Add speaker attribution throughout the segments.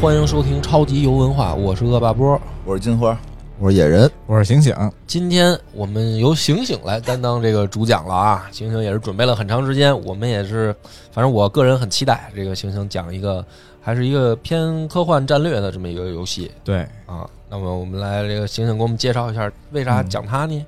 Speaker 1: 欢迎收听超级游文化，我是恶霸波。
Speaker 2: 我是金花，
Speaker 3: 我说野人，
Speaker 4: 我是醒醒，
Speaker 1: 今天我们由醒醒来担当这个主讲了啊，醒醒也是准备了很长时间，我们也是，反正我个人很期待这个醒醒讲一个还是一个偏科幻战略的这么一个游戏
Speaker 4: 对，
Speaker 1: 啊。那么我们来这个醒醒给我们介绍一下，为啥讲它呢？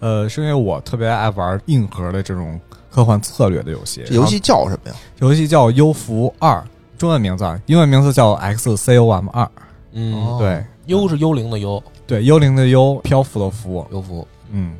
Speaker 4: 呃，是因为我特别爱玩硬核的这种科幻策略的游戏。
Speaker 3: 这游
Speaker 2: 啊
Speaker 3: 戏叫什么呀？
Speaker 4: 然后游戏叫《幽浮二》，中文名字啊，英文名字叫 XCOM 二。
Speaker 1: 嗯，
Speaker 3: 哦
Speaker 4: 对
Speaker 1: 幽是幽灵的幽，
Speaker 4: 对，幽灵的幽，漂浮的浮。
Speaker 1: 幽浮。
Speaker 4: 嗯，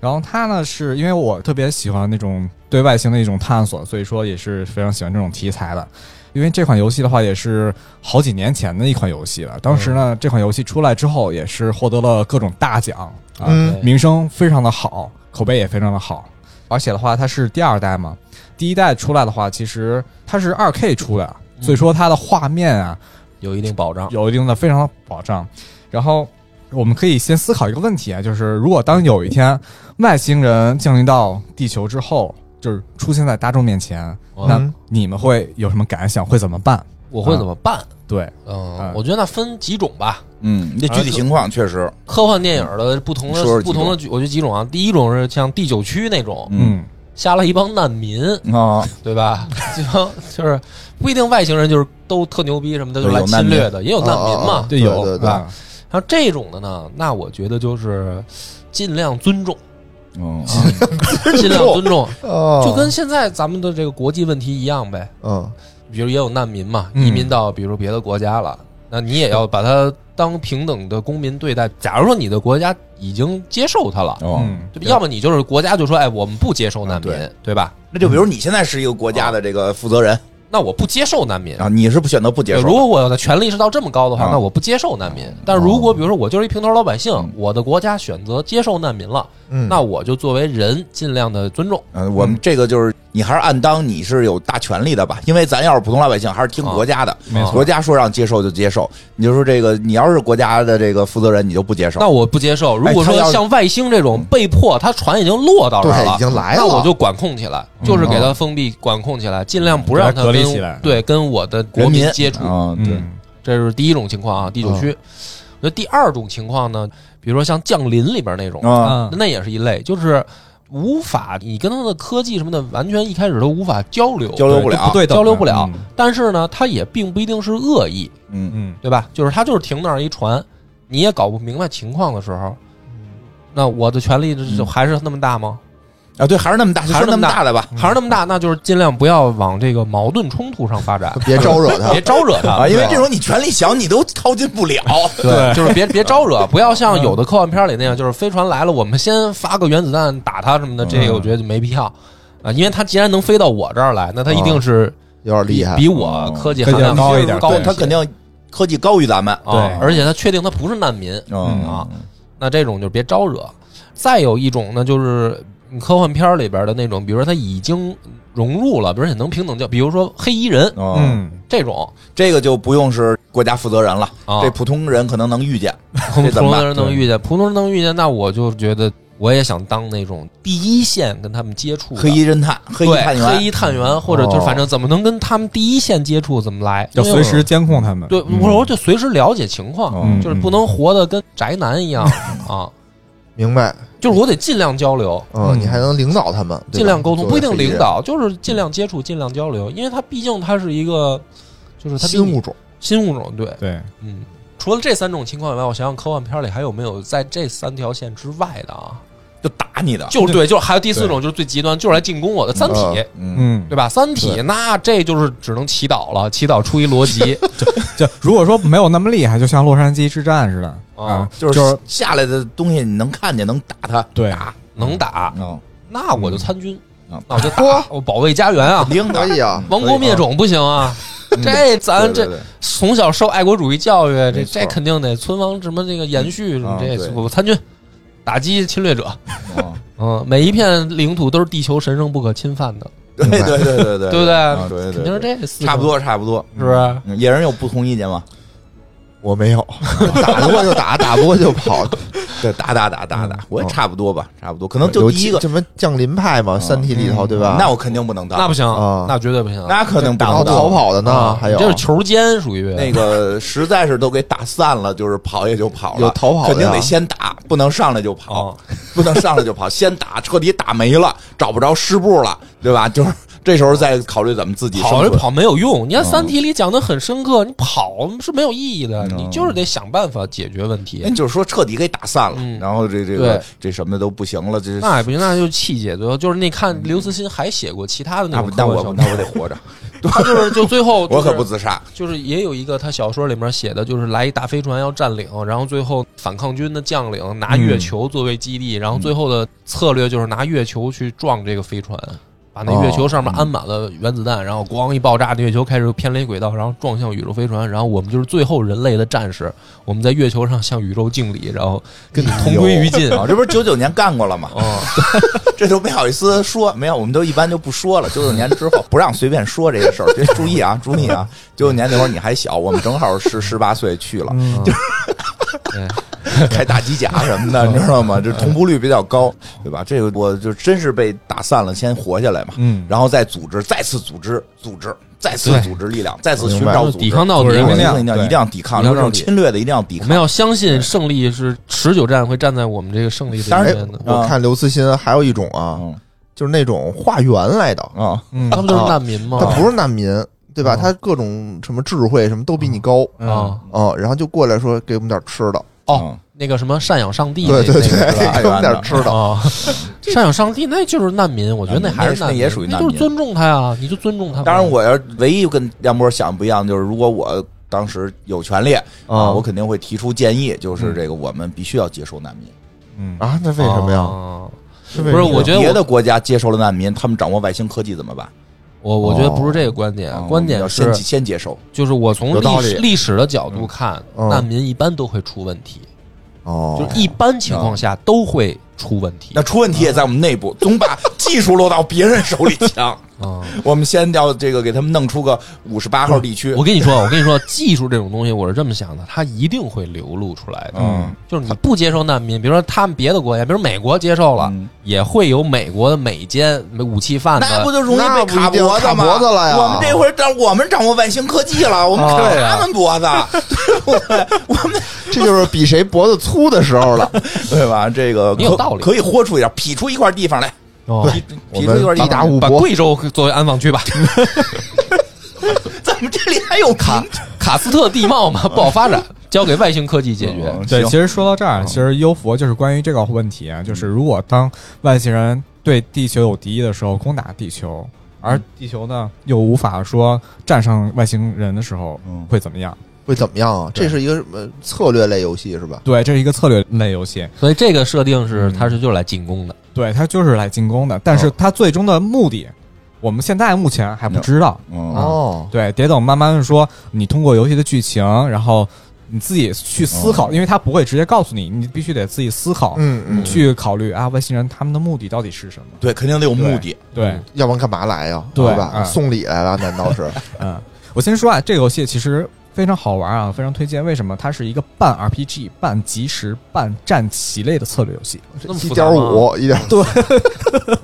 Speaker 4: 然后它呢，是因为我特别喜欢那种对外形的一种探索，所以说也是非常喜欢这种题材的。因为这款游戏的话，也是好几年前的一款游戏了。当时呢，这款游戏出来之后，也是获得了各种大奖啊，
Speaker 3: 嗯
Speaker 1: 对
Speaker 4: 名声非常的好，口碑也非常的好。而且的话，它是第二代嘛，第一代出来的话，其实它是二 K 出来，
Speaker 1: 嗯
Speaker 4: 所以说它的画面啊
Speaker 1: 有一定保障。
Speaker 4: 有一定的非常的保障。然后我们可以先思考一个问题啊，就是如果当有一天外星人降临到地球之后，就是出现在大众面前，
Speaker 1: 嗯
Speaker 4: 那你们会有什么感想？会怎么办？
Speaker 1: 我会怎么办？
Speaker 4: 对，
Speaker 1: 嗯
Speaker 4: 啊，
Speaker 1: 我觉得那分几种吧。
Speaker 2: 嗯，这具体情况确实，
Speaker 1: 科幻电影的不同
Speaker 2: 说说
Speaker 1: 的
Speaker 2: 几
Speaker 1: 不
Speaker 2: 种
Speaker 1: 同的，我觉得几种啊。第一种是像第九区那种，
Speaker 2: 嗯
Speaker 1: 杀了一帮难民，
Speaker 2: 啊，
Speaker 1: 对 吧？就就是不一定外星人就是都特牛逼什么的就
Speaker 2: 对
Speaker 1: 来
Speaker 2: 有难
Speaker 1: 侵
Speaker 2: 民哦
Speaker 1: 略的，也有难民嘛。
Speaker 3: 啊啊啊
Speaker 4: 对，有
Speaker 3: 对对
Speaker 4: 啊
Speaker 1: 然后这种的呢，那我觉得就是尽量尊 重，
Speaker 2: 嗯，
Speaker 1: 尽量尊重，
Speaker 3: 哦
Speaker 1: 就跟现在咱们的这个国际问题一样呗。
Speaker 3: 嗯
Speaker 1: 比如也有难民嘛，
Speaker 4: 嗯
Speaker 1: 移民到比如别的国家了，那你也要把他当平等的公民对待。假如说你的国家已经接受他了，
Speaker 2: 哦，
Speaker 4: 嗯，
Speaker 1: 对吧要么你就是国家就说，哎，我们不接受难民，
Speaker 2: 对
Speaker 1: 对吧？
Speaker 2: 那就比如你现在是一个国家的这个负责人
Speaker 1: 那我不接受难民。
Speaker 2: 啊，你是不选择不接
Speaker 1: 对嗯如
Speaker 2: 受，
Speaker 1: 果我的权利是到这么高的话，
Speaker 2: 啊
Speaker 1: 那我不接受难民。但如果比如说我就是一平头老百姓，我的国家选择接受难民了，
Speaker 3: 嗯，
Speaker 1: 那我就作为人尽量的尊重。
Speaker 2: 嗯，我们这个就是你还是按当你是有大权利的吧，因为咱要是普通老百姓，还是听国家
Speaker 1: 嗯
Speaker 2: 的，
Speaker 4: 没错
Speaker 2: 国，家说让接受就接受，你就说这个你要是国家的这个负责人，你就不接受
Speaker 1: 那，我不接受。如
Speaker 2: 哎
Speaker 1: 果
Speaker 2: 他
Speaker 1: 说
Speaker 2: 要是
Speaker 1: 像外星这种被迫，他船已经落到这儿
Speaker 3: 对，
Speaker 1: 了
Speaker 3: 已，经来
Speaker 1: 那
Speaker 3: 了，
Speaker 1: 我就管控起来，就是给他封闭、管控起来，尽量不让他
Speaker 4: 给他隔离
Speaker 1: 跟
Speaker 4: 起来
Speaker 1: 对跟我的国
Speaker 2: 人
Speaker 1: 民
Speaker 2: 民
Speaker 1: 接触。
Speaker 2: 啊，对，
Speaker 4: 嗯，
Speaker 1: 这是第一种情况啊，第九区。
Speaker 2: 嗯
Speaker 1: 那第二种情况呢，比如说像《降临》里边那种，
Speaker 2: 啊，
Speaker 4: 嗯
Speaker 1: 那也是一类，就是无法你跟他的科技什么的完全一开始都无法交流，
Speaker 2: 交流不了
Speaker 4: 就不对等的，
Speaker 1: 交流不啊了
Speaker 4: 嗯
Speaker 1: 但是呢，他也并不一定是恶意，
Speaker 2: 嗯，
Speaker 4: 嗯，
Speaker 1: 对吧？就是他就是停那儿一船，你也搞不明白情况的时候，那我的权利就
Speaker 2: 嗯
Speaker 1: 还是那么大吗？
Speaker 2: 啊，对，还是那么大，就
Speaker 1: 还是那
Speaker 2: 说那
Speaker 1: 么
Speaker 2: 么
Speaker 1: 大
Speaker 2: 大的吧，
Speaker 1: 还是那么大，那就是尽量不要往这个矛盾冲突上 发展，
Speaker 3: 别招惹他
Speaker 1: 别。招惹他
Speaker 2: 啊，因为这种你权力小，你都靠近不 了，
Speaker 1: 对，就是别别招 惹，不要
Speaker 4: 嗯
Speaker 1: 像有的科幻片里那样，就是飞船来了，我们先发个原子弹打它什么的，
Speaker 2: 嗯
Speaker 1: 这个我觉得就没必要啊，因为它既然能飞到我这儿来，那它一定是
Speaker 3: 有点嗯厉害，
Speaker 1: 比我科技含量
Speaker 4: 嗯科技高一点
Speaker 1: 高
Speaker 4: 对
Speaker 1: 些
Speaker 2: 嗯他肯定科技高于咱们，
Speaker 1: 啊
Speaker 4: 对
Speaker 1: 而且它确定它不是难民，
Speaker 2: 嗯
Speaker 1: 啊，那这种就别招惹。再有一种呢，就是科幻片里边的那种，比如说它已经融入了，比如也能平等交，比如说黑衣人
Speaker 2: 嗯，
Speaker 4: 嗯，
Speaker 1: 这种
Speaker 2: 这个就不用是国家负责人了，
Speaker 1: 啊，
Speaker 2: 这普通人可能能遇见。
Speaker 1: 普
Speaker 2: 这怎么办
Speaker 1: 通人能遇见，普通人能遇见，那我就觉得我也想当那种第一线跟他们接触的
Speaker 2: 黑衣侦探、黑衣
Speaker 1: 对
Speaker 2: 探
Speaker 1: 黑
Speaker 2: 员，
Speaker 1: 衣探员，或者就
Speaker 3: 哦
Speaker 1: 反正怎么能跟他们第一线接触，怎么来，
Speaker 4: 要
Speaker 1: 因
Speaker 4: 随
Speaker 1: 为
Speaker 4: 时监控他们。
Speaker 1: 对，
Speaker 4: 哦嗯
Speaker 1: 我说就随时了解情
Speaker 2: 哦
Speaker 1: 况，
Speaker 4: 嗯
Speaker 1: 就是不能活得跟宅男一样啊，
Speaker 3: 明白？
Speaker 1: 就是我得尽量交流。
Speaker 3: 嗯，
Speaker 4: 嗯
Speaker 3: 你还能领导他们，对吧
Speaker 1: 尽量沟通，
Speaker 3: 作
Speaker 1: 不
Speaker 3: 为
Speaker 1: 一定
Speaker 3: 黑衣
Speaker 1: 领
Speaker 3: 人
Speaker 1: 导，就是尽量接触，尽量交流，因为他毕竟他是一个，就是他比
Speaker 3: 新
Speaker 1: 你
Speaker 3: 物种，
Speaker 1: 新物种，对，
Speaker 4: 对，
Speaker 1: 嗯，除了这三种情况以外，我想想科幻片里还有没有在这三条线之外的啊？
Speaker 2: 就打你的，
Speaker 1: 就是对，就是还有第四种，就是最极端，就是来进攻我的《三体》
Speaker 3: 嗯
Speaker 2: 嗯，
Speaker 4: 嗯，
Speaker 1: 对吧？《三体》那这就是只能祈祷了，祈祷出一逻 辑
Speaker 4: 就如果说没有那么厉害，就像洛杉矶之战似的
Speaker 1: 啊
Speaker 4: 啊，
Speaker 2: 就是
Speaker 4: 就是
Speaker 2: 下来的东西你能看见，能打他，
Speaker 4: 对
Speaker 2: 打，
Speaker 1: 能打，
Speaker 2: 嗯，
Speaker 1: 那我就参军，
Speaker 2: 嗯
Speaker 1: 那我就打，我保卫家园 啊，
Speaker 2: 领导
Speaker 3: 可，以啊，
Speaker 1: 亡国灭种不行啊。这咱
Speaker 2: 嗯对
Speaker 1: 这
Speaker 2: 对对
Speaker 1: 从小受爱国主义教育，这
Speaker 2: 没错
Speaker 1: 这肯定得存亡什么这个延续什么
Speaker 2: 啊
Speaker 1: 这
Speaker 2: 对
Speaker 1: 我参军，打击侵略者，
Speaker 2: 嗯
Speaker 1: 嗯，每一片领土都是地球神圣不可侵犯的，
Speaker 2: 对对对对对
Speaker 1: 对不对
Speaker 2: 啊对
Speaker 1: 肯
Speaker 2: 对，
Speaker 1: 定是
Speaker 2: 对
Speaker 1: 这四种
Speaker 2: 差不，多差不多，
Speaker 1: 是不是？
Speaker 2: 嗯野人有不同意见吗？
Speaker 3: 我没有，
Speaker 2: 打不过就 打，打不过就
Speaker 3: 跑，
Speaker 2: 对，打打打打打，我也差不多吧，差不多，可能就
Speaker 3: 有
Speaker 2: 第一个，嗯
Speaker 3: 什么降临派嘛，三体里头对吧？
Speaker 2: 那我肯定不能
Speaker 1: 那
Speaker 2: 当，
Speaker 1: 不行
Speaker 3: 啊，
Speaker 1: 那绝对不行。
Speaker 2: 那可能
Speaker 3: 然
Speaker 2: 打
Speaker 3: 后
Speaker 2: 不嗯
Speaker 3: 逃
Speaker 2: 到。
Speaker 3: 跑的呢，还有
Speaker 1: 这是球奸，属于
Speaker 2: 那个实在是都给打散了，就是跑也就跑了，
Speaker 3: 有逃跑的呀
Speaker 2: 肯定得先打，不能上来就跑
Speaker 1: 哦，
Speaker 2: 不能上来就跑，先打，彻底打没了，找不着湿布了，对吧？就是这时候再考虑怎么自己生
Speaker 1: 跑是
Speaker 2: 存。嗯
Speaker 1: 跑没有用。你看《三体》里讲的很深刻，你跑是没有意义的，
Speaker 2: 嗯
Speaker 1: 你就是得想办法解决问题
Speaker 2: 哎。就是说彻底给打散了，
Speaker 1: 嗯
Speaker 2: 然后这这个这什么的都不行了，这
Speaker 1: 那也不行，那就气节。最后就是那看刘慈欣还写过其他的
Speaker 2: 那
Speaker 1: 种
Speaker 2: 不那
Speaker 1: 科幻小说，
Speaker 2: 我那我得活着，
Speaker 1: 他就是就最后就是
Speaker 2: 我可不自杀。
Speaker 1: 就是也有一个他小说里面写的，就是来一大飞船要占领，然后最后反抗军的将领拿月球作为基地，然
Speaker 3: 嗯
Speaker 1: 后最嗯后的策略就是拿月球去撞这个飞船，把那月球上面安满了原子弹，然后咣一爆炸，那月球开始偏离轨道，然后撞向宇宙飞船，然后我们就是最后人类的战士，我们在月球上向宇宙敬礼，然后跟你同归于 尽。
Speaker 2: 啊，这不是九九年干过了吗？
Speaker 1: 哦，
Speaker 2: 这都没好意思说，没有，我们都一般就不说了。九九年之后不让随便说这个事儿，这注意啊，注意啊！九九年那会儿你还小，我们正好是十八岁去了，
Speaker 4: 嗯
Speaker 1: 对
Speaker 2: 开大机甲什么的，你知道吗？这同步率比较高，对吧？这个我就真是被打散了，先活下来嘛，
Speaker 4: 嗯，
Speaker 2: 然后再组织，再次组织，组织，再次
Speaker 1: 对
Speaker 2: 组织力量，再次寻
Speaker 3: 明白
Speaker 2: 找组织，
Speaker 1: 抵抗到底
Speaker 2: 一
Speaker 4: 对
Speaker 2: 定
Speaker 4: 力
Speaker 2: 要
Speaker 4: 量
Speaker 2: 一定要一定要抵抗，
Speaker 1: 抵
Speaker 2: 就
Speaker 1: 抗到
Speaker 2: 是这种
Speaker 1: 底
Speaker 2: 侵略的一定要抵
Speaker 1: 我
Speaker 2: 抗
Speaker 1: 们。要相信胜利是持久战，会站在我们这个胜利的
Speaker 2: 当
Speaker 3: 啊
Speaker 1: 一
Speaker 2: 然
Speaker 1: 边的。
Speaker 3: 我看刘慈欣还有一种啊，
Speaker 2: 嗯
Speaker 3: 就是那种化缘来的，
Speaker 2: 啊，
Speaker 4: 嗯
Speaker 1: 他不就是难民吗？
Speaker 3: 他不是难民，对吧？
Speaker 2: 嗯
Speaker 1: 哦
Speaker 3: 他各种什么智慧什么都比你高
Speaker 1: 啊、哦
Speaker 3: 啊，然后就过来说给我们点吃的，
Speaker 2: 嗯
Speaker 1: 哦那个什么赡养上帝那，
Speaker 3: 对对
Speaker 1: 那个是吧
Speaker 3: 对，
Speaker 2: 吧
Speaker 3: 给我们点吃 的。
Speaker 1: 啊，赡养上帝那就是难民，我觉得那还是难
Speaker 2: 哦啊那
Speaker 1: 民，
Speaker 2: 也属于难民
Speaker 1: 那就是尊重他呀，你就尊重他吧。
Speaker 2: 当然，我要唯一跟梁波想不一样，就是如果我当时有权利
Speaker 1: 哦
Speaker 2: 啊，
Speaker 3: 啊
Speaker 2: 我肯定会提出建议，就是这个我们必须要接收难民。
Speaker 4: 嗯
Speaker 3: 啊，那为什么
Speaker 2: 哦
Speaker 3: 呀？
Speaker 1: 啊
Speaker 3: 是为
Speaker 1: 不是
Speaker 3: 什么呀
Speaker 1: 我觉得
Speaker 2: 别的国家接收了难民，他们掌握外星科技怎么办？
Speaker 1: 我我觉
Speaker 3: 哦
Speaker 1: 得不是这个观点
Speaker 2: 啊，
Speaker 1: 观
Speaker 2: 我们要
Speaker 1: 点
Speaker 2: 先
Speaker 1: 是
Speaker 2: 先接收，
Speaker 1: 就是我从
Speaker 3: 有道
Speaker 1: 历
Speaker 3: 理
Speaker 1: 史历史的角度看，
Speaker 3: 嗯
Speaker 1: 难民一般都会出问题，
Speaker 3: 哦
Speaker 1: 就，是一般情况下都会出问题
Speaker 2: 那。出问题也在我们 内部，总把技术落到别人手里强。
Speaker 1: 啊，
Speaker 2: 我们先要这个给他们弄出个五十八号地区
Speaker 1: 我。跟你说，我跟你说，技术这种东西，我是这么想的，它一定会流露出来的。
Speaker 2: 嗯，
Speaker 1: 就是你不接受难民，比如说他们别的国家，比如美国接受了，
Speaker 2: 嗯
Speaker 1: 也会有美国的美奸、武器贩子，
Speaker 2: 那不就容易被
Speaker 3: 那不一定
Speaker 2: 脖子吗？
Speaker 3: 卡脖子了呀
Speaker 2: 我们这会儿掌我们掌握外星科技了，我们卡
Speaker 1: 哦对呀啊
Speaker 2: 他们啊脖子，对不对？我们
Speaker 3: 这就是比谁脖子粗的时候 了。
Speaker 2: 对吧？这个
Speaker 1: 你有
Speaker 2: 可
Speaker 1: 道理
Speaker 2: 可以豁出一点，劈出一块地方来，
Speaker 1: 哦
Speaker 3: 我
Speaker 2: 劈出一块
Speaker 3: 们
Speaker 2: 地
Speaker 3: 地大
Speaker 2: 方来。
Speaker 3: 物
Speaker 1: 把
Speaker 3: 博，
Speaker 1: 贵州作为安放区 吧，
Speaker 2: 咱们这里还有卡
Speaker 1: 卡斯特地貌嘛不好 发展，交给外星科技解决。
Speaker 2: 嗯
Speaker 4: 对，其实说到这儿，其实优佛就是关于这个问题啊，
Speaker 2: 嗯
Speaker 4: 就是如果当外星人对地球有敌意的时候，攻打地球，
Speaker 2: 嗯
Speaker 4: 而地球呢又无法说战胜外星人的时候
Speaker 2: 嗯，
Speaker 4: 会怎么样？
Speaker 3: 会怎么样啊？这是一个什么策略类游戏是吧？
Speaker 4: 对，这是一个策略类游戏，
Speaker 1: 所以这个设定是
Speaker 4: 嗯
Speaker 1: 它是就是来进攻的，
Speaker 4: 对，它就是来进攻的，
Speaker 2: 嗯
Speaker 4: 但是它最终的目的，我们现在目前还不知道。
Speaker 2: 嗯，
Speaker 3: 哦，
Speaker 4: 对，得等慢慢的说，你通过游戏的剧情，然后你自己去思
Speaker 2: 嗯
Speaker 4: 考，因为它不会直接告诉你，你必须得自己思考。
Speaker 3: 嗯嗯，
Speaker 4: 去考虑啊，外星人他们的目的到底是什么？
Speaker 2: 对，肯定得有目的。
Speaker 4: 对，
Speaker 3: 要不然干嘛来呀？
Speaker 4: 对
Speaker 3: 吧？
Speaker 4: 嗯
Speaker 3: 送礼来了，难道 是？
Speaker 4: 嗯，我先说啊，这个游戏其实非常好玩啊，非常推荐。为什么？它是一个半 RPG、半即时、半战棋类的策略游戏。
Speaker 1: 那么
Speaker 3: 一
Speaker 1: 复
Speaker 3: 点
Speaker 1: 杂吗
Speaker 3: 五，一点
Speaker 4: 啊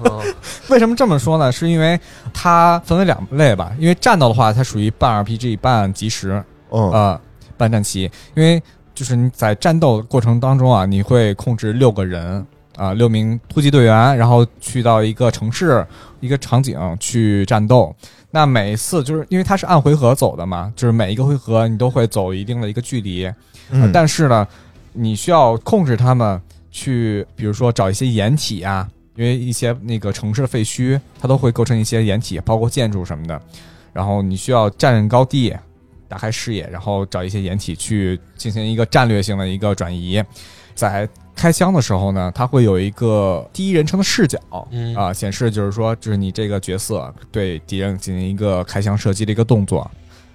Speaker 1: 嗯
Speaker 4: 为什么这么说呢？是因为它分为两类吧。因为战斗的话，它属于半 RPG、半即时，
Speaker 3: 嗯
Speaker 4: 呃，半战棋。因为就是你在战斗过程当中啊，你会控制六个人啊、六名突击队员，然后去到一个城市、一个场景去战斗。那每一次就是因为它是按回合走的嘛，就是每一个回合你都会走一定的一个距离，呃
Speaker 3: 嗯，
Speaker 4: 但是呢，你需要控制他们去，比如说找一些掩体啊，因为一些那个城市的废墟，它都会构成一些掩体，包括建筑什么的。然后你需要占高地，打开视野，然后找一些掩体去进行一个战略性的一个转移。在开枪的时候呢，它会有一个第一人称的视角啊、
Speaker 1: 嗯
Speaker 4: 显示就是说，就是你这个角色对敌人进行一个开枪射击的一个动作。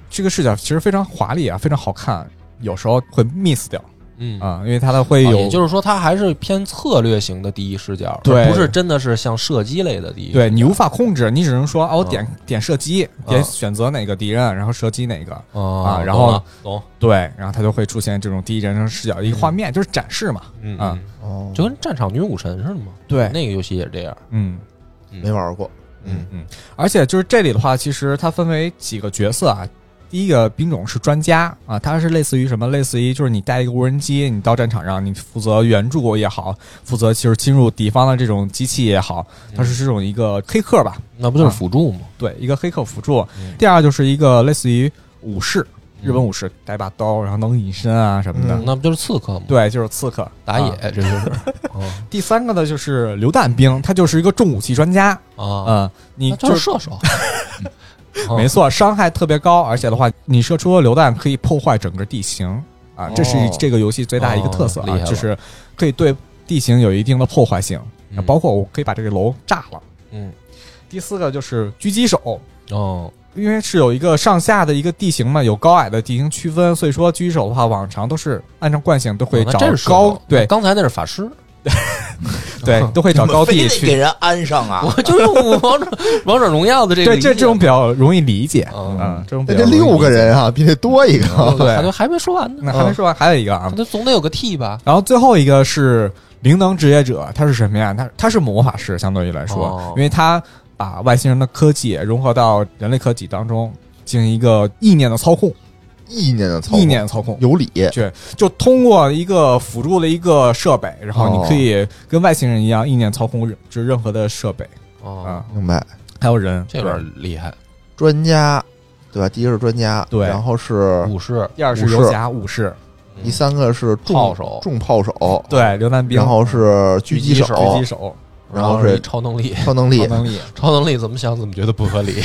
Speaker 4: 这个视角其实非常华丽啊，非常好看，有时候会 miss 掉，
Speaker 1: 嗯
Speaker 4: 啊，因为它的会
Speaker 1: 啊
Speaker 4: 有，
Speaker 1: 也就是说，它还是偏策略型的第一视角，
Speaker 4: 对
Speaker 1: 而不是真的是像射击类的第一视角。
Speaker 4: 对你无法控制，你只能说哦，我点点射击，点
Speaker 1: 嗯
Speaker 4: 选择哪个敌人，然后射击哪个。
Speaker 1: 啊
Speaker 4: 啊然后
Speaker 1: 懂了，
Speaker 4: 对，然后它就会出现这种第一人称视角的一个画面，就是展示嘛。
Speaker 1: 懂嗯
Speaker 4: 啊
Speaker 1: 嗯
Speaker 3: 哦，
Speaker 1: 就跟战场女武神似的嘛。
Speaker 4: 对
Speaker 1: 那个游戏也是这样。
Speaker 4: 嗯，
Speaker 3: 没玩过，
Speaker 4: 而且就是这里的话，其实它分为几个角色啊。第一个兵种是专家啊，它是类似于什么？类似于就是你带一个无人机，你到战场上，你负责援助也好，负责就是侵入敌方的这种机器也好，它是这种一个黑客吧？
Speaker 1: 嗯那不就是辅助吗？
Speaker 4: 对，一个黑客辅助
Speaker 1: 嗯。
Speaker 4: 第二就是一个类似于武士，日本
Speaker 1: 嗯
Speaker 4: 武士带把刀，然后能隐身啊什么的。
Speaker 3: 嗯
Speaker 1: 那不就是刺客吗？，
Speaker 4: 对，就是刺客
Speaker 1: 打野
Speaker 4: 啊
Speaker 1: 这就 是。哦
Speaker 4: 第三个呢，就是榴弹兵，他就是一个重武器专家。
Speaker 1: 啊，
Speaker 4: 嗯，你
Speaker 1: 那就
Speaker 4: 就是是
Speaker 1: 射手。哦
Speaker 4: 没错，伤害特别高，而且的话，你射出的榴弹可以破坏整个地形啊，这是
Speaker 3: 哦
Speaker 4: 这个游戏最大一个特色
Speaker 1: 哦厉
Speaker 4: 啊
Speaker 1: 害，了
Speaker 4: 就是可以对地形有一定的破坏性，啊
Speaker 1: 嗯
Speaker 4: 包括我可以把这个楼炸了。
Speaker 1: 嗯
Speaker 4: 第四个就是狙击手。
Speaker 1: 哦
Speaker 4: 因为是有一个上下的一个地形嘛，有高矮的地形区分，所以说狙击手的话，往常都是按照惯性都会
Speaker 1: 哦那
Speaker 4: 找
Speaker 1: 真是射
Speaker 4: 高，
Speaker 1: 手
Speaker 4: 对
Speaker 1: 刚才那是法师。
Speaker 4: 对，
Speaker 1: 哦
Speaker 4: 都会找高
Speaker 2: 怎
Speaker 4: 地
Speaker 2: 么非得 给
Speaker 4: 去。
Speaker 2: 人安上啊！
Speaker 1: 我就是 王者王者荣耀的这个
Speaker 4: 对，
Speaker 1: 理
Speaker 4: 这
Speaker 1: 解
Speaker 4: 这种比较容易理解，
Speaker 1: 嗯
Speaker 4: 嗯，这种比
Speaker 3: 那
Speaker 4: 较
Speaker 3: 这
Speaker 4: 容易
Speaker 3: 六个
Speaker 4: 理解，
Speaker 3: 人啊，比这多一个，
Speaker 1: 哦
Speaker 4: 对
Speaker 1: 还没还没说完呢，
Speaker 4: 那还没说完，还有一个啊，
Speaker 1: 那总得有个 T 吧？
Speaker 4: 然后最后一个是灵能职业者，他是什么呀？他他是魔法师，相对于来说，
Speaker 1: 哦
Speaker 4: 因为他把外星人的科技融合到人类科技当中，进行一个意念的操控，
Speaker 3: 意念的操控
Speaker 4: 意念操控。
Speaker 3: 有理，
Speaker 4: 就通过一个辅助的一个设备，然后你可以跟外星人一样意念操控任就是任何的设备
Speaker 1: 哦
Speaker 4: 啊，，
Speaker 3: 明白？
Speaker 4: 还有人。
Speaker 1: 这有点厉害。
Speaker 3: 专家，对吧？第一个是专家，
Speaker 4: 对
Speaker 3: 然后是
Speaker 1: 武士
Speaker 4: 第二是
Speaker 3: 武士
Speaker 4: 游侠武士，
Speaker 1: 嗯
Speaker 3: 第三个是重
Speaker 1: 炮手
Speaker 3: 重炮手，
Speaker 4: 对榴弹兵，
Speaker 3: 然后是狙击手，
Speaker 4: 狙击手，
Speaker 3: 然后是
Speaker 1: 一超能力，
Speaker 3: 超能力
Speaker 4: 超。能力。
Speaker 1: 超能力怎么想怎么觉得不合 理。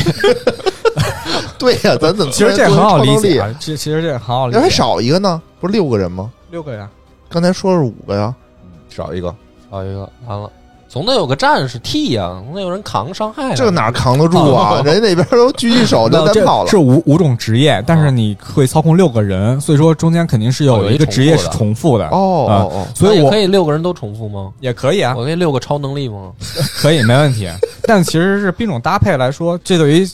Speaker 3: 对呀，咱怎么
Speaker 4: 其实这很好理解
Speaker 3: 超能力
Speaker 4: 啊，其其实这很好理
Speaker 3: 那还
Speaker 4: 解。
Speaker 3: 少一个呢，不是六个人吗？
Speaker 4: 六个呀，
Speaker 3: 刚才说是五个呀，
Speaker 2: 嗯少一个，
Speaker 1: 找一个哎完了，总得有个战士 T 呀、总得有人扛伤害、啊。
Speaker 3: 这哪扛得住啊？ 人家那边都狙击手
Speaker 4: 那
Speaker 3: 都
Speaker 4: 哦这
Speaker 3: 单炮了
Speaker 4: 是，五五种职业，但是你会操控六个人，所以说中间肯定是
Speaker 1: 哦有
Speaker 4: 有
Speaker 1: 一
Speaker 4: 一个职业是
Speaker 1: 重
Speaker 4: 重复的，啊
Speaker 3: 哦哦哦，
Speaker 4: 所以
Speaker 1: 那也
Speaker 4: 我
Speaker 1: 可以六个人都重复吗？
Speaker 4: 也可以啊，
Speaker 1: 我可以六个超能力 吗？
Speaker 4: 可以没问题。但其实是兵种搭配来说，这对于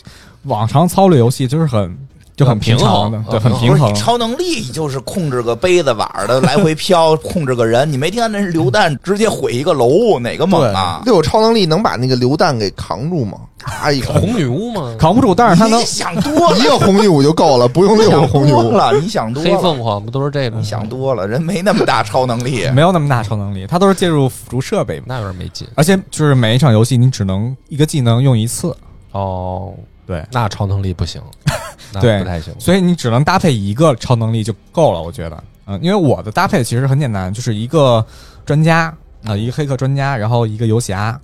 Speaker 4: 往常操略游戏就是很就很平常的
Speaker 1: 平，衡
Speaker 4: 对，
Speaker 1: 啊
Speaker 4: 很
Speaker 1: 平
Speaker 4: 平
Speaker 2: 不
Speaker 4: 衡
Speaker 2: 是。超能力就是控制个杯子碗的来回飘， 控制个人。你没听见那是榴弹直接毁一个楼，哪个猛啊？
Speaker 3: 六有超能力能把那个榴弹给扛住吗？哎呀，
Speaker 1: 红女巫吗？
Speaker 4: 扛不住，但是他能
Speaker 2: 你想多了
Speaker 3: 一，个红女巫就够了，不用
Speaker 2: 你
Speaker 3: 六个
Speaker 2: 想
Speaker 3: 红女
Speaker 2: 多
Speaker 3: 巫。
Speaker 2: 了，你想多
Speaker 1: 黑
Speaker 2: 了，
Speaker 1: 凤凰不都是这
Speaker 4: 嗯
Speaker 1: 种？
Speaker 2: 你想多了，人没那么大超能力。
Speaker 4: 没有那么大超能力，他都是借助辅助设备嘛。
Speaker 1: 那有点没劲
Speaker 4: 而且就是每一场游戏你只能一个技能用一次，
Speaker 1: 哦。
Speaker 4: 对，
Speaker 1: 那超能力不行， 那
Speaker 4: 对
Speaker 1: 不太行。
Speaker 4: 所以你只能搭配一个超能力就够了，我觉得。嗯，因为我的搭配其实很简单，就是一个专家啊、
Speaker 1: 嗯
Speaker 4: 一个黑客专家，然后一个游侠，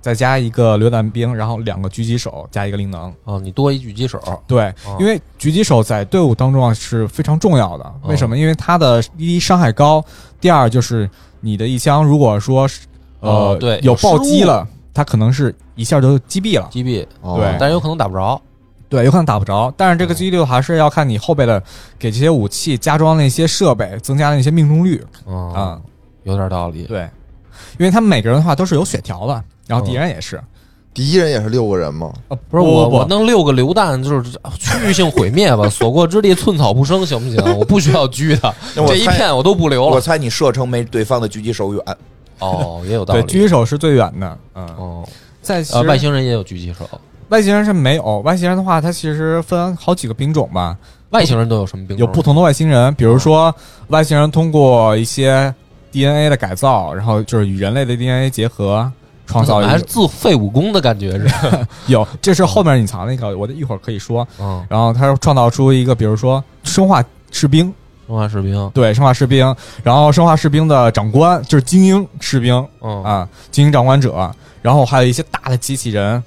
Speaker 4: 再加一个榴弹兵，然后两个狙击手加一个灵能。
Speaker 1: 哦，你多一狙击手，
Speaker 4: 对，
Speaker 1: 哦
Speaker 4: 因为狙击手在队伍当中啊是非常重要的。
Speaker 1: 哦
Speaker 4: 为什么？因为他的第一伤害高，第二就是你的一枪如果说是呃、
Speaker 1: 哦对
Speaker 4: 有
Speaker 1: 有失
Speaker 4: 暴击
Speaker 1: 误
Speaker 4: 了，他可能是一下就击毙了。
Speaker 1: 击毙，
Speaker 3: 哦
Speaker 1: 但是有可能打不着。
Speaker 4: 对，有可能打不着，但是这个几率还是要看你后备的给这些武器加装了一些设备，增加了一些命中率
Speaker 1: 嗯，
Speaker 4: 啊、
Speaker 1: 有点道理。
Speaker 4: 对，因为他们每个人的话都是有血条的，然后敌人也是。
Speaker 3: 第一人也是六个人吗？
Speaker 4: 呃，
Speaker 1: 哦不是我，我
Speaker 4: 我
Speaker 1: 弄六个榴弹就是 区域性毁灭吧，所过之地寸草不生，行不行？我不需要狙他，
Speaker 2: 那我
Speaker 1: 这一
Speaker 2: 猜
Speaker 1: 片我都不留
Speaker 2: 我
Speaker 1: 了。
Speaker 2: 猜你射程没对方的狙击手远，
Speaker 1: 哦，也有道
Speaker 4: 对狙
Speaker 1: 理。
Speaker 4: 击手是最远的，嗯，
Speaker 1: 哦，
Speaker 4: 在其
Speaker 1: 呃，
Speaker 4: 实
Speaker 1: 外星人也有狙击手，
Speaker 4: 外星人是没有，外星人的话，它其实分好几个兵种吧，
Speaker 1: 外星人都有什么兵种？哦
Speaker 4: 有不同的外星人，比如说外星人通过一些 DNA 的改造，然后就是与人类的 DNA 结合，创造
Speaker 1: 还
Speaker 4: 一
Speaker 1: 是
Speaker 4: 个
Speaker 1: 自废武功的感觉是？
Speaker 4: 有，这是后面隐藏那个，我一会儿可以说。
Speaker 1: 嗯，
Speaker 4: 然后他又创造出一个，比如说生化士兵，
Speaker 1: 生化士兵，
Speaker 4: 对，生化士兵，然后生化士兵的长官就是精英士兵
Speaker 1: 嗯，
Speaker 4: 啊，精英长官者，然后还有一些大的机器人。啊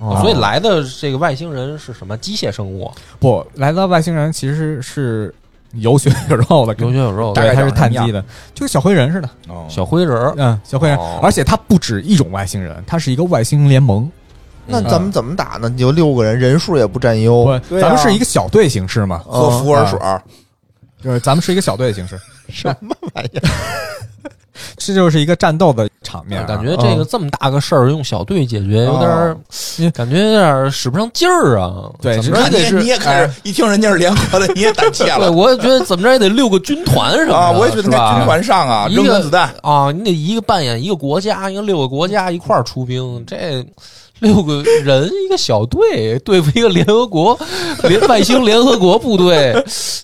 Speaker 1: 哦所以来的这个外星人是什么？机械生物，
Speaker 4: 不，来到外星人其实是有血有肉的，
Speaker 1: 有血有肉
Speaker 4: 大
Speaker 1: 的
Speaker 2: 对
Speaker 4: 概他是碳基的，就跟小灰人似的，
Speaker 1: 小灰人儿。
Speaker 4: 嗯，小灰人
Speaker 1: 哦，
Speaker 4: 而且它不止一种外星人，它是一个外星联盟，
Speaker 3: 那
Speaker 1: 嗯
Speaker 3: 咱们怎么打呢？你就六个人，人数也不占优。
Speaker 4: 哦
Speaker 2: 哦
Speaker 4: 我咱们是一个小队形式嘛，
Speaker 3: 嗯
Speaker 2: 喝福尔水，
Speaker 4: 就是咱们是一个小队的形式，
Speaker 3: 什么玩意儿？
Speaker 4: 这就是一个战斗的场面啊、
Speaker 1: 感觉这个
Speaker 4: 嗯
Speaker 1: 这么大个事儿用小队解决，有点儿
Speaker 4: 嗯
Speaker 1: 感觉有点儿使不上劲儿啊。
Speaker 4: 对
Speaker 1: 怎么着也
Speaker 2: 那
Speaker 4: 这
Speaker 1: 得
Speaker 2: 你
Speaker 1: 是
Speaker 2: 你也开始一听人家是联合的，你也胆怯
Speaker 1: 对，
Speaker 2: 了
Speaker 1: 我也觉得怎么着也得六个军团什么的
Speaker 2: 啊！我也觉得
Speaker 1: 是
Speaker 2: 应该
Speaker 1: 吧
Speaker 2: 军团上啊，
Speaker 1: 一
Speaker 2: 扔
Speaker 1: 个
Speaker 2: 原子弹，
Speaker 1: 啊，你得一个扮演一个国家，一个六个国家一块儿出
Speaker 2: 嗯
Speaker 1: 兵，这六个人一个小队对付一个联合国 联外星联合国部 队，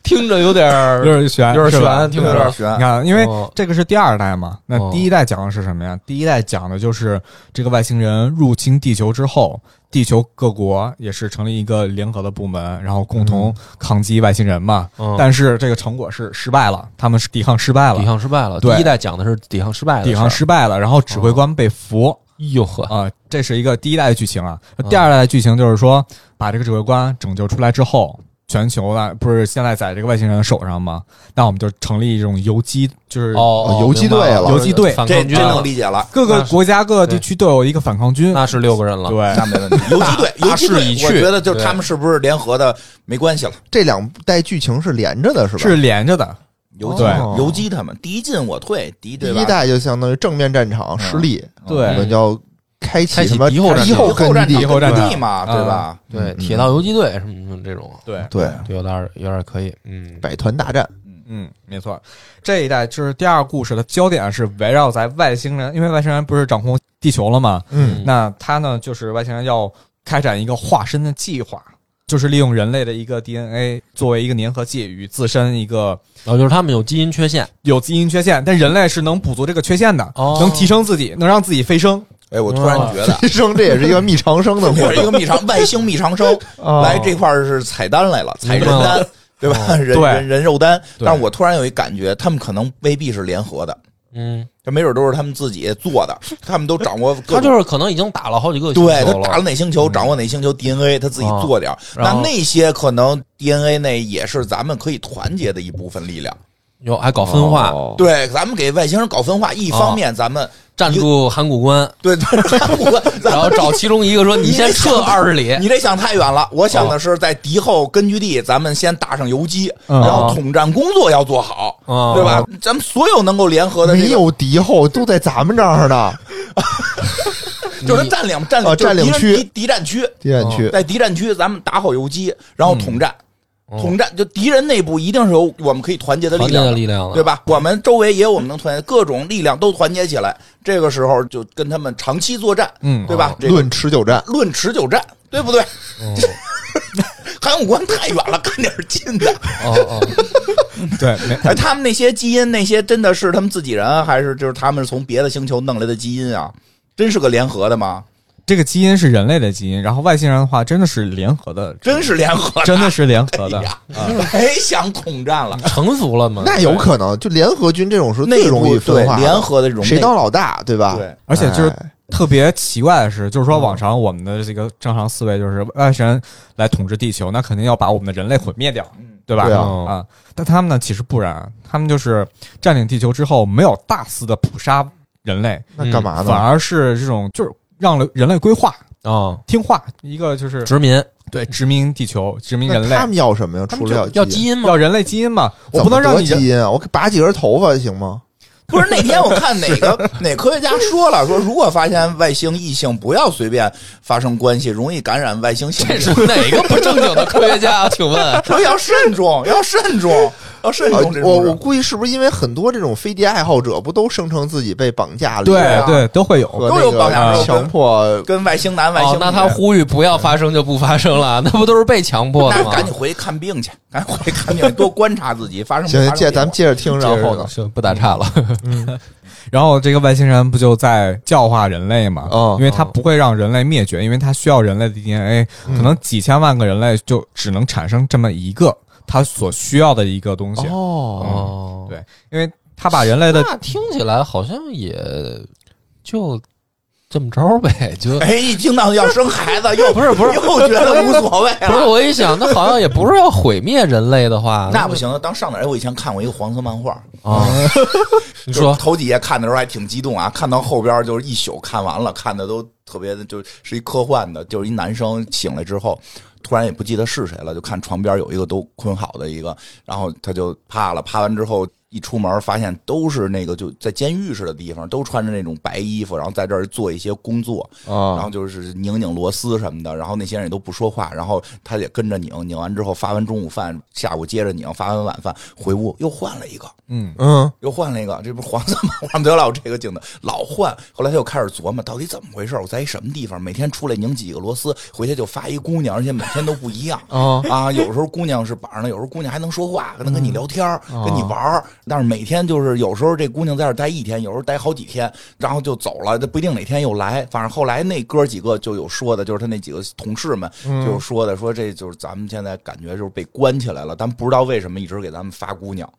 Speaker 1: 听着有点
Speaker 4: 有
Speaker 1: 儿
Speaker 4: 点悬，
Speaker 1: 有点
Speaker 4: 是吧
Speaker 1: 悬听
Speaker 2: 有
Speaker 1: 着
Speaker 2: 点
Speaker 4: 你
Speaker 2: 悬。
Speaker 4: 看，因为
Speaker 1: 哦
Speaker 4: 这个是第二代嘛，那
Speaker 1: 哦
Speaker 4: 第一代讲的是什么呀？第一代讲的就是这个外星人入侵地球之后，地球各国也是成立一个联合的部门，然后共同抗击外星人嘛。
Speaker 1: 嗯
Speaker 4: 但是这个成果是失败了，他们是抵抗失败
Speaker 1: 抵
Speaker 4: 了，
Speaker 1: 抗失败了。第
Speaker 4: 对
Speaker 1: 一代讲的是哦抵抗失败的事儿，
Speaker 4: 抵抗失败了，然后指挥官被俘
Speaker 1: 哟呵，
Speaker 4: 啊、这是一个第一代的剧情啊。
Speaker 1: 嗯
Speaker 4: 第二代的剧情就是说，把这个指挥官拯救出来之后。全球的不是现在在这个外星人的手上吗？那我们就成立一种游击，就是
Speaker 1: 哦，
Speaker 3: 游击队
Speaker 1: 明白
Speaker 3: 了
Speaker 4: 游击队
Speaker 1: 反
Speaker 2: 这
Speaker 1: 抗军啊
Speaker 2: 这能
Speaker 1: 了，
Speaker 2: 理解 了，
Speaker 4: 各个国家、各个地区都有一个反抗军。
Speaker 1: 那是六个人了。
Speaker 4: 对
Speaker 2: 那没问题。游击队，
Speaker 1: 哎 大
Speaker 2: 游击
Speaker 1: 势已
Speaker 2: 队，
Speaker 1: 去
Speaker 2: 我觉得就
Speaker 1: 对
Speaker 2: 他们是不是联合的没关系了。
Speaker 3: 这两代剧情是连着的，是吧？
Speaker 4: 是连着的，
Speaker 2: 游击
Speaker 4: 对
Speaker 2: 游击他们，敌进我退，敌
Speaker 3: 第
Speaker 2: 对吧
Speaker 3: 一代就相当于正面战场失利，
Speaker 1: 嗯
Speaker 4: 嗯对
Speaker 3: 我们叫开启
Speaker 1: 开启
Speaker 3: 什么
Speaker 1: 敌后战场
Speaker 3: 敌后
Speaker 2: 后
Speaker 3: 根
Speaker 2: 战
Speaker 3: 据
Speaker 2: 场
Speaker 3: 地
Speaker 4: 敌后战场
Speaker 2: 地嘛，对吧？
Speaker 1: 对，
Speaker 3: 嗯
Speaker 1: 铁道游击队什么什么这种，
Speaker 4: 对，
Speaker 3: 对
Speaker 1: 对有点儿有点儿可以，嗯，
Speaker 3: 百团大战，
Speaker 4: 嗯，没错。这一代就是第二故事的焦点是围绕在外星人，因为外星人不是掌控地球了嘛，
Speaker 3: 嗯
Speaker 4: 那他呢就是外星人要开展一个化身的计划，就是利用人类的一个 DNA 作为一个粘合剂与自身一个
Speaker 1: 然后就是他们有基因缺陷，
Speaker 4: 有基因缺陷，但人类是能补足这个缺陷的，
Speaker 1: 哦
Speaker 4: 能提升自己，能让自己飞升。
Speaker 2: 哎，我突然
Speaker 4: 哦
Speaker 2: 觉得。
Speaker 3: 飞升这也是一个密长生的
Speaker 2: 我
Speaker 3: 过
Speaker 2: 是一
Speaker 3: 程，
Speaker 2: 个密 长外星密长生，
Speaker 1: 哦
Speaker 2: 来这块儿是采单来了，采人
Speaker 1: 明白
Speaker 2: 单，对
Speaker 1: 哦
Speaker 2: 吧？人
Speaker 4: 对
Speaker 2: 人人肉单。
Speaker 4: 对
Speaker 2: 但是我突然有一感觉，他们可能未必是联合的，
Speaker 1: 嗯，
Speaker 2: 这没准都是他们自己做的，他们都掌握各
Speaker 1: 他
Speaker 2: 种。
Speaker 1: 就是可能已经打了好几个星
Speaker 2: 对他
Speaker 1: 球了
Speaker 2: 打了哪星球，掌握哪星球 DNA，他自己做点儿。
Speaker 1: 然
Speaker 2: 那
Speaker 1: 后
Speaker 2: 那些可能 DNA 内也是咱们可以团结的一部分力量。
Speaker 1: 有还搞分化，
Speaker 3: 哦
Speaker 2: 对，咱们给外星人搞分化，
Speaker 1: 哦
Speaker 2: 一方面咱们
Speaker 1: 站住函谷关，
Speaker 2: 对对，咱 们咱
Speaker 1: 然后找其中一个说你先撤二十里，哦
Speaker 2: 你这想太远了，我想的是在敌后根据地，咱们先打上游击，
Speaker 4: 嗯
Speaker 2: 然
Speaker 1: 哦
Speaker 2: 后统战工作要做好，
Speaker 1: 啊
Speaker 2: 对吧？咱们所有能够联合的这
Speaker 3: 没
Speaker 2: 个，
Speaker 3: 有敌后都在咱们这儿呢，
Speaker 2: 就是占领占
Speaker 1: 哦
Speaker 3: 啊
Speaker 2: 领
Speaker 3: 占领
Speaker 2: 就是敌
Speaker 3: 区
Speaker 2: 人敌敌占区，
Speaker 3: 敌战区
Speaker 2: 在敌占区咱们打好游击，然后统战，
Speaker 1: 嗯
Speaker 2: 统战就敌人内部一定是有我们可以团结的力
Speaker 1: 团结
Speaker 2: 量
Speaker 1: 的
Speaker 2: 的。
Speaker 1: 力量啊了，
Speaker 2: 对？吧？我们周围也有我们能团结，各种力量都团结起来，这个时候就跟他们长期作战，
Speaker 4: 嗯
Speaker 2: 对
Speaker 1: 哦
Speaker 2: 吧？这个
Speaker 3: 论持久战，
Speaker 2: 论持久战，对不对？
Speaker 1: 嗯，
Speaker 2: 函谷关太远了，干点儿近的。
Speaker 1: 哦哦，
Speaker 4: 对，没
Speaker 2: 哎，他们那些基因，那些真的是他们自己人，还是就是他们从别的星球弄来的基因啊？真是个联合的吗？
Speaker 4: 这个基因是人类的基因，然后外星人的话真的是联合的，
Speaker 2: 真是联合的，
Speaker 4: 真的是联合的
Speaker 2: 哎。呀，太想统战了。
Speaker 1: 臣服了吗？
Speaker 3: 那有可能就联合军这种是
Speaker 2: 内
Speaker 3: 最容易
Speaker 2: 部对
Speaker 3: 分化的，
Speaker 2: 联合的容
Speaker 3: 谁啊当老大，对吧？
Speaker 2: 对
Speaker 4: 而且就是
Speaker 3: 哎
Speaker 4: 特别奇怪的是，就是说往常我们的这个正常思维就是外星人来统治地球，那肯定要把我们的人类毁灭掉，对吧？
Speaker 3: 对啊
Speaker 4: 啊，但他们呢，其实不然，啊他们就是占领地球之后，没有大肆的捕杀人类，
Speaker 3: 那干嘛
Speaker 4: 嗯反
Speaker 3: 呢？
Speaker 4: 而是这种就是让人类规划、
Speaker 1: 啊，
Speaker 4: 听话，一个就是
Speaker 1: 殖民
Speaker 4: 对殖民地球、殖民
Speaker 3: 那
Speaker 4: 人类
Speaker 3: 他，们要什么呀？
Speaker 4: 他
Speaker 3: 除
Speaker 4: 们
Speaker 3: 了
Speaker 1: 要
Speaker 3: 基
Speaker 1: 基
Speaker 3: 因，
Speaker 1: 因吗？
Speaker 4: 要人类基因嘛，我
Speaker 3: 怎
Speaker 4: 不
Speaker 3: 么
Speaker 4: 能让
Speaker 3: 得
Speaker 4: 你
Speaker 3: 基因啊！我拔几根头发行吗？
Speaker 2: 不是那天我看哪 个哪科学家说了，说如果发现外星异性，不要随便发生关系，容易感染外星性
Speaker 1: 这
Speaker 2: 病。
Speaker 1: 是哪个不正经的科学家？请问，
Speaker 2: 说 要慎重，要慎重，要慎
Speaker 3: 啊
Speaker 2: 重这种事。
Speaker 3: 我我估计是不是因为很多这种飞碟爱好者不都声称自己被绑架了？
Speaker 4: 对
Speaker 3: 啊
Speaker 4: 对都会有，
Speaker 3: 和
Speaker 2: 都
Speaker 3: 那
Speaker 2: 有
Speaker 3: 个
Speaker 2: 绑架
Speaker 4: 肉
Speaker 3: 强迫
Speaker 2: 跟外星男、外星
Speaker 1: 哦
Speaker 2: 女，，
Speaker 1: 那他呼吁不要发生就不发生了，那不都是被强迫的
Speaker 2: 那
Speaker 1: 吗？
Speaker 2: 赶紧回去看病去，赶紧回去看病，多观察自己发生。
Speaker 3: 行，
Speaker 2: 发生
Speaker 3: 接
Speaker 2: 变化
Speaker 3: 咱们接着听，然后呢？
Speaker 1: 是不打岔了，
Speaker 4: 然后这个外星人不就在教化人类嘛？
Speaker 3: 嗯
Speaker 4: 因为他不会让人类灭绝，因为他需要人类的 DNA，、可能几千万个人类就只能产生这么一个他所需要的一个东西。
Speaker 3: 哦，
Speaker 1: 哦
Speaker 4: 对，因为他把人类的
Speaker 1: 那听起来好像也就这么着呗， 就
Speaker 2: 哎，一听到要生孩子，又
Speaker 1: 不是不是
Speaker 2: 又觉得无所谓
Speaker 1: 不是
Speaker 2: 了。
Speaker 1: 我一想，那好像也不是要毁灭人类的话，
Speaker 2: 那不嗯行，当上哪儿？哎我以前看过一个黄色漫画，
Speaker 1: 啊！ 你说
Speaker 2: 就是头几页看的时候还挺激动啊，看到后边就是一宿看完了，看的都特别的，就是一科幻的，就是一男生醒来之后突然也不记得是谁了，就看床边有一个都捆好的一个，然后他就怕了，怕完之后一出门发现都是那个就在监狱似的地方，都穿着那种白衣服，然后在这儿做一些工作，然
Speaker 1: 啊
Speaker 2: 后就是拧拧螺丝什么的，然后那些人也都不说话，然后他也跟着拧，拧完之后发完中午饭，下午接着拧，发完晚饭回屋又换了一个，
Speaker 4: 嗯，
Speaker 3: 嗯，
Speaker 2: 又换了一个，这不是黄色吗？ 我们得老这个镜头老换，后来他又开始琢磨到底怎么回事，我在一什么地方，每天出来拧几个螺丝，回去就发一姑娘，而且每天都不一样。
Speaker 3: 哦，
Speaker 2: 啊，有时候姑娘是板上的，有时候姑娘还能说话，还能跟你聊天儿、跟你玩儿。但是每天就是有时候这姑娘在这儿待一天，有时候待好几天，然后就走了，这不一定哪天又来。反正后来那哥几个就有说的，就是他那几个同事们就是说的，说这就是咱们现在感觉就是被关起来了，咱们不知道为什么一直给咱们发姑娘。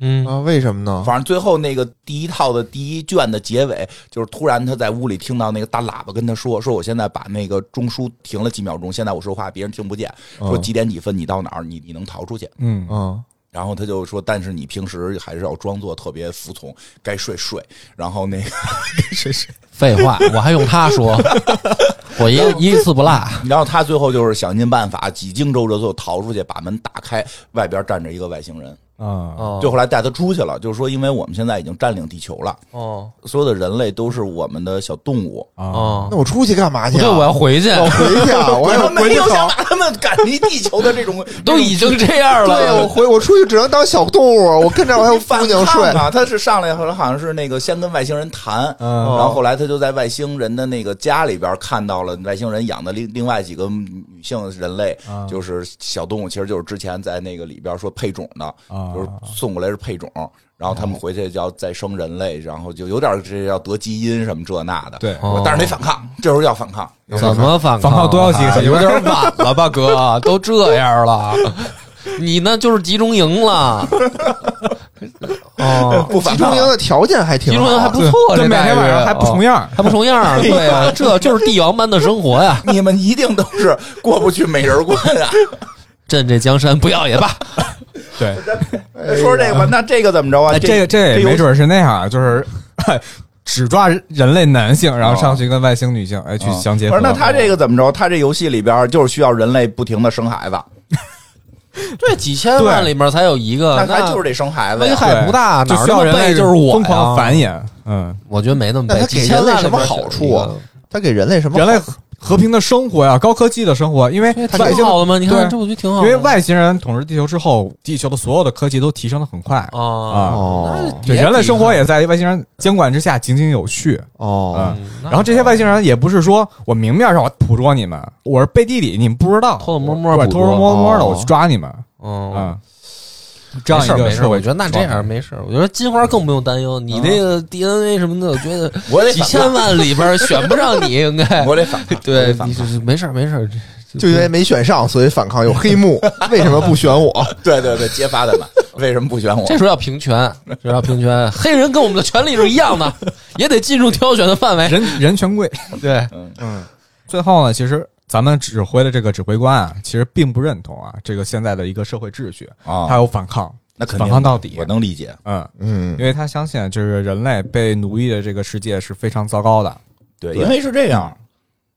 Speaker 1: 嗯，
Speaker 3: 啊，为什么呢？
Speaker 2: 反正最后那个第一套的第一卷的结尾，就是突然他在屋里听到那个大喇叭跟他说：“说我现在把那个钟书停了几秒钟，现在我说话别人听不见。说几点几分你到哪儿，你你能逃出去。
Speaker 4: 嗯，
Speaker 3: 嗯，”
Speaker 2: 然后他就说：“但是你平时还是要装作特别服从，该睡睡。”然后那个 睡睡。
Speaker 1: 废话，我还用他说， 我一一次不落。
Speaker 2: 然后他最后就是想尽办法，几经周折，最后逃出去，把门打开，外边站着一个外星人。
Speaker 4: 啊，
Speaker 1: 哦
Speaker 2: 就后来带他出去了，就是说，因为我们现在已经占领地球了，
Speaker 1: 哦
Speaker 2: 所有的人类都是我们的小动物。
Speaker 4: 啊，
Speaker 1: 哦
Speaker 3: 那，我出去干嘛去
Speaker 1: 不
Speaker 3: 啊？
Speaker 1: 对，我要回去，
Speaker 3: 我回去啊，我
Speaker 2: 哎我
Speaker 3: 还要
Speaker 2: 们没
Speaker 3: 回去
Speaker 2: 有想
Speaker 3: 找。
Speaker 2: 把他们赶离地球的这 种，
Speaker 1: 都已经这样
Speaker 3: 对，我
Speaker 1: 了，
Speaker 3: 回我出去只能当小动物，我跟着我还有
Speaker 2: 反
Speaker 3: 姑娘
Speaker 2: 抗
Speaker 3: 睡。
Speaker 2: 啊！他是上来后来好像是那个先跟外星人谈，
Speaker 4: 嗯
Speaker 2: 然后后来他就在外星人的那个家里边看到了外星人养的另另外几个女性人类，
Speaker 4: 嗯
Speaker 2: 就是小动物，其实就是之前在那个里边说配种的，
Speaker 3: 嗯
Speaker 4: 啊
Speaker 2: 就是送过来是配种。然后他们回去就要再生人
Speaker 3: 嗯
Speaker 2: 类，然后就有点这要得基因什么这那的，
Speaker 4: 对
Speaker 1: 哦
Speaker 2: 但是得反抗，这时候要反抗，
Speaker 1: 怎么反啊哎
Speaker 4: 反抗多要几个小时
Speaker 1: 有点晚了吧，哥，都这样了，你呢就是集中营 了。哦，
Speaker 2: 不
Speaker 3: 集
Speaker 2: 反
Speaker 3: 中
Speaker 2: 抗
Speaker 3: 营的条件还挺
Speaker 1: 集
Speaker 3: 好，啊
Speaker 1: 中营还不错，
Speaker 4: 对
Speaker 1: 这
Speaker 4: 每
Speaker 1: 待
Speaker 4: 天晚上
Speaker 1: 遇
Speaker 4: 还不重
Speaker 1: 哦
Speaker 4: 样儿，
Speaker 1: 还不重样儿， 对啊，这就是帝王般的生活呀。
Speaker 2: 你们一定都是过不去美人关啊！
Speaker 1: 朕这江山不要也罢。
Speaker 4: 对，
Speaker 2: 哎说这个吧，那这个怎么着啊？
Speaker 4: 哎，这个这也没准是那样，就是 只抓人类男性，然后上去跟外星女性哎去相结
Speaker 2: 啊不
Speaker 4: 合。
Speaker 2: 是，那他这个怎么着？他这游戏里边就是需要人类不停的生孩 子，
Speaker 4: 啊
Speaker 1: 对，几千万里面才有一个，
Speaker 2: 那他就是得生孩子
Speaker 1: 危
Speaker 2: 呀。
Speaker 1: 害不大，
Speaker 4: 就
Speaker 1: 哪儿
Speaker 4: 需
Speaker 1: 那
Speaker 4: 要
Speaker 1: 么
Speaker 4: 人类
Speaker 1: 背就是我
Speaker 4: 疯狂
Speaker 1: 呀
Speaker 4: 繁衍，嗯，
Speaker 1: 我觉得没那么背。
Speaker 3: 那他
Speaker 1: 几
Speaker 3: 给
Speaker 1: 千
Speaker 3: 人类
Speaker 1: 万里
Speaker 3: 什么
Speaker 1: 面
Speaker 3: 好
Speaker 1: 有一
Speaker 3: 处啊
Speaker 1: 个
Speaker 3: 他给人类什么好？
Speaker 4: 人类和和平的生活呀，高科技的生活，因为
Speaker 1: 这
Speaker 4: 外
Speaker 1: 挺
Speaker 4: 星
Speaker 1: 好的吗？你看
Speaker 4: 对
Speaker 1: 这我觉得挺好
Speaker 4: 因
Speaker 1: 的，
Speaker 4: 为外星人统治地球之后，地球的所有的科技都提升的很快
Speaker 1: 啊
Speaker 4: 啊，
Speaker 3: 哦
Speaker 4: 对人类生活也在外星人监管之下井井有序。
Speaker 3: 哦，
Speaker 1: 嗯
Speaker 4: 然后这些外星人也不是说我明面上我捕捉你们，我是背地里你们不知道，
Speaker 1: 偷偷摸摸
Speaker 4: 我
Speaker 1: 捕
Speaker 4: 偷
Speaker 1: 捉
Speaker 4: 偷摸摸的
Speaker 3: 哦
Speaker 4: 我去抓你们
Speaker 1: 嗯，
Speaker 4: 啊。这样
Speaker 1: 没
Speaker 4: 一
Speaker 1: 事儿
Speaker 4: 个
Speaker 1: 没事
Speaker 4: 社
Speaker 1: 儿，
Speaker 4: 会
Speaker 1: 我觉得那这
Speaker 4: 状态啊
Speaker 1: 样没事儿。我觉得金花更不用担忧，你那个 DNA 什么的，我觉得
Speaker 2: 我 得
Speaker 1: 几
Speaker 2: 反
Speaker 1: 千
Speaker 2: 抗，
Speaker 1: 万里边选不上你，应 该
Speaker 2: 我得反抗，我
Speaker 1: 对
Speaker 2: 得，反
Speaker 1: 你
Speaker 2: 抗。
Speaker 1: 是没事儿没事儿，这
Speaker 3: 就因为没选上，所以反抗有黑幕。为什么不选我？
Speaker 2: 对对对，揭发他们，为什么不选我？
Speaker 1: 这时候要平权，这时候要平 权，黑人跟我们的权利是一样的，也得进入挑选的范围。
Speaker 4: 人人权贵。
Speaker 1: 对，
Speaker 3: 嗯，
Speaker 4: 最后呢，其实咱们指挥的这个指挥官啊，其实并不认同啊这个现在的一个社会秩序，他
Speaker 2: 啊，
Speaker 4: 有反抗，
Speaker 2: 那肯定
Speaker 4: 反抗到底
Speaker 2: 我能理解。
Speaker 4: 嗯，
Speaker 3: 嗯
Speaker 4: 因为他相信啊就是人类被奴役的这个世界是非常糟糕的，
Speaker 2: 对，
Speaker 3: 对
Speaker 2: 因为是这样，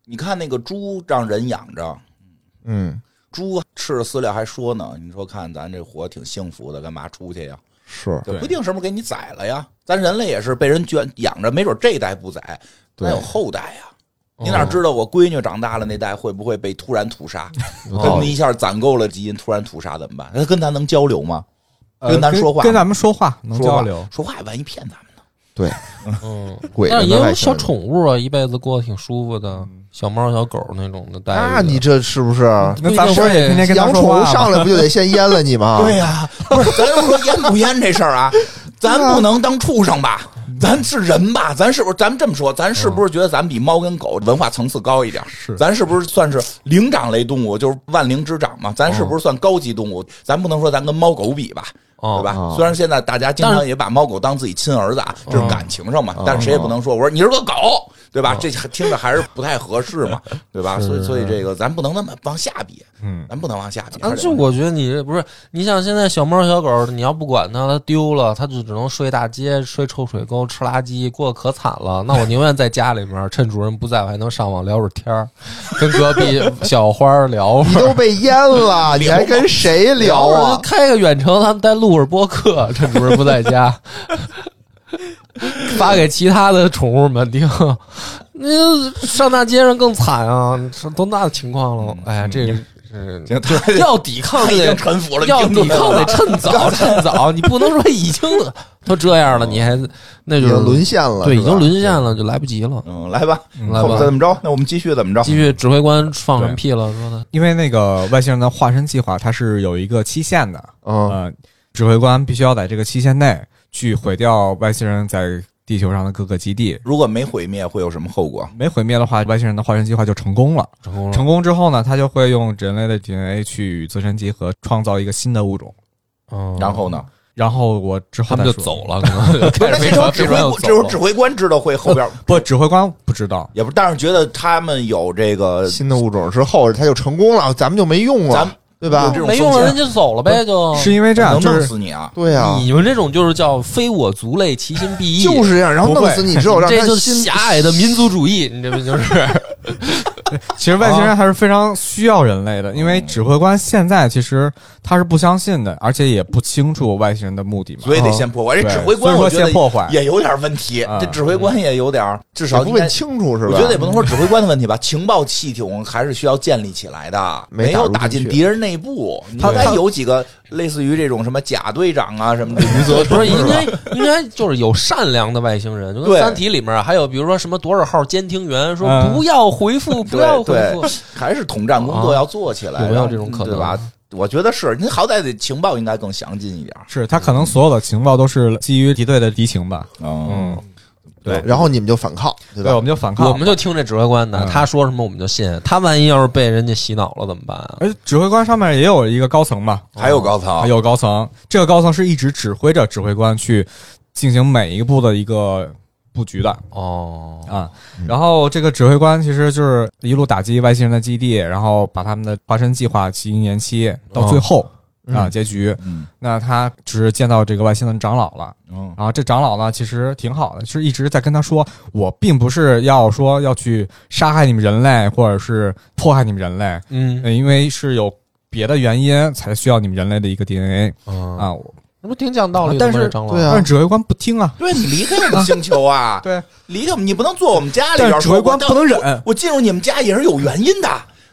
Speaker 2: 你看那个猪让人养着，
Speaker 3: 嗯，
Speaker 2: 猪吃着饲料还说呢，你说看咱这活挺幸福的，干嘛出去呀？
Speaker 3: 是
Speaker 2: 就
Speaker 4: 对
Speaker 2: 不一定什么时候给你宰了呀。咱人类也是被人圈养着，没准这一代不宰，咱
Speaker 3: 对
Speaker 2: 有后代呀。
Speaker 4: 哦
Speaker 2: 你哪知道我闺女长大了那代会不会被突然屠 杀？
Speaker 3: 有
Speaker 2: 他
Speaker 3: 道
Speaker 2: 们
Speaker 3: 理。
Speaker 2: 一下攒够了基因，突然屠杀怎么办？那跟咱能交流吗？
Speaker 4: 呃
Speaker 2: 跟咱说话
Speaker 4: 跟咱们说话能
Speaker 2: 说话
Speaker 4: 交流，
Speaker 2: 说话万一骗咱们呢？
Speaker 3: 对，
Speaker 1: 嗯，
Speaker 3: 鬼
Speaker 1: 但是也
Speaker 3: 呢
Speaker 1: 有
Speaker 3: 外星
Speaker 1: 小
Speaker 3: 人
Speaker 1: 宠物啊，一辈子过得挺舒服的，小猫小狗那种的待遇。
Speaker 3: 那啊你这是不是
Speaker 4: 那咱们不是也天天跟他
Speaker 3: 养
Speaker 4: 说
Speaker 3: 宠
Speaker 4: 话
Speaker 3: 物
Speaker 4: 吗
Speaker 3: 上来不就得先阉了你吗？
Speaker 2: 对呀、不是咱就说阉不阉这事儿啊，咱不能当畜生吧？咱是人吧？咱是不是？咱们这么说，咱是不是觉得咱们比猫跟狗文化层次高一点？
Speaker 4: 是
Speaker 2: 咱是不是算是灵长类动物？就是万灵之长嘛？咱是不是算高级动物？咱不能说咱跟猫狗比吧？
Speaker 1: 哦
Speaker 2: 对吧？
Speaker 3: 哦
Speaker 2: 虽然现在大家经
Speaker 1: 但
Speaker 2: 常也把猫狗当自己亲儿子啊，这是感情上嘛，但是谁也不能说我说你是个狗，对吧？这听着还是不太合适嘛，对吧？
Speaker 1: 是
Speaker 2: 所以所以这个咱不能那么往下比，
Speaker 4: 嗯，
Speaker 2: 咱不能往下比。
Speaker 1: 啊，这我觉得你这不是，你想现在小猫小狗，你要不管它，它丢了，它就只能睡大街、睡臭水沟、吃垃圾，过得可惨 了。那我宁愿在家里面，趁主人不在，我还能上网聊会儿天儿，跟隔壁小花儿聊会
Speaker 3: 你
Speaker 1: 儿。
Speaker 3: 都被淹了，你还跟谁聊
Speaker 1: 会儿
Speaker 3: 啊？
Speaker 1: 开个远程，咱们再录会儿播客，趁主人不在家，发给其他的宠物们听。那上大街上更惨啊，都那情况了。哎呀，这个是
Speaker 2: 行，他
Speaker 1: 要抵抗
Speaker 2: 他已
Speaker 1: 这
Speaker 2: 经
Speaker 1: 个。
Speaker 2: 臣服了，
Speaker 1: 要
Speaker 2: 你听
Speaker 1: 抵
Speaker 2: 出来
Speaker 1: 抗
Speaker 2: 了
Speaker 1: 得趁早，趁早，你不能说已经都这样了，你还那
Speaker 3: 已
Speaker 1: 就是
Speaker 3: 经沦陷了，
Speaker 1: 对，
Speaker 3: 是
Speaker 1: 已
Speaker 3: 吧
Speaker 1: 经沦陷了，就来不及了。
Speaker 2: 嗯，来吧，
Speaker 1: 来吧
Speaker 2: 后面再怎么着？那我们继续怎么着？
Speaker 1: 继续，指挥官放什么屁了？说的
Speaker 4: 因为那个外星人的化身计划，它是有一个期限的，
Speaker 3: 嗯，
Speaker 4: 呃，指挥官必须要在这个期限内去毁掉外星人在地球上的各个基地。
Speaker 2: 如果没毁灭，会有什么后果？
Speaker 4: 没毁灭的话，外星人的化身计划就成功了。
Speaker 1: 成
Speaker 2: 嗯
Speaker 1: 功
Speaker 4: 成
Speaker 1: 了，
Speaker 4: 功之后呢，他就会用人类的 DNA 去与自身结合，创造一个新的物种。
Speaker 1: 嗯
Speaker 2: 然后呢？
Speaker 4: 然后我之后
Speaker 1: 他们
Speaker 4: 再
Speaker 1: 就
Speaker 4: 说
Speaker 1: 走。了，可能就开
Speaker 2: 那
Speaker 1: 始飞
Speaker 2: 这时候
Speaker 1: 船，飞船又
Speaker 2: 指挥官，这时
Speaker 1: 走
Speaker 2: 候
Speaker 1: 了
Speaker 2: 指。挥官知道会后 边
Speaker 4: 不，指挥官不知道。
Speaker 2: 也不，但是觉得他们有这个，
Speaker 3: 新的物种之后，他就成功了，咱们就没用
Speaker 2: 咱
Speaker 3: 了，对吧
Speaker 2: 有这？种
Speaker 1: 没用
Speaker 2: 风
Speaker 1: 了，
Speaker 2: 险
Speaker 1: 人家走了呗，就。
Speaker 4: 是因为这样，
Speaker 2: 哦能
Speaker 4: 就
Speaker 2: 弄
Speaker 4: 是
Speaker 2: 死你啊！
Speaker 3: 对呀，
Speaker 1: 你们这种就是叫非我族类，其心必异，
Speaker 3: 就是这样，然后
Speaker 4: 不
Speaker 3: 弄
Speaker 4: 会
Speaker 3: 死你之后，让
Speaker 1: 这
Speaker 3: 他
Speaker 1: 就是
Speaker 3: 新
Speaker 1: 狭隘的民族主义，你这不 就是？
Speaker 4: 其实外星人还是非常需要人类
Speaker 2: 哦
Speaker 4: 的，因为指挥官现在其实他是不相信的，而且也不清楚外星人的目的嘛。
Speaker 2: 所以得
Speaker 1: 啊
Speaker 2: 先破坏。这
Speaker 4: 对
Speaker 2: 指挥官，
Speaker 4: 所
Speaker 2: 我觉
Speaker 4: 以说
Speaker 2: 得
Speaker 4: 先破坏
Speaker 2: 也有点问题。
Speaker 4: 啊
Speaker 2: 这指挥官也有点，至少
Speaker 3: 不
Speaker 2: 应
Speaker 3: 问
Speaker 2: 该，
Speaker 3: 清楚是
Speaker 2: 我
Speaker 3: 吧？
Speaker 2: 觉得也不能说指挥官的问题吧。 情报系统还是需要建立起来的，
Speaker 3: 没
Speaker 2: 没有
Speaker 3: 打入
Speaker 2: 打
Speaker 3: 进
Speaker 2: 进
Speaker 3: 去
Speaker 2: 敌人内部。你
Speaker 4: 他
Speaker 2: 应该
Speaker 4: 他
Speaker 2: 有几个类似于这种什么贾队长啊什么的，
Speaker 1: 不是应该应该就是有善良的外星人，就跟《
Speaker 2: 对
Speaker 1: 三体》里面还有比如说什么多少号监听员说
Speaker 4: 嗯
Speaker 1: 不要回复，不要回复，
Speaker 2: 还是统战工作
Speaker 1: 啊
Speaker 2: 要做起来，
Speaker 1: 有没有
Speaker 2: 然后
Speaker 1: 这种可能
Speaker 2: 对吧？我觉得是，你好歹得情报应该更详尽一点。
Speaker 4: 是他可能所有的情报都是基于敌对的敌情吧。
Speaker 2: 嗯
Speaker 4: 嗯，对
Speaker 3: 然后你们就反抗，对
Speaker 4: 对，
Speaker 3: 吧
Speaker 4: 我？们就反抗。
Speaker 1: 我们就听这指挥官的，
Speaker 4: 嗯
Speaker 1: 他说什么我们就信。他万一要是被人家洗脑了怎么办啊？
Speaker 4: 而且指挥官上面也有一个高层嘛，
Speaker 2: 还有高层，
Speaker 4: 有高层，这个高层是一直指挥着指挥官去进行每一步的一个布局的
Speaker 1: 哦，
Speaker 4: 啊。然后这个指挥官其实就是一路打击外星人的基地，然后把他们的化身计划基因延期到最后、啊
Speaker 3: 嗯
Speaker 4: 结局。
Speaker 2: 嗯
Speaker 4: 那他只是见到这个外星人长老了，
Speaker 2: 嗯
Speaker 4: 然后这长老呢其实挺好的，是一直在跟他说，我并不是要说要去杀害你们人类，或者是迫害你们人类，
Speaker 1: 嗯
Speaker 4: 呃因为是有别的原因才需要你们人类的一个 DNA
Speaker 1: 啊，
Speaker 4: 啊。我
Speaker 1: 那不挺讲道理的
Speaker 4: 但
Speaker 1: 吗？
Speaker 4: 是
Speaker 1: 这长老
Speaker 3: 对啊
Speaker 4: 但是指挥官不听啊，
Speaker 2: 对你离开我们星球 啊，
Speaker 4: 对，
Speaker 2: 离开我们，你不能坐我们家里边
Speaker 4: 但是
Speaker 2: 儿
Speaker 4: 指
Speaker 2: 说。
Speaker 4: 挥官
Speaker 2: 我
Speaker 4: 不能忍
Speaker 2: 我我进入你们家也是有原因的，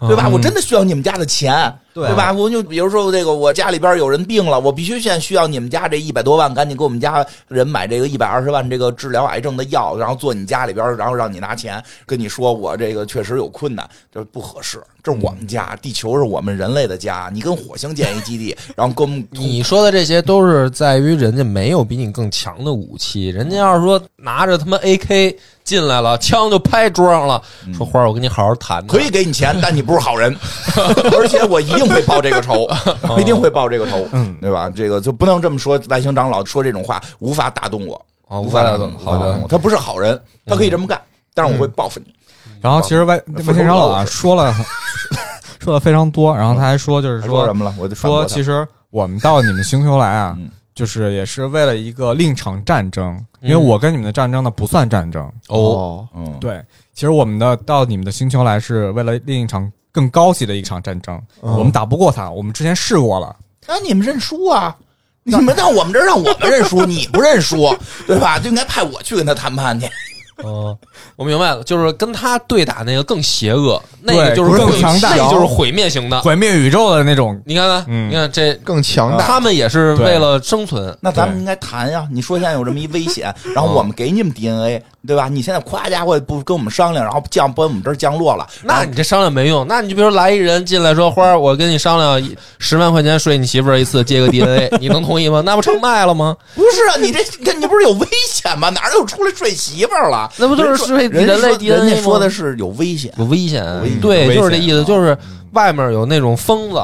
Speaker 2: 对吧？
Speaker 1: 嗯
Speaker 2: 我真的需要你们家的钱，
Speaker 4: 对
Speaker 2: 对吧？我就比如说这个，我家里边有人病了，我必须现在需要你们家这一百多万，赶紧给我们家人买这个一百二十万这个治疗癌症的药，然后做你家里边，然后让你拿钱跟你说我这个确实有困难，这不合适。这是我们家，地球是我们人类的家，你跟火星建一基地，然后跟我们
Speaker 1: 你说的这些都是在于人家没有比你更强的武器，人家要是说拿着他妈 AK 进来了，枪就拍桌上了，说花儿，我跟你好好谈谈。
Speaker 2: 可以给你钱，但你不是好人， 而且我一定会报这个仇，我一定会报这个仇，
Speaker 4: 嗯
Speaker 2: 对吧？这个就不能这么说，外星长老说这种话无法打动我，
Speaker 1: 啊，
Speaker 2: 无
Speaker 1: 无
Speaker 2: 法
Speaker 1: 法
Speaker 2: 打
Speaker 1: 打
Speaker 2: 动
Speaker 1: 动
Speaker 2: 我，，无
Speaker 1: 好
Speaker 2: 法打
Speaker 1: 的
Speaker 2: 动我，他不是好人，他可以这么干，但是我会报复你。
Speaker 4: 然后其实外外星人长老啊说了 说了非常多，然后他还说就是
Speaker 2: 他嗯说什
Speaker 4: 说
Speaker 2: 么了？我就反驳
Speaker 4: 说
Speaker 2: 他
Speaker 4: 其实我们到你们星球来啊
Speaker 2: 嗯，
Speaker 4: 就是也是为了一个另一场战争，因为
Speaker 1: 嗯
Speaker 4: 我跟你们的战争呢不算战争，
Speaker 1: 哦，，
Speaker 2: 嗯，
Speaker 4: 对，其实我们的到你们的星球来是为了另一场更高级的一场战争，
Speaker 3: 嗯
Speaker 4: 我们打不过他，我们之前试过了，
Speaker 2: 那你们认输啊！你们到我们这儿让我们认输，你不认输，对吧？就应该派我去跟他谈判去。
Speaker 1: 嗯，我明白了，就是跟他对打那个更邪恶，那
Speaker 4: 对
Speaker 1: 个就是
Speaker 4: 更强大
Speaker 1: 那个就是毁灭型的。
Speaker 4: 毁灭宇宙的那种。
Speaker 1: 你看看，
Speaker 4: 嗯
Speaker 1: 你看这，
Speaker 3: 更强大，
Speaker 1: 他们也是为了生存，
Speaker 2: 那咱们
Speaker 4: 对
Speaker 2: 应该谈呀、你说现在有这么一危险，然后我们给你们 DNA，对吧？你现在夸家伙不跟我们商量，然后降把我们这儿降落了，
Speaker 1: 那你这商量没用。那你就比如来一人进来说花儿，我跟你商量一十万块钱睡你媳妇儿一次，借个 DNA，你能同意吗？那不成卖了吗？
Speaker 2: 不是啊，你这这你不是有危险吗？哪儿有出来睡媳妇儿了？
Speaker 1: 那不就是睡
Speaker 2: 人家
Speaker 1: 人类
Speaker 2: 说人
Speaker 1: DNA
Speaker 2: 家
Speaker 1: 吗
Speaker 2: 说的是有危险
Speaker 1: 有危险
Speaker 2: 有危险，
Speaker 4: 有危
Speaker 1: 对，
Speaker 4: 险
Speaker 1: 就是这意
Speaker 3: 啊
Speaker 1: 思，就是外面有那种疯子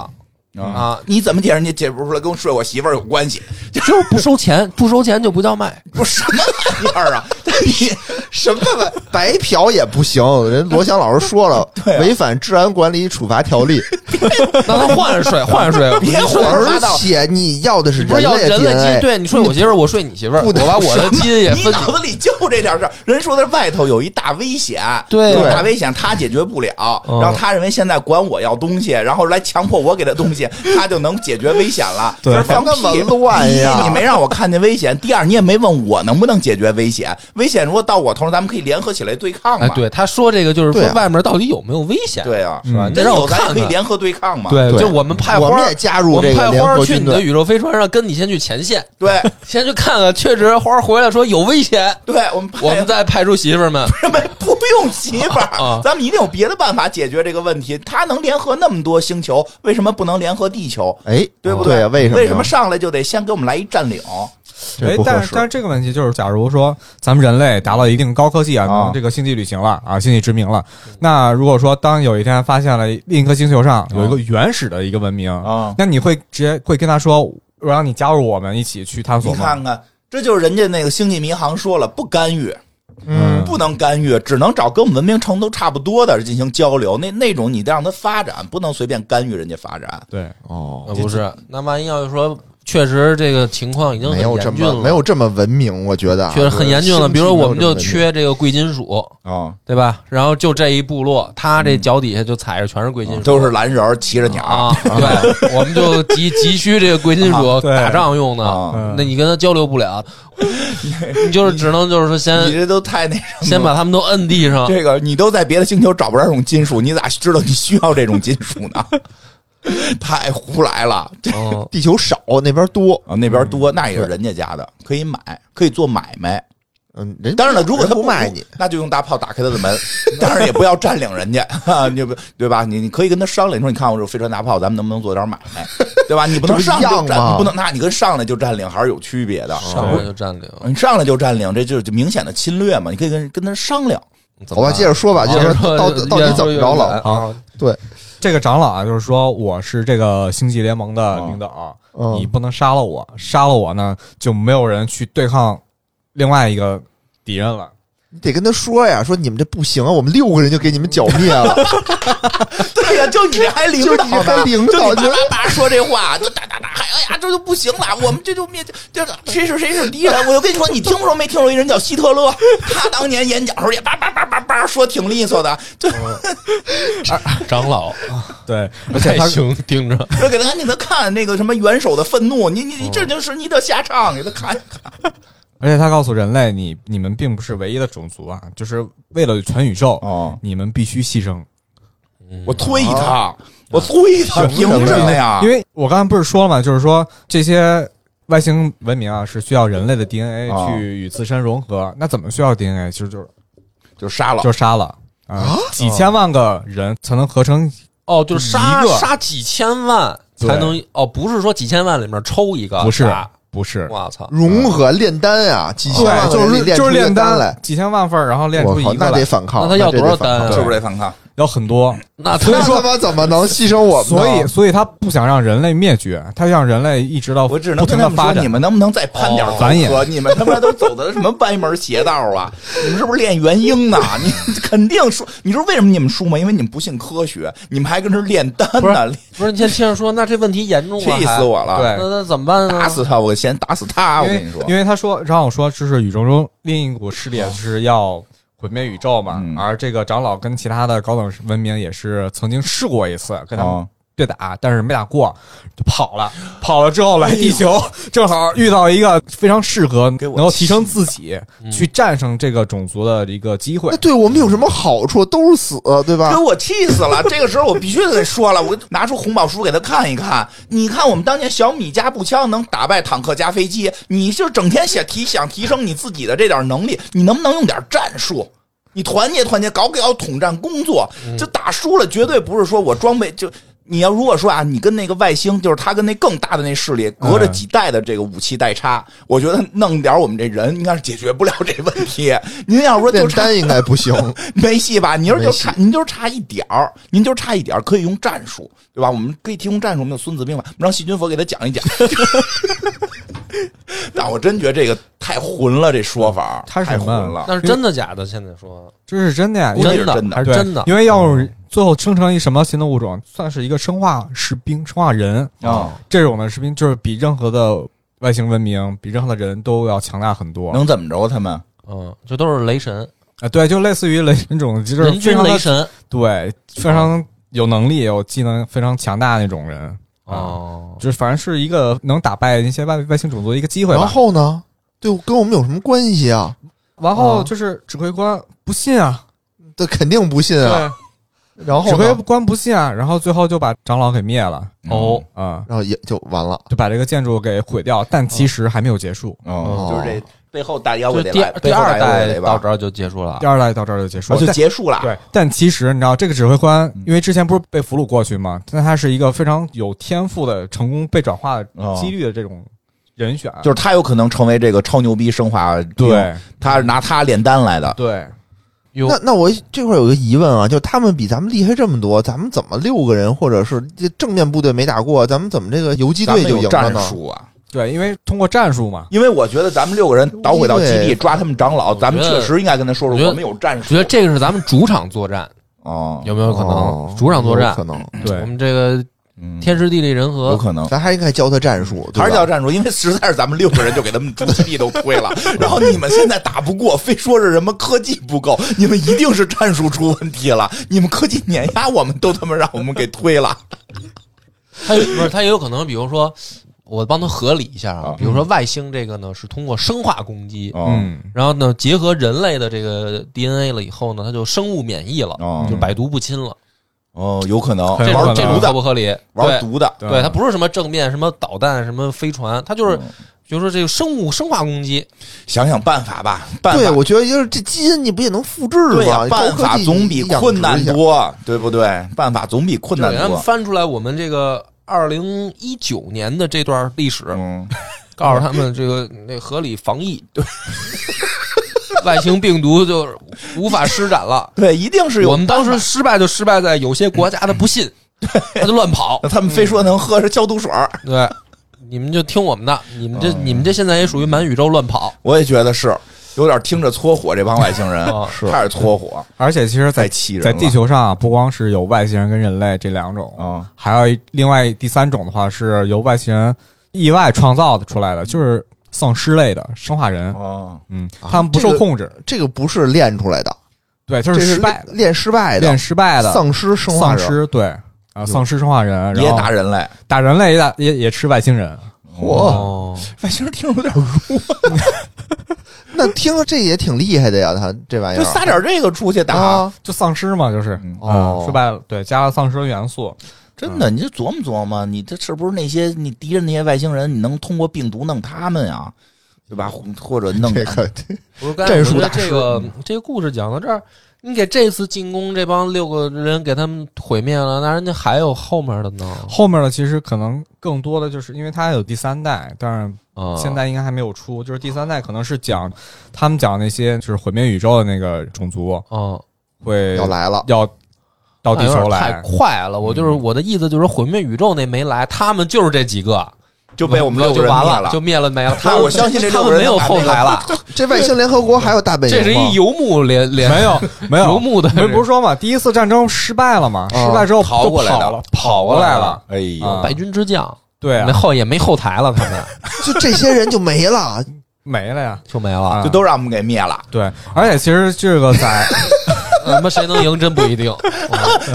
Speaker 1: 啊，
Speaker 2: 你怎么解释？人家解释不出来，跟睡我媳妇儿有关系？
Speaker 1: 就是不收钱，不收钱就不叫卖。
Speaker 2: 不是什么玩意儿啊？这
Speaker 3: 什么玩 白嫖也不行，人罗翔老师说了，
Speaker 2: 对啊
Speaker 3: 违反治安管理处罚条例，
Speaker 1: 那他换着睡，换着睡，
Speaker 2: 别混了
Speaker 3: 而且你要的是
Speaker 1: 你不是
Speaker 3: 人
Speaker 1: 要
Speaker 3: 类
Speaker 1: 人类基因？
Speaker 3: DNA，
Speaker 1: 对你睡我媳妇儿，我睡你媳妇儿，
Speaker 3: 不
Speaker 1: 我
Speaker 3: 能
Speaker 1: 把我的基因也
Speaker 2: 你
Speaker 1: 分
Speaker 2: 脑
Speaker 1: 你。
Speaker 2: 子里就这点事儿。人说的是外头有一大危险，
Speaker 1: 对
Speaker 2: 有大危险他解决不了，
Speaker 1: 嗯
Speaker 2: 然后他认为现在管我要东西，然后来强迫我给他东西，他就能解决危险 了。
Speaker 4: 对
Speaker 2: 就是放
Speaker 3: 那么
Speaker 2: 屁
Speaker 3: 乱呀
Speaker 2: 第一，你没让我看见危险；第二，你也没问我能不能解决危险。危险如果到我头上，咱们可以联合起来对抗嘛。
Speaker 1: 哎，对，他说这个就是说
Speaker 3: 对啊
Speaker 1: 外面到底有没有危险，
Speaker 2: 对啊，
Speaker 1: 是吧？
Speaker 4: 嗯
Speaker 1: 你得
Speaker 2: 真
Speaker 1: 让
Speaker 2: 有
Speaker 1: 我
Speaker 2: 咱也
Speaker 1: 看
Speaker 2: 可以
Speaker 1: 看。
Speaker 2: 联合对抗嘛。
Speaker 1: 对，
Speaker 3: 对
Speaker 1: 就我们派花
Speaker 3: 我
Speaker 1: 儿，
Speaker 3: 们也加入
Speaker 1: 我们
Speaker 3: 这个
Speaker 1: 派
Speaker 3: 联
Speaker 1: 花儿
Speaker 3: 合
Speaker 1: 去
Speaker 3: 军
Speaker 1: 你的
Speaker 3: 队。
Speaker 1: 宇宙飞船上，跟你先去前线，
Speaker 2: 对
Speaker 1: 先去看看，确实花儿回来说有危 险，
Speaker 2: 对，我们
Speaker 1: 我们再派出媳妇儿
Speaker 3: 哎
Speaker 1: 们。
Speaker 2: 什么不 用媳妇
Speaker 1: 啊
Speaker 2: 儿，咱们一定有别的办法解决这个问题。他能联合那么多星球，为什么不能联合地球？
Speaker 3: 哎，
Speaker 2: 对不
Speaker 3: 对
Speaker 2: 对
Speaker 3: 啊？为什么呀？
Speaker 2: 为什么上来就得先给我们来一占领？
Speaker 3: 这
Speaker 4: 哎
Speaker 3: 不，合
Speaker 4: 但是
Speaker 3: 适
Speaker 4: 但是这个问题就是，假如说咱们人类达到一定高科技啊，
Speaker 3: 啊
Speaker 4: 能这个星际旅行了啊，星际殖民了，那如果说当有一天发现了另一颗星球上有一个原始的一个文明
Speaker 2: 啊
Speaker 4: 那你会直接会跟他说，我让你加入我们一起去探索
Speaker 2: 你
Speaker 4: 吗？
Speaker 2: 看看，这就是人家那个星际迷航说了，不干预，
Speaker 3: 嗯，
Speaker 2: 不能干预，只能找跟我们文明程度差不多的进行交流。那那种你得让它发展，不能随便干预人家发展。
Speaker 4: 对，
Speaker 3: 哦，
Speaker 1: 呃不是，那万一要是说确实这个情况已经很
Speaker 3: 没有这
Speaker 1: 严峻
Speaker 3: 么
Speaker 1: 了，
Speaker 3: 没有这么文明，我觉得啊
Speaker 1: 确实很严峻了。比如说，我们就。
Speaker 3: 就是星际没有这么
Speaker 1: 缺
Speaker 3: 文明
Speaker 1: 这个贵金属，
Speaker 3: 哦
Speaker 2: 啊，
Speaker 1: 对吧？然后就这一部落，他这脚底下就踩着全是贵金属，
Speaker 2: 都是蓝人儿骑着鸟
Speaker 1: 啊。对，我们就急急需这个贵金属
Speaker 4: 啊对
Speaker 1: 打仗用的。
Speaker 2: 啊，
Speaker 1: 那你跟他交流不了，你就是只能就是说
Speaker 2: 你
Speaker 1: 先
Speaker 2: 这都太那什么了。
Speaker 1: 呃先把他们都摁地上。
Speaker 2: 这个你都在别的星球找不着这种金属，你咋知道你需要这种金属呢？ 太胡来了！
Speaker 1: 嗯，
Speaker 3: 地球少，那边多，
Speaker 2: 啊，那边多，那也是人家家的，可以买，可以做买卖。
Speaker 3: 嗯，人
Speaker 2: 当然了，如果他
Speaker 3: 人不卖你，，
Speaker 2: 那就用大炮打开他的门。当然也不要占领人家，啊、你就不对吧？你你可以跟他商量，你说你看我这飞船大炮，咱们能不能做点买卖，对吧？你不能上来
Speaker 3: 这
Speaker 2: 就
Speaker 3: 不一样
Speaker 2: 占，
Speaker 3: 吗
Speaker 2: 你不能，那你跟上来就占领还是有区别的。
Speaker 1: 上来就占领。
Speaker 2: 你上来就占领，这就是就明显的侵略嘛。你可以跟跟他商量，
Speaker 1: 怎么
Speaker 3: 好吧，
Speaker 1: 办
Speaker 3: 接着说吧，接着说，到到底怎么着了？
Speaker 1: 啊？
Speaker 3: 对，
Speaker 4: 这个长老啊，就是说我是这个星际联盟的
Speaker 2: 啊
Speaker 4: 领导，
Speaker 3: 嗯
Speaker 4: 你不能杀了我，杀了我呢就没有人去对抗另外一个敌人了。
Speaker 3: 你得跟他说呀，说你们这不行啊，我们六个人就给你们剿灭了，
Speaker 2: 对呀、就你这还领
Speaker 3: 就
Speaker 2: 导
Speaker 3: 你还
Speaker 2: 呢，
Speaker 3: 领
Speaker 2: 就
Speaker 3: 导
Speaker 2: 你
Speaker 3: 就
Speaker 2: 叭叭叭说这话，就哒哒哒，哎呀，这就不行了，我们这就灭，这谁是谁是敌人？我就跟你说，你听说没听说一人叫希特勒，他当年演讲时候也叭叭叭叭叭说挺利索的，就
Speaker 1: 长老，
Speaker 4: 对，而且
Speaker 1: 太
Speaker 4: 他
Speaker 1: 行，盯着。
Speaker 2: 就给他给他看那个什么元首的愤怒，你你
Speaker 4: 哦
Speaker 2: 你这就是你得下唱，给他看看。
Speaker 4: 而且他告诉人类，你你们并不是唯一的种族啊，就是为了全宇宙，
Speaker 2: 哦，
Speaker 4: 你们必须牺牲。
Speaker 2: 嗯我推
Speaker 4: 哦
Speaker 2: 他，我推他，凭什么呀？
Speaker 4: 因为我刚才不是说了嘛，就是说这些外星文明啊是需要人类的 DNA
Speaker 2: 啊
Speaker 4: 去与自身融合，那怎么需要 DNA？其实就是
Speaker 2: 哦就杀了
Speaker 4: 就，是杀了啊、几千万个人才能合成。
Speaker 1: 哦，就是杀
Speaker 4: 一个
Speaker 1: 杀几千万
Speaker 4: 对
Speaker 1: 才能哦，不是说几千万里面抽一个，
Speaker 4: 不是
Speaker 1: 杀，
Speaker 4: 不是，
Speaker 1: 我操，
Speaker 3: 融合炼丹啊，几千万
Speaker 4: 对，
Speaker 3: 个
Speaker 4: 就
Speaker 3: 人
Speaker 4: 是
Speaker 3: 练
Speaker 4: 就是
Speaker 3: 出一个
Speaker 4: 炼丹
Speaker 3: 来，，
Speaker 4: 几千万份儿，然后炼
Speaker 3: 我
Speaker 4: 出一
Speaker 3: 靠，
Speaker 4: 个
Speaker 3: 那
Speaker 4: 来
Speaker 3: 得，反抗，
Speaker 1: 那他要
Speaker 3: 这得
Speaker 1: 多少
Speaker 3: 反抗
Speaker 1: 丹啊
Speaker 2: 是不是得反抗？
Speaker 4: 有很多。
Speaker 1: 那他
Speaker 3: 那他妈怎么能牺牲
Speaker 2: 哦
Speaker 3: 我们呢？
Speaker 4: 所以，所以他不想让人类灭绝，他让人类一直到
Speaker 2: 我只能
Speaker 4: 不
Speaker 2: 跟
Speaker 4: 停
Speaker 2: 他
Speaker 4: 的
Speaker 2: 们
Speaker 4: 发
Speaker 2: 说，
Speaker 4: 展
Speaker 2: 你。们能不能再攀点
Speaker 1: 哦
Speaker 2: 儿
Speaker 4: 繁衍
Speaker 2: 和你们他妈都走的什么歪门邪道啊？你们是不是练元婴呢？你 肯定输。你知道为什么你们输吗？因为你们不信科学，你们还跟这儿炼丹
Speaker 1: 不
Speaker 2: 呢，
Speaker 1: 不是你先听着说，那这问题严重啊，
Speaker 2: 气死我了！
Speaker 4: 对
Speaker 1: 那那怎么办呢？
Speaker 2: 打死他！我先打死他！啊我
Speaker 4: 因
Speaker 2: 跟
Speaker 4: 为
Speaker 2: 你说，
Speaker 4: 因为他说让我说，就是宇宙中另一股势力是要毁灭宇宙嘛，
Speaker 2: 嗯
Speaker 4: 而这个长老跟其他的高等文明也是曾经试过一次跟他们
Speaker 2: 哦
Speaker 4: 对打，但是没打过，就跑了。跑了之后来地球，正好遇到一个非常适合
Speaker 2: 给
Speaker 4: 能
Speaker 2: 我
Speaker 4: 够提升自己、去战胜这个种族的一个机会
Speaker 3: 那。对我们有什么好处？都是死，啊对吧
Speaker 2: 给？我气死了！ 这个时候我必须得说了，我拿出红宝书给他看一看。你看我们当年小米加步枪能打败坦克加飞机，你就整天想提想提升你自己的这点能力，你能不能用点战术？你团结团结，搞搞统战工作。
Speaker 3: 嗯
Speaker 2: 就打输了，绝对不是说我装备就。你要如果说啊，你跟那个外星，就是他跟那更大的那势力，隔着
Speaker 4: 嗯
Speaker 2: 几代的这个武器代差，我觉得弄点我们这人应该是解决不了这问题。您要说就
Speaker 3: 炼
Speaker 2: 差
Speaker 3: 丹应该 不行，
Speaker 2: 没戏吧？您就
Speaker 3: 没戏
Speaker 2: 差，您就差一点儿，您就差一点儿，可以用战术，对吧？我们可以提供战术，我们有《孙子兵法》，我们让细菌佛给他讲一讲。 但我真觉得这个太混了，这说法
Speaker 4: 它是
Speaker 2: 太
Speaker 4: 什
Speaker 2: 混
Speaker 4: 么
Speaker 2: 了，
Speaker 1: 那是真的假的？现在说
Speaker 4: 这是真的呀，因
Speaker 2: 估
Speaker 4: 为
Speaker 2: 计
Speaker 1: 真
Speaker 2: 是
Speaker 1: 的
Speaker 2: 真的
Speaker 1: 还是
Speaker 4: 对
Speaker 1: 真的？
Speaker 4: 因为要是最后生成一什么新的物种，算是一个生化士兵、生化人
Speaker 2: 啊
Speaker 4: 这种的士兵，就是比任何的外星文明，比任何的人都要强大很多。啊、
Speaker 2: 能怎么着啊他们？
Speaker 1: 嗯，就都是雷神，
Speaker 4: 对，就类似于雷那种，就是
Speaker 1: 人
Speaker 4: 非
Speaker 1: 均
Speaker 4: 常的
Speaker 1: 雷神
Speaker 4: 对，非常有能力、有技能、非常强大的那种人。
Speaker 1: 哦，
Speaker 4: 就是反正是一个能打败一些外外星种族的一个机会吧。
Speaker 3: 然后呢？对，跟我们有什么关系啊？
Speaker 4: 然后
Speaker 3: 啊
Speaker 4: 就是指挥官不信啊，
Speaker 3: 这肯定不信啊。然后
Speaker 4: 指挥
Speaker 3: 呢？
Speaker 4: 官不信啊，然后最后就把长老给灭了
Speaker 1: 哦
Speaker 4: 啊、
Speaker 3: 然后也就完了。
Speaker 4: 就把这个建筑给毁掉，但其实还没有结束。
Speaker 2: 嗯，哦就是这背后大妖
Speaker 1: 就
Speaker 2: 怪得
Speaker 1: 第
Speaker 2: 来，
Speaker 1: 二第
Speaker 2: 背后大
Speaker 1: 二
Speaker 2: 妖怪
Speaker 1: 代
Speaker 2: 得
Speaker 1: 到
Speaker 2: 吧，
Speaker 1: 这儿就结束了
Speaker 4: 第。二代到这儿就结束
Speaker 2: 啊嗯
Speaker 4: 了，
Speaker 2: 就
Speaker 4: 但
Speaker 2: 结束了。
Speaker 4: 对，但其实你知道这个指挥官，因为之前不是被俘虏过去吗？但他是一个非常有天赋的、成功被转化
Speaker 2: 哦
Speaker 4: 几率的这种人选，
Speaker 2: 就是他有可能成为这个超牛逼生化兵，
Speaker 4: 对
Speaker 2: 他是拿他炼丹来的。
Speaker 4: 对，
Speaker 1: 哟
Speaker 3: 那那我这块儿有个疑问啊，就他们比咱们厉害这么多，咱们怎么六个人或者是这正面部队没打过，咱们怎么这个游击
Speaker 2: 咱
Speaker 3: 队
Speaker 2: 们
Speaker 3: 就
Speaker 2: 有
Speaker 3: 赢了
Speaker 2: 战
Speaker 3: 呢？
Speaker 2: 术啊，
Speaker 4: 对，因为通过战术嘛，
Speaker 2: 因为我觉得咱们六个人捣毁到基
Speaker 3: 因为
Speaker 2: 地抓他们长老，
Speaker 1: 觉得
Speaker 2: 咱们确实应该跟他说
Speaker 1: 我
Speaker 2: 说
Speaker 1: 觉得
Speaker 2: 我们有战
Speaker 1: 我觉
Speaker 2: 术
Speaker 1: 得这个是咱们主场作战，
Speaker 2: 哦，
Speaker 1: 有没有可
Speaker 3: 哦
Speaker 1: 能主场作
Speaker 3: 有
Speaker 1: 战？
Speaker 3: 可能，
Speaker 4: 对
Speaker 1: 我们这个
Speaker 2: 嗯
Speaker 1: 天时地利人和
Speaker 2: 有，可能。
Speaker 3: 咱还应该教他战术，
Speaker 2: 嗯
Speaker 3: 对吧
Speaker 2: 还是叫战术，因为实在是咱们六个人就给他们主基地都推了，然后你们现在打不过，非说是什么科技不够，你们一定是战术出问题了，你们科技碾压我们，都他妈让我们给推了。
Speaker 1: 他有不是他也有可能，比如说我帮他合理一下啊
Speaker 2: 啊，哦
Speaker 1: 比如说外星这个呢是通过生化攻击，
Speaker 4: 嗯，
Speaker 1: 然后呢结合人类的这个 DNA 了以后呢，它就生物免疫了，
Speaker 2: 哦
Speaker 1: 就百毒不侵了。
Speaker 2: 哦，有可能
Speaker 4: 很
Speaker 1: 这
Speaker 4: 有可
Speaker 1: 种
Speaker 4: 能
Speaker 1: 这种合不合理？
Speaker 2: 玩
Speaker 1: 对
Speaker 2: 毒的，嗯
Speaker 1: 对，它不是什么正面什么导弹什么飞船，它就是比如说这个生物生化攻击，
Speaker 2: 想想办法吧，办
Speaker 3: 对，
Speaker 2: 法
Speaker 3: 我觉得就是这基因你不也能复制
Speaker 2: 对呀
Speaker 3: 吗？，高
Speaker 2: 办
Speaker 3: 科
Speaker 2: 法
Speaker 3: 技
Speaker 2: 总比
Speaker 3: 你养
Speaker 2: 困难
Speaker 3: 殖一下。
Speaker 2: 多，对不对？办法总比困
Speaker 1: 就给他们
Speaker 2: 难多。
Speaker 1: 翻出来我们这个二零一九年的这段历史，
Speaker 2: 嗯，
Speaker 1: 告诉他们这个那合理防疫， 对，外星病毒就无法施展了。
Speaker 2: 对，一定是有。
Speaker 1: 我们当时失败就失败在有些国家他不 信，他就乱跑。
Speaker 2: 他们非说能喝是消毒水儿，
Speaker 1: 对，你们就听我们的，你们这
Speaker 2: 嗯
Speaker 1: 你们这现在也属于满宇宙乱跑。
Speaker 2: 我也觉得是有点听着搓火，这帮外星人
Speaker 1: 哦
Speaker 2: 开始搓火，
Speaker 4: 而且其实在
Speaker 2: 太气人了。
Speaker 4: 在地球上啊，不光是有外星人跟人类这两种，
Speaker 2: 啊，
Speaker 4: 还有一另外第三种的话是由外星人意外创造的出来的，就是丧尸类的生化人，
Speaker 2: 哦，
Speaker 4: 嗯，
Speaker 3: 啊
Speaker 4: 他们不
Speaker 3: 这
Speaker 4: 受
Speaker 3: 个
Speaker 4: 控制，
Speaker 3: 这个不是练出来的，
Speaker 4: 对，就
Speaker 3: 这
Speaker 4: 是
Speaker 3: 是
Speaker 4: 失败的，
Speaker 3: 练失败的
Speaker 4: 练，失败的
Speaker 3: 丧尸生化
Speaker 4: 丧
Speaker 3: 人。
Speaker 4: 尸，对啊，丧尸生化人，
Speaker 2: 也
Speaker 4: 然后
Speaker 2: 打人类，
Speaker 4: 打人类，也打也也吃外星人，
Speaker 2: 哇，
Speaker 1: 哦，
Speaker 2: 外星人听着有点弱，
Speaker 3: 那听着这也挺厉害的呀，他这玩意
Speaker 2: 就
Speaker 3: 儿
Speaker 2: 撒点这个出去打，
Speaker 3: 啊，
Speaker 4: 就丧尸嘛，就是
Speaker 2: 嗯
Speaker 4: 啊
Speaker 3: 哦，
Speaker 4: 失败了，对，加了丧尸的元素，
Speaker 2: 真的，你就琢磨琢磨，你这是不是那些你敌人那些外星人，你能通过病毒弄他们呀？对吧？或或者弄
Speaker 3: 这个
Speaker 1: 不是，刚才
Speaker 3: 战
Speaker 1: 我
Speaker 3: 术
Speaker 1: 觉得
Speaker 3: 大
Speaker 1: 这
Speaker 3: 师
Speaker 1: 个这个故事讲到这儿，你给这次进攻这帮六个人给他们毁灭了，那人家还有后面的呢。
Speaker 4: 后面的其实可能更多的就是因为它有第三代，当然
Speaker 1: 啊，
Speaker 4: 现在应该还没有出，就是第三代可能是讲他们讲那些就是毁灭宇宙的那个种族
Speaker 1: 哦，
Speaker 4: 会
Speaker 3: 要来了，
Speaker 4: 要到地球
Speaker 1: 哎太
Speaker 4: 来，
Speaker 1: 快了。我就是我的意思就是毁灭宇宙那没来，他们就是这几个，
Speaker 2: 就被我们六个
Speaker 1: 就
Speaker 2: 人
Speaker 1: 完
Speaker 2: 灭
Speaker 1: 了，就灭了没了。
Speaker 2: 但
Speaker 1: 他们
Speaker 2: 我相信这
Speaker 1: 他
Speaker 2: 六个
Speaker 1: 们
Speaker 2: 人
Speaker 1: 没有
Speaker 2: 打
Speaker 1: 后
Speaker 2: 那个
Speaker 1: 台了，
Speaker 3: 这外星联合国还有大本营
Speaker 1: 这是
Speaker 3: 吗
Speaker 1: 一游牧联联
Speaker 4: 没有没
Speaker 1: 游
Speaker 4: 有。
Speaker 1: 牧的
Speaker 4: 我们不是说嘛，第一次战争失败了嘛，
Speaker 3: 啊
Speaker 4: 失败之后
Speaker 2: 逃
Speaker 4: 就
Speaker 2: 过来的
Speaker 4: 跑了，跑过来了，
Speaker 2: 哎
Speaker 4: 啊
Speaker 2: 呦，
Speaker 1: 白军之将，
Speaker 4: 对啊
Speaker 1: 那，后也没后台了，他们
Speaker 3: 就这些人就没 了，
Speaker 4: 没了呀，
Speaker 1: 就没了。
Speaker 4: 啊
Speaker 2: 就都让我们给灭了。
Speaker 4: 对，而且其实这个在，
Speaker 1: 他妈谁能赢真不一 定。啊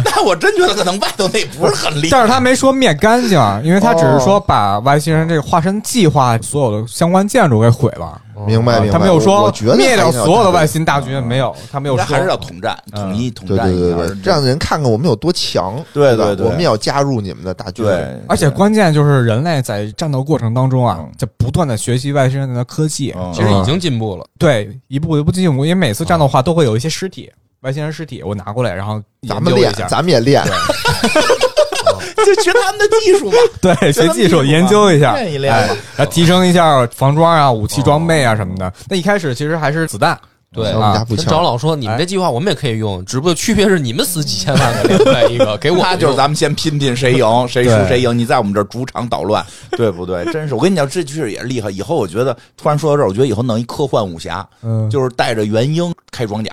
Speaker 2: 但我真觉得可能外头那不是很厉害
Speaker 4: 但是他没说灭干净，啊因为他只是说
Speaker 3: 哦
Speaker 4: 把外星人这个化身计划所有的相关建筑给毁了，
Speaker 3: 明白
Speaker 4: 啊
Speaker 3: 明白。
Speaker 4: 他没有
Speaker 3: 我
Speaker 4: 说
Speaker 3: 我觉得
Speaker 4: 灭
Speaker 3: 还
Speaker 4: 掉
Speaker 3: 是要
Speaker 4: 所有的
Speaker 3: 战
Speaker 4: 外星大军，没
Speaker 3: 哦
Speaker 4: 有，他没有
Speaker 2: 应该
Speaker 4: 说，
Speaker 2: 还是要统战，
Speaker 4: 嗯
Speaker 2: 统一统
Speaker 3: 对
Speaker 2: 战
Speaker 3: 对
Speaker 2: 一
Speaker 3: 对
Speaker 2: 下。
Speaker 3: 对，让人看看我们有多强，
Speaker 2: 对
Speaker 3: 吧
Speaker 2: 对对
Speaker 3: 我们也要加入你们的大军。
Speaker 2: 对，
Speaker 4: 而且关键就是人类在战斗过程当中啊
Speaker 2: 嗯，
Speaker 4: 在不断的学习外星人的科技，
Speaker 3: 哦
Speaker 2: 嗯
Speaker 1: 其实已经进步了，
Speaker 4: 对，一步一步进步，因为每次战斗的话都会有一些尸体，外星人尸体，我拿过来，然后研
Speaker 3: 咱们
Speaker 4: 究一
Speaker 3: 练
Speaker 4: 下，，
Speaker 3: 咱们也练，
Speaker 2: 就学他们的技 术嘛，
Speaker 4: 对，学技术研究一下，
Speaker 2: 练一
Speaker 4: 哎
Speaker 2: 练嘛。
Speaker 3: 哦
Speaker 4: 来提升一下防装啊、武器装备啊什么的。那一开始其实还是子弹，
Speaker 1: 对
Speaker 3: 像我们
Speaker 4: 啊
Speaker 3: 家不
Speaker 1: 跟
Speaker 3: 巧
Speaker 1: 长。老说，你们
Speaker 4: 哎
Speaker 1: 这计划我们也可以用，只不过区别是你们死几千万个另外一个，给 我
Speaker 2: 他就是
Speaker 1: 用
Speaker 2: 咱们先拼拼谁赢，谁输
Speaker 4: 对
Speaker 2: 谁赢。你在我们这儿主场捣乱，对不对？真是，我跟你讲，这剧也厉害。以后我觉得，突然说到这儿，我觉得以后弄一科幻武侠，
Speaker 4: 嗯，
Speaker 2: 就是带着元婴开装甲。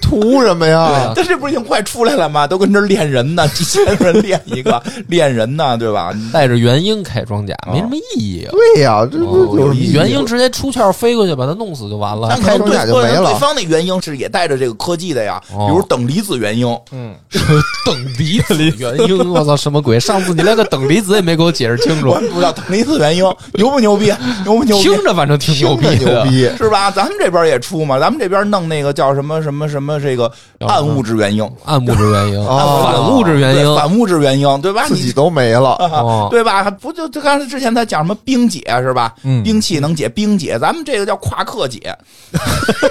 Speaker 3: 图什么
Speaker 1: 对啊
Speaker 3: 呀？
Speaker 2: 但这不是已经快出来了吗？都跟这儿练人呢， 几千人练一个，练人呢，对吧？
Speaker 1: 带着元婴开装甲，
Speaker 3: 哦
Speaker 1: 没什么意义 啊。
Speaker 3: 对呀，这
Speaker 1: 哦
Speaker 3: 不有什么意义
Speaker 1: 元婴直接出窍飞过去把他弄死就完了
Speaker 2: 但。
Speaker 3: 开装甲就没了
Speaker 2: 对方那元婴是也带着这个科技的呀，
Speaker 1: 哦
Speaker 2: 比如等离子元婴，
Speaker 1: 嗯， 等离子元婴，我操，什么鬼？上次你连个等离子也没给我解释清楚
Speaker 2: 我，也不知道等离子元婴牛不牛逼，牛不牛逼？
Speaker 1: 听着反正挺牛逼
Speaker 3: 听着
Speaker 1: 的
Speaker 3: 牛。逼，
Speaker 2: 是吧？咱们这边也出嘛，咱们这边弄那个叫什么什么什么这个
Speaker 1: 叫什
Speaker 2: 暗
Speaker 1: 么
Speaker 2: 物质元婴，
Speaker 1: 暗物质元婴，
Speaker 3: 哦
Speaker 1: 反物质元
Speaker 2: 对
Speaker 1: 婴，
Speaker 2: 反物质元婴，对吧？
Speaker 3: 自己
Speaker 2: 你
Speaker 3: 都没了。
Speaker 1: 哦
Speaker 2: 对吧？还不就就刚才之前他讲什么冰解是吧？
Speaker 4: 嗯
Speaker 2: 兵器能解冰解，咱们这个叫夸克解，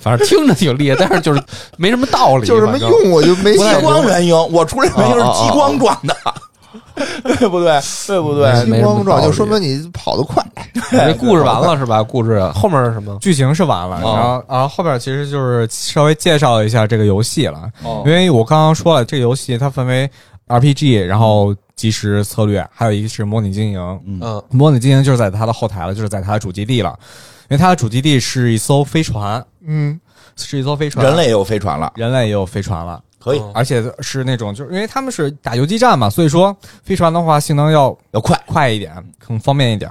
Speaker 1: 反正听着挺厉害，但是就是没什么道理，
Speaker 3: 就是没
Speaker 1: 反正。
Speaker 3: 用，我就没
Speaker 2: 激
Speaker 3: 想过
Speaker 2: 光元婴，我出来元婴是激光状的，对不对？对不对？
Speaker 1: 哎没
Speaker 3: 激
Speaker 1: 什么
Speaker 3: 光状，
Speaker 1: 道理
Speaker 3: 就说明你跑得快。
Speaker 1: 这故 事完了是吧？故事后面是什么？
Speaker 4: 剧情是完了，
Speaker 1: 哦
Speaker 4: 然后然后后边其实就是稍微介绍一下这个游戏了，
Speaker 2: 哦
Speaker 4: 因为我刚刚说了，这个游戏它分为 RPG，然后即时策略，还有一个是模拟经营。
Speaker 1: 嗯
Speaker 4: 模拟经营就是在它的后台了，就是在它的主基地了，因为它的主基地是一艘飞船，
Speaker 3: 嗯，
Speaker 4: 是一艘飞船，
Speaker 2: 人类也有飞船了，
Speaker 4: 人类也有飞船了，
Speaker 2: 可以
Speaker 1: 嗯
Speaker 4: 而且是那种就是因为他们是打游击战嘛，所以说飞船的话性能要
Speaker 2: 要快，
Speaker 4: 快一点，更方便一
Speaker 3: 嗯
Speaker 4: 点。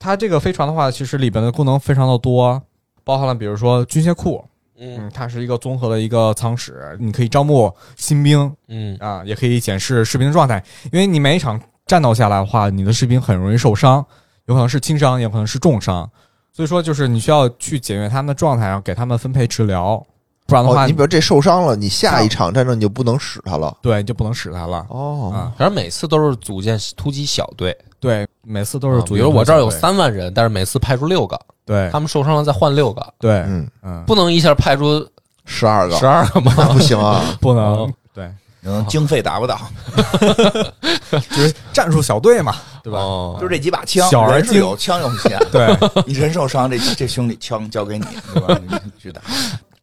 Speaker 4: 它这个飞船的话，其实里边的功能非常的多，包含了比如说军械库，嗯
Speaker 1: 嗯，
Speaker 4: 它是一个综合的一个舱室，你可以招募新兵
Speaker 1: 嗯
Speaker 4: 啊，也可以检视士兵的状态，因为你每一场战斗下来的话，你的士兵很容易受伤，有可能是轻伤，也有可能是重伤，所以说就是你需要去检阅他们的状态，然后给他们分配治疗，啊不然的话，
Speaker 3: 哦，你比如这受伤了，你
Speaker 1: 啊
Speaker 3: 下一场战争你就不能使他了。
Speaker 4: 对你就不能使他了
Speaker 3: 哦，
Speaker 4: 啊。
Speaker 1: 反正每次都是组建突击小队，
Speaker 4: 对，每次都是
Speaker 1: 啊
Speaker 4: 组
Speaker 1: 比
Speaker 4: 织
Speaker 1: 如我这儿有
Speaker 4: 小队，
Speaker 1: 三万人，但是每次派出六个，
Speaker 4: 对
Speaker 1: 他们受伤了再换六个，
Speaker 4: 对，
Speaker 3: 嗯，
Speaker 4: 嗯，
Speaker 1: 不能一下派出
Speaker 3: 十二个
Speaker 1: 十，二个嗯吗？
Speaker 3: 那不行啊。
Speaker 4: 不
Speaker 1: 哦
Speaker 4: 能对，
Speaker 2: 嗯，经费达不到，
Speaker 4: 就是战术小队嘛，对吧？
Speaker 1: 哦
Speaker 2: 就这几把枪，
Speaker 4: 小而
Speaker 2: 人是
Speaker 4: 精
Speaker 2: 有枪有钱，
Speaker 4: 对，
Speaker 2: 你人受伤，这这兄弟枪交给你，对吧？你你去打。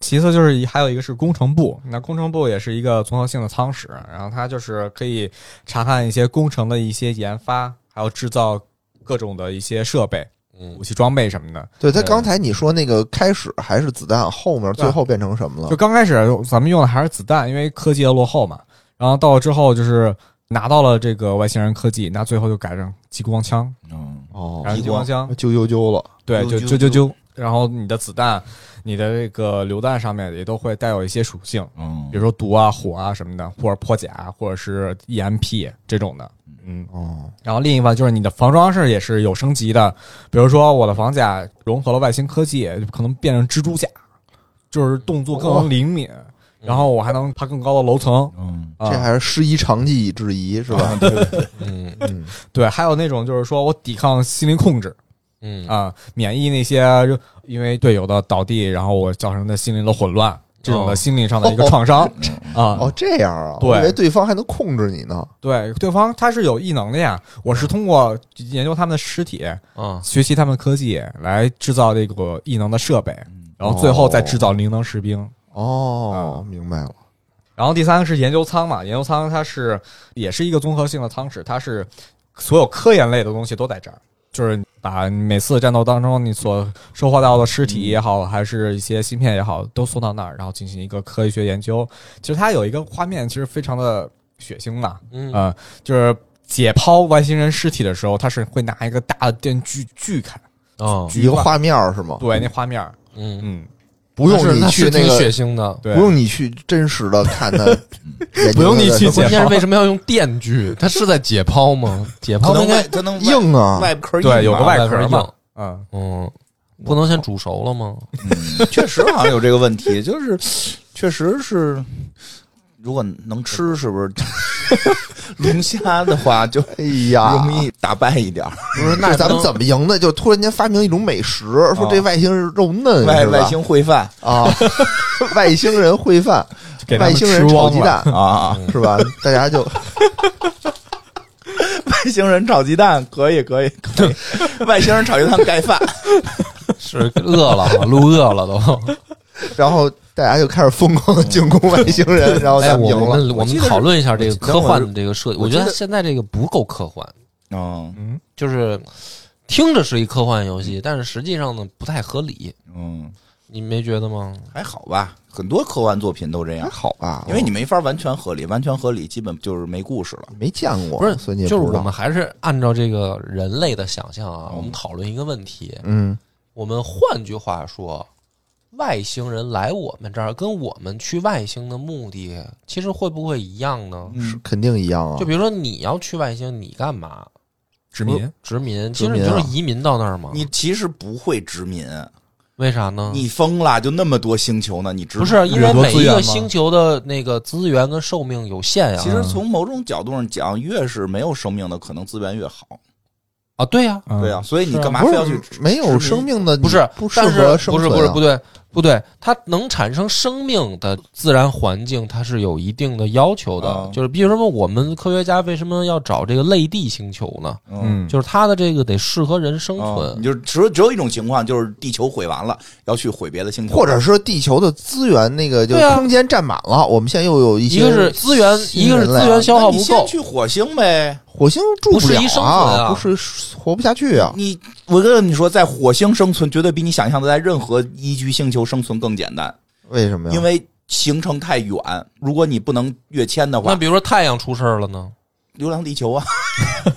Speaker 4: 其次就是一还有一个是工程部，那工程部也是一个综合性的舱室，然后它就是可以查看一些工程的一些研发，还有制造各种的一些设备、
Speaker 1: 嗯
Speaker 4: 武器装备什么的。
Speaker 3: 对他
Speaker 1: 对啊
Speaker 3: 刚才你说那个开始还是子弹，后面最后变成什么
Speaker 1: 哦
Speaker 3: 了
Speaker 4: 就？刚开始咱们用的还是子弹，因为科技的落后嘛。然后到了之后就是拿到了这个外星人科技，那最后就改成激光枪，
Speaker 2: 嗯，
Speaker 3: 哦
Speaker 4: 然后激光枪，
Speaker 3: 啾啾啾了，
Speaker 4: 对，
Speaker 2: 啾
Speaker 4: 就
Speaker 2: 啾
Speaker 4: 啾啾
Speaker 2: 啾
Speaker 4: 啾。然后你的子弹、你的这个榴弹上面也都会带有一些属性，
Speaker 2: 嗯
Speaker 4: 比如说毒啊、火啊什么的，或者破甲，或者是 EMP 这种的。嗯，
Speaker 3: 哦，
Speaker 4: 然后另一方就是你的防装饰也是有升级的，比如说我的防甲融合了外星科技，可能变成蜘蛛甲，就是动作更灵敏，然后我还能爬更高的楼层。
Speaker 2: 嗯，
Speaker 4: 啊
Speaker 3: 嗯这还是师夷长技以制夷是吧？
Speaker 1: 嗯
Speaker 3: 嗯，
Speaker 4: 对，还有那种就是说我抵抗心灵控制
Speaker 1: 嗯
Speaker 4: 啊、免疫那些因为队友的倒地，然后我造成的心灵的混乱，这种的
Speaker 1: 哦
Speaker 4: 心理上的一个创伤啊、
Speaker 3: 哦，这样啊，
Speaker 4: 对
Speaker 3: 我以为对方还能控制你呢。
Speaker 4: 对，对方他是有异能的呀。我是通过研究他们的尸体，
Speaker 1: 啊
Speaker 4: 学习他们科技来制造这个异能的设备，然后最后再制造灵能士兵。
Speaker 3: 哦，明白了。
Speaker 4: 然后第三个是研究舱嘛，研究舱它是也是一个综合性的舱室，它是所有科研类的东西都在这儿，就是把每次战斗当中你所收获到的尸体也好，还是一些芯片也好，都送到那儿，然后进行一个科学研究。其实它有一个画面，其实非常的血腥嘛，
Speaker 1: 嗯
Speaker 4: 呃，就是解剖外星人尸体的时候，他是会拿一个大的电锯锯开，
Speaker 1: 啊
Speaker 4: 举
Speaker 3: 一个画面儿是吗？
Speaker 4: 对，那画面儿，
Speaker 1: 嗯，
Speaker 4: 嗯，
Speaker 3: 不用
Speaker 1: 是
Speaker 3: 你去
Speaker 1: 是挺
Speaker 3: 那
Speaker 1: 血
Speaker 3: 个，
Speaker 1: 腥的。
Speaker 4: 对，
Speaker 3: 不用你去真实的看他，研究
Speaker 4: 不用你去
Speaker 3: 他
Speaker 1: 关
Speaker 4: 解
Speaker 3: 的
Speaker 1: 键是为什么要用电锯？他是在解剖吗？解
Speaker 2: 可
Speaker 1: 剖
Speaker 2: 能
Speaker 1: 应该
Speaker 2: 外他能外
Speaker 3: 硬啊，
Speaker 2: 外壳硬吧
Speaker 4: 对有个外壳
Speaker 1: 边
Speaker 4: 嘛
Speaker 1: 硬，
Speaker 4: 嗯，
Speaker 1: 嗯，不能先煮熟了吗？
Speaker 2: 嗯确实好像有这个问题，就是确实是，如果能吃，是不是龙虾的话就
Speaker 3: 哎呀，
Speaker 2: 容易打败一点儿？
Speaker 3: 不是，那咱们怎么赢的？就突然间发明一种美食，说这外星人肉嫩，
Speaker 2: 外
Speaker 3: 是吧
Speaker 2: 外星烩饭
Speaker 3: 啊， 外星人烩饭，
Speaker 4: 给他
Speaker 3: 外
Speaker 4: 们
Speaker 3: 星
Speaker 4: 吃
Speaker 3: 人炒
Speaker 4: 光
Speaker 3: 鸡
Speaker 4: 了。
Speaker 3: 蛋，
Speaker 2: 啊，
Speaker 3: 是吧？大家就
Speaker 2: 外星人炒鸡蛋可以可以可以，外星人炒鸡蛋盖饭，
Speaker 1: 是饿了，路饿了都。
Speaker 3: 然后大家就开始疯狂的进攻外星人，然后
Speaker 1: 哎，
Speaker 3: 哦咱们赢
Speaker 1: 我我
Speaker 3: 了。
Speaker 1: 们我
Speaker 2: 记
Speaker 1: 们
Speaker 2: 得是
Speaker 1: 讨论一下这个科幻的这个设计，
Speaker 2: 我
Speaker 1: 我
Speaker 2: 记
Speaker 1: 觉
Speaker 2: 得
Speaker 1: 得现在这个不够科幻，
Speaker 2: 嗯
Speaker 4: 嗯，
Speaker 1: 就是听着是一科幻游戏，但是实际上呢不太合理，
Speaker 2: 嗯，
Speaker 1: 你没觉得吗？
Speaker 2: 还好吧，很多科幻作品都这
Speaker 3: 还
Speaker 2: 样，
Speaker 3: 好吧，
Speaker 2: 因为你没法完全合理，完全合理基本就是没故事了。
Speaker 3: 没见过，
Speaker 1: 不是
Speaker 3: 所以你也
Speaker 1: 就是
Speaker 3: 不知
Speaker 1: 我
Speaker 3: 道
Speaker 1: 们还是按照这个人类的想象啊，
Speaker 2: 嗯
Speaker 1: 我们讨论一个问题。
Speaker 3: 嗯
Speaker 1: 我们换句话说，外星人来我们这儿，跟我们去外星的目的，其实会不会一样呢？
Speaker 2: 嗯，
Speaker 3: 肯定一样啊
Speaker 1: 就。比如说你要去外星，你干嘛？
Speaker 4: 殖民
Speaker 1: 呃殖民，其
Speaker 3: 殖
Speaker 1: 实你
Speaker 3: 民啊
Speaker 1: 就是移民到那儿嘛。
Speaker 2: 你其实不会殖民，
Speaker 1: 为啥呢？
Speaker 2: 你疯了，就那么多星球呢，你殖
Speaker 1: 不是因为
Speaker 4: 掠夺
Speaker 1: 每
Speaker 4: 资
Speaker 1: 一
Speaker 4: 源
Speaker 1: 个
Speaker 4: 吗
Speaker 1: 星球的那个资源跟寿命有限呀、嗯
Speaker 2: 其实从某种角度上讲，越是没有生命的，可能资源越好。
Speaker 1: 啊，对呀、
Speaker 4: 嗯
Speaker 2: 对啊，所以你
Speaker 1: 是啊
Speaker 2: 干嘛
Speaker 3: 不
Speaker 2: 非要去
Speaker 3: 是没有生？命的，
Speaker 1: 不是
Speaker 3: 你不适
Speaker 1: 但是
Speaker 3: 合生
Speaker 1: 不是
Speaker 3: 存啊
Speaker 1: 不是不对不对，它能产生生命的自然环境，它是有一定的要求的。
Speaker 2: 啊
Speaker 1: 就是比如说，我们科学家为什么要找这个类地星球呢？
Speaker 2: 嗯，
Speaker 4: 嗯，
Speaker 1: 就是它的这个得适合人生存。
Speaker 2: 嗯你就只有只有一种情况，就是地球毁完了，要去毁别的星球，
Speaker 3: 或者是地球的资源那个就
Speaker 1: 对啊
Speaker 3: 空间占满了，我们现在又有一些
Speaker 1: 一个是资源，
Speaker 3: 新
Speaker 1: 一个是
Speaker 3: 人类啊
Speaker 1: 资源消
Speaker 2: 那
Speaker 1: 耗
Speaker 2: 你
Speaker 1: 不
Speaker 2: 先
Speaker 1: 够。
Speaker 2: 去火星呗。
Speaker 3: 火星住
Speaker 1: 不适宜生
Speaker 3: 了
Speaker 1: 存啊
Speaker 3: 不是活不下去啊。
Speaker 2: 你我跟你说，在火星生存绝对比你想象的在任何宜居星球生存更简单，
Speaker 3: 为什么
Speaker 1: 啊
Speaker 3: 呀？
Speaker 2: 因为行程太远，如果你不能跃迁的
Speaker 1: 那
Speaker 2: 话，
Speaker 1: 比如说太阳出事儿了 呢？
Speaker 2: 流浪地球啊，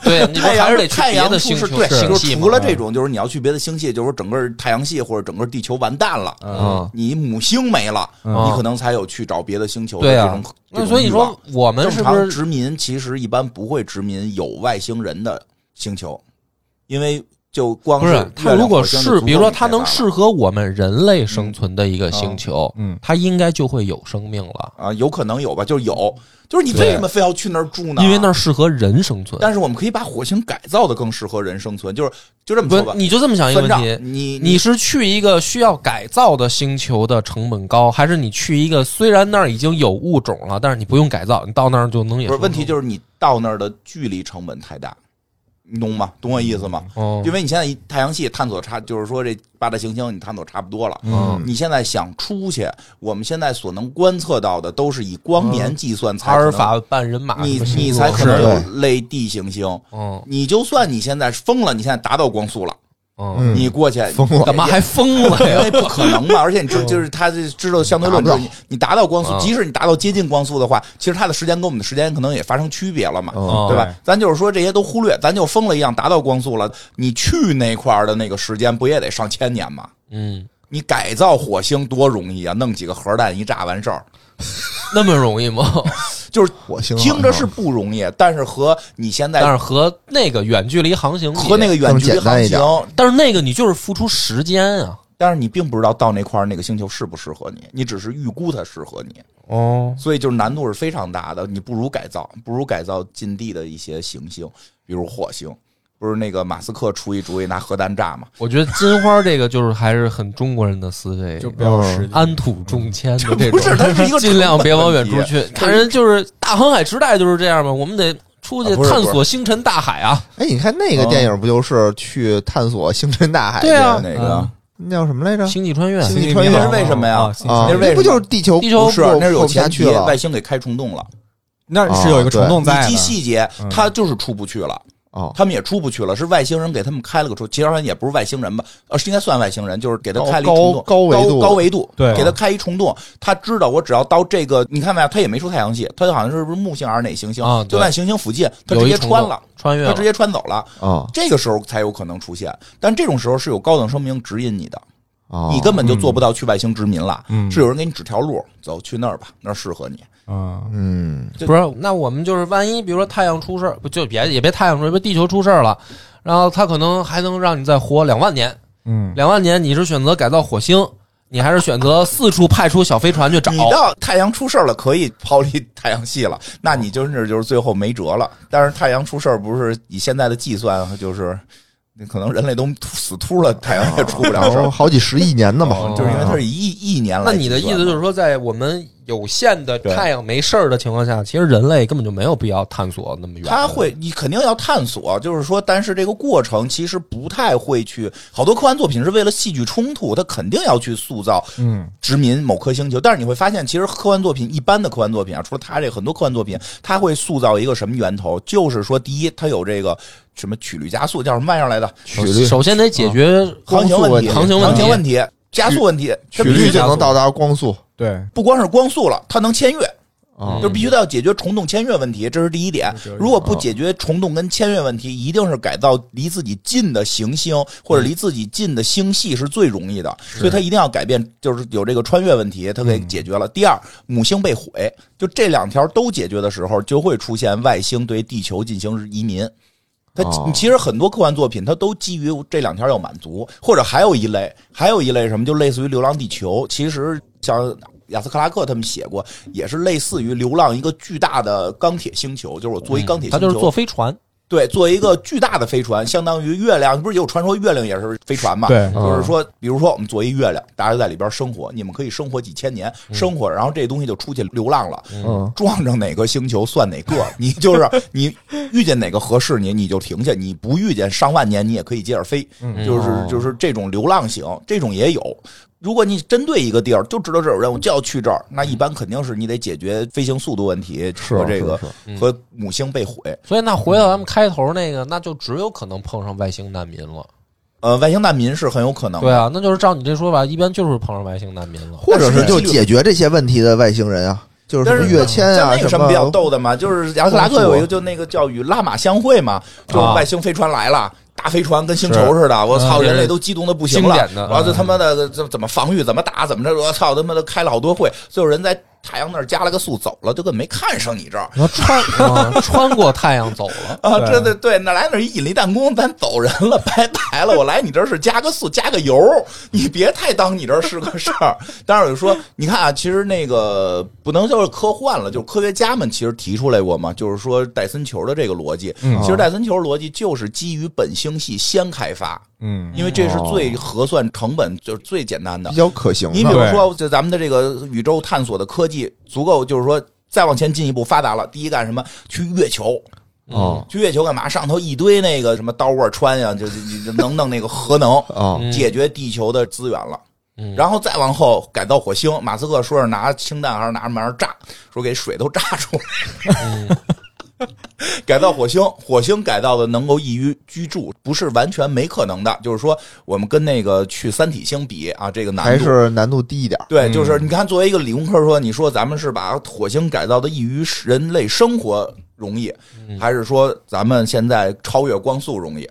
Speaker 1: 对，你说
Speaker 2: 太
Speaker 1: 还
Speaker 2: 阳
Speaker 1: 是得去
Speaker 2: 太
Speaker 1: 别
Speaker 2: 阳
Speaker 1: 的
Speaker 2: 出
Speaker 1: 星
Speaker 2: 事
Speaker 1: 球
Speaker 2: 对，
Speaker 1: 星
Speaker 2: 就是
Speaker 1: 系嘛
Speaker 2: 除了这种，就是你要去别的星系，就是整个太阳系或者整个地球完蛋了，
Speaker 1: 嗯
Speaker 2: 你母星没了，
Speaker 1: 嗯
Speaker 2: 你可能才有去找别的星球的
Speaker 1: 对
Speaker 2: 这
Speaker 1: 啊
Speaker 2: 种。这
Speaker 1: 那
Speaker 2: 种
Speaker 1: 所以你
Speaker 2: 欲望
Speaker 1: 说我们
Speaker 2: 正
Speaker 1: 是不
Speaker 2: 常
Speaker 1: 是
Speaker 2: 殖民其实一般不会殖民有外星人的星球，因为就光
Speaker 1: 不是？
Speaker 2: 月
Speaker 1: 它
Speaker 2: 亮
Speaker 1: 如果，
Speaker 2: 火星就是足
Speaker 1: 比如
Speaker 2: 够
Speaker 1: 说
Speaker 2: 你
Speaker 1: 它
Speaker 2: 开
Speaker 1: 能
Speaker 2: 发了
Speaker 1: 适合我们人类生存的一个
Speaker 2: 嗯
Speaker 1: 星球，
Speaker 4: 嗯
Speaker 1: 它应该就会有生命了，
Speaker 2: 啊，有可能有吧，就是有，就是你为
Speaker 1: 对
Speaker 2: 什么非要去那儿住呢？
Speaker 1: 因为那儿适合人生存。
Speaker 2: 啊但是我们可以把火星改造的更适合人生存，就是就这么
Speaker 1: 不
Speaker 2: 说
Speaker 1: 是
Speaker 2: 吧，。
Speaker 1: 你就这么想一个问
Speaker 2: 分账
Speaker 1: 题，，
Speaker 2: 你
Speaker 1: 你是去一个需要改造的星球的成本高，还是你去一个虽然那儿已经有物种了，但是你不用改造，你到那儿就能也
Speaker 2: 不是问题，
Speaker 1: 是
Speaker 2: 就是你到那儿的距离成本太大，你懂吗？懂我意思吗？
Speaker 1: 哦
Speaker 2: 因为你现在一太阳系探索差，就是说这八大行星你探索差不多了。
Speaker 1: 嗯
Speaker 2: 你现在想出去，我们现在所能观测到的都是以光年计算才
Speaker 1: 阿
Speaker 2: 可
Speaker 1: 尔
Speaker 2: 能
Speaker 1: 法半人马
Speaker 2: 你
Speaker 1: 什么星
Speaker 2: 你
Speaker 1: 座
Speaker 2: 才可能
Speaker 3: 是
Speaker 2: 有类地行星。
Speaker 1: 嗯
Speaker 2: 你就算你现在疯了，你现在达到光速了，
Speaker 1: 嗯，
Speaker 3: 嗯
Speaker 2: 你过去
Speaker 3: 疯了
Speaker 1: 干 嘛还疯啊了
Speaker 2: 因为
Speaker 1: 呀？
Speaker 2: 不可能嘛，而且你知就是他这知道相对论，
Speaker 3: 达
Speaker 2: 就
Speaker 3: 不
Speaker 2: 是你你达到光速
Speaker 1: 嗯，
Speaker 2: 即使你达到接近光速的话，其实它的时间跟我们的时间可能也发生区别了嘛，
Speaker 3: 嗯
Speaker 2: 对吧
Speaker 4: 对？
Speaker 2: 咱就是说这些都忽略，咱就疯了一样达到光速了，你去那块儿的那个时间不也得上千年吗？
Speaker 1: 嗯，
Speaker 2: 你改造火星多容易啊，弄几个核弹一炸完事儿，
Speaker 1: 那么容易吗？
Speaker 2: 就是
Speaker 3: 火星啊
Speaker 2: 听着是不容易，但是和你现
Speaker 1: 但
Speaker 2: 在
Speaker 1: 是和那个远距离航行比
Speaker 2: 和那个远距离
Speaker 3: 更简单
Speaker 2: 航
Speaker 3: 一
Speaker 2: 行
Speaker 3: 点，
Speaker 1: 但是那个你就是付出时间啊。
Speaker 2: 但是你并不知道到那块儿那个星球适不适合你，你只是预估它适合你，
Speaker 1: 哦，
Speaker 2: 所以就是难度是非常大的。你不如改造，不如改造近地的一些行星，比如火星。不是那个马斯克出一主意拿核弹炸吗？
Speaker 1: 我觉得金花这个就是还是很中国人的思维，
Speaker 4: 就不要实际，
Speaker 1: 安土重迁的这种，
Speaker 2: 不是它是一个
Speaker 1: 尽量别往远处
Speaker 2: 成
Speaker 1: 去。看人就是大航海时代就是这样嘛，我们得出去
Speaker 2: 啊不是
Speaker 1: 探索星辰大海啊。
Speaker 3: 哎，你看那个电影不就是去探索星辰大海去？
Speaker 1: 对啊
Speaker 2: 那个
Speaker 3: 那叫什么来
Speaker 2: 啊
Speaker 3: 着？
Speaker 1: 星际穿越，
Speaker 3: 星际
Speaker 4: 迷
Speaker 3: 穿越
Speaker 4: 茫
Speaker 2: 那是为什么呀
Speaker 4: 啊星际
Speaker 3: 啊
Speaker 4: 穿
Speaker 2: 那是，
Speaker 4: 越
Speaker 2: 为什么
Speaker 3: 那不就是地球
Speaker 1: 地球
Speaker 2: 不是，那是有
Speaker 3: 不下
Speaker 2: 前
Speaker 3: 去
Speaker 2: 提，
Speaker 3: 了
Speaker 2: 外星给开虫洞了。
Speaker 4: 那是有一个虫洞
Speaker 2: 你
Speaker 4: 在
Speaker 2: 记
Speaker 4: 的，
Speaker 2: 细节，
Speaker 4: 嗯
Speaker 2: 他就是出不去了，
Speaker 3: 哦？
Speaker 2: 他们也出不去了，是外星人给他们开了个虫，其实好像也不是外星人吧，呃，是应该算外星人，就是给他开了一
Speaker 3: 高
Speaker 2: 虫洞，
Speaker 3: 高
Speaker 2: 高
Speaker 3: 高维度
Speaker 2: 高维度，
Speaker 4: 对
Speaker 2: 给他开一虫洞，他知道我只要到这个，你看没有，他也没出太阳系，他好像是不是木星还是哪行星
Speaker 1: 啊，
Speaker 2: 就
Speaker 1: 对
Speaker 2: 在行星附近，他直
Speaker 1: 有一
Speaker 2: 接
Speaker 1: 虫
Speaker 2: 穿
Speaker 1: 洞
Speaker 2: 了，
Speaker 1: 穿越
Speaker 2: 他
Speaker 1: 了
Speaker 2: 直接穿走了，
Speaker 3: 哦
Speaker 2: 这个时候才有可能出现，但这种时候是有高等生命指引你的，
Speaker 3: 哦，
Speaker 2: 你根本就做不到去外星殖民了，
Speaker 4: 嗯
Speaker 2: 是有人给你指条路，走去那儿吧，那儿适合你，
Speaker 4: 嗯，
Speaker 3: 嗯，
Speaker 2: 就
Speaker 1: 不是，那我们就是万一，比如说太阳出事儿，不就别也别太阳出事儿，别地球出事儿了，然后它可能还能让你再活两万年。
Speaker 4: 嗯，
Speaker 1: 两万年，你是选择改造火星，你还是选择四处派出小飞船去找
Speaker 2: 你？到太阳出事儿了，可以抛离太阳系了，那你真是就是最后没辙了。但是太阳出事儿，不是以现在的计算，就是那可能人类都死秃了，太阳也出不了
Speaker 3: 然
Speaker 2: 事
Speaker 3: 后
Speaker 2: 儿，哦
Speaker 3: 好几十亿年呢嘛，
Speaker 2: 就是因为它是一亿年来
Speaker 1: 那
Speaker 2: 计算的。
Speaker 1: 你的意思就是说，在我们有限的
Speaker 2: 对
Speaker 1: 太阳没事儿的情况下，其实人类根本就没有必要探索那么远。
Speaker 2: 他会，你肯定要探索，就是说，但是这个过程其实不太会去。好多科幻作品是为了戏剧冲突，他肯定要去塑造
Speaker 4: 嗯，
Speaker 2: 殖民某颗星球，但是你会发现，其实科幻作品一般的科幻作品啊，除了他这很多科幻作品，他会塑造一个什么源头？就是说，第一，它有这个什么曲率加速，叫什么玩意儿来的？
Speaker 3: 曲率
Speaker 1: 首先得解决
Speaker 2: 航行问题，
Speaker 1: 航行
Speaker 2: 问
Speaker 1: 问题。
Speaker 2: 题加速问题，
Speaker 3: 曲
Speaker 2: 这必须
Speaker 3: 率
Speaker 2: 得
Speaker 3: 就能到达光速
Speaker 4: 对，
Speaker 2: 不光是光速了，它能签越，
Speaker 3: 啊
Speaker 1: 嗯
Speaker 2: 就是必须得要解决虫洞签越问题，这是第一点。啊如果不解决虫洞跟签越问题，一定是改造离自己近的行星或者离自己近的星系嗯是最容易的，所以它一定要改变，就是有这个穿越问题，它给解决了。第二，母星被毁，就这两条都解决的时候，就会出现外星对地球进行移民。它
Speaker 3: 哦
Speaker 2: 其实很多科幻作品，它都基于这两条要满足，或者还有一类，还有一类什么，就类似于《流浪地球》，其实像。亚瑟克拉克他们写过，也是类似于流浪一个巨大的钢铁星球，就是我做一钢铁
Speaker 1: 他
Speaker 2: 星
Speaker 1: 嗯
Speaker 2: 球，
Speaker 1: 就是坐飞船，
Speaker 2: 对，做一个巨大的飞船，相当于月亮，不是有传说月亮也是飞船嘛？
Speaker 4: 对
Speaker 2: 就是说，比如说我们做一月亮，大家就在里边生活，你们可以生活几千年，生活，然后这东西就出去流浪了，
Speaker 3: 嗯
Speaker 2: 撞着哪个星球算哪个，你就是你遇见哪个合适你你就停下，你不遇见上万年你也可以接着飞，
Speaker 3: 哦
Speaker 2: 就是就是这种流浪型，这种也有。如果你针对一个地儿，就知道这儿有任务，就要去这儿，那一般肯定是你得解决飞行速度问题
Speaker 3: 是
Speaker 2: 和这个
Speaker 3: 是是
Speaker 2: 和母星被毁。
Speaker 1: 所以那回到咱们开头那个，那就只有可能碰上外星难民了。
Speaker 2: 呃，外星难民是很有可能的
Speaker 1: 对啊，那就是照你这说法，一般就是碰上外星难民了。
Speaker 3: 或者是
Speaker 2: 但是
Speaker 3: 就解决这些问题的外星人啊，就是什
Speaker 2: 但
Speaker 3: 么
Speaker 2: 是
Speaker 3: 跃迁
Speaker 2: 像
Speaker 3: 啊
Speaker 2: 那个什
Speaker 3: 么
Speaker 2: 比较逗的嘛，就是雅克拉克有一个就那个叫与拉玛相会嘛，就
Speaker 1: 啊
Speaker 2: 外星飞船来了。大飞船跟星球似的，我操！
Speaker 1: 嗯
Speaker 2: 人类都激动的不行了
Speaker 1: 经典，的嗯
Speaker 2: 然后就他妈的怎怎么防御，怎么打，怎么着，我操！他妈的开了好多会，最后人在太阳那儿加了个速走了，就根本没看上你这儿
Speaker 1: 然后穿、啊穿过太阳走 了，
Speaker 2: 啊！
Speaker 4: 对
Speaker 2: 真的对，哪来哪儿一引力弹弓，咱走人了， 拜拜了！我来你这儿是加个速加个油，你别太当你这儿是个事儿。当然我就说，你看啊，其实那个不能叫是科幻了，就是科学家们其实提出来过嘛，就是说戴森球的这个逻辑，
Speaker 4: 嗯
Speaker 2: 其实戴森球逻辑就是基于本星系先开发，
Speaker 4: 嗯，
Speaker 2: 因为这是最核算成本，就是最简单的
Speaker 3: 比。较可行
Speaker 2: 你比
Speaker 3: 的
Speaker 2: 如说，就咱们的这个宇宙探索的科技足够，就是说再往前进一步发达了，第一干什么？去月球。
Speaker 3: 哦
Speaker 2: 去月球干嘛？上头一堆那个什么刀啊、穿呀、就就就能弄那个核能，
Speaker 3: 啊
Speaker 1: 嗯
Speaker 2: 解决地球的资源了。
Speaker 1: 嗯
Speaker 2: 然后再往后改造火星，马斯克说是拿氢弹还是拿什么玩意儿炸，说给水都炸出来。
Speaker 1: 嗯
Speaker 2: 改造火星，火星改造的能够易于居住，不是完全没可能的。就是说，我们跟那个去三体星比啊，这个难度
Speaker 3: 还是难度低一点儿。
Speaker 2: 对，就是你看，作为一个理工科说，你说咱们是把火星改造的易于人类生活容易，
Speaker 3: 嗯
Speaker 2: 还是说咱们现在超越光速容易，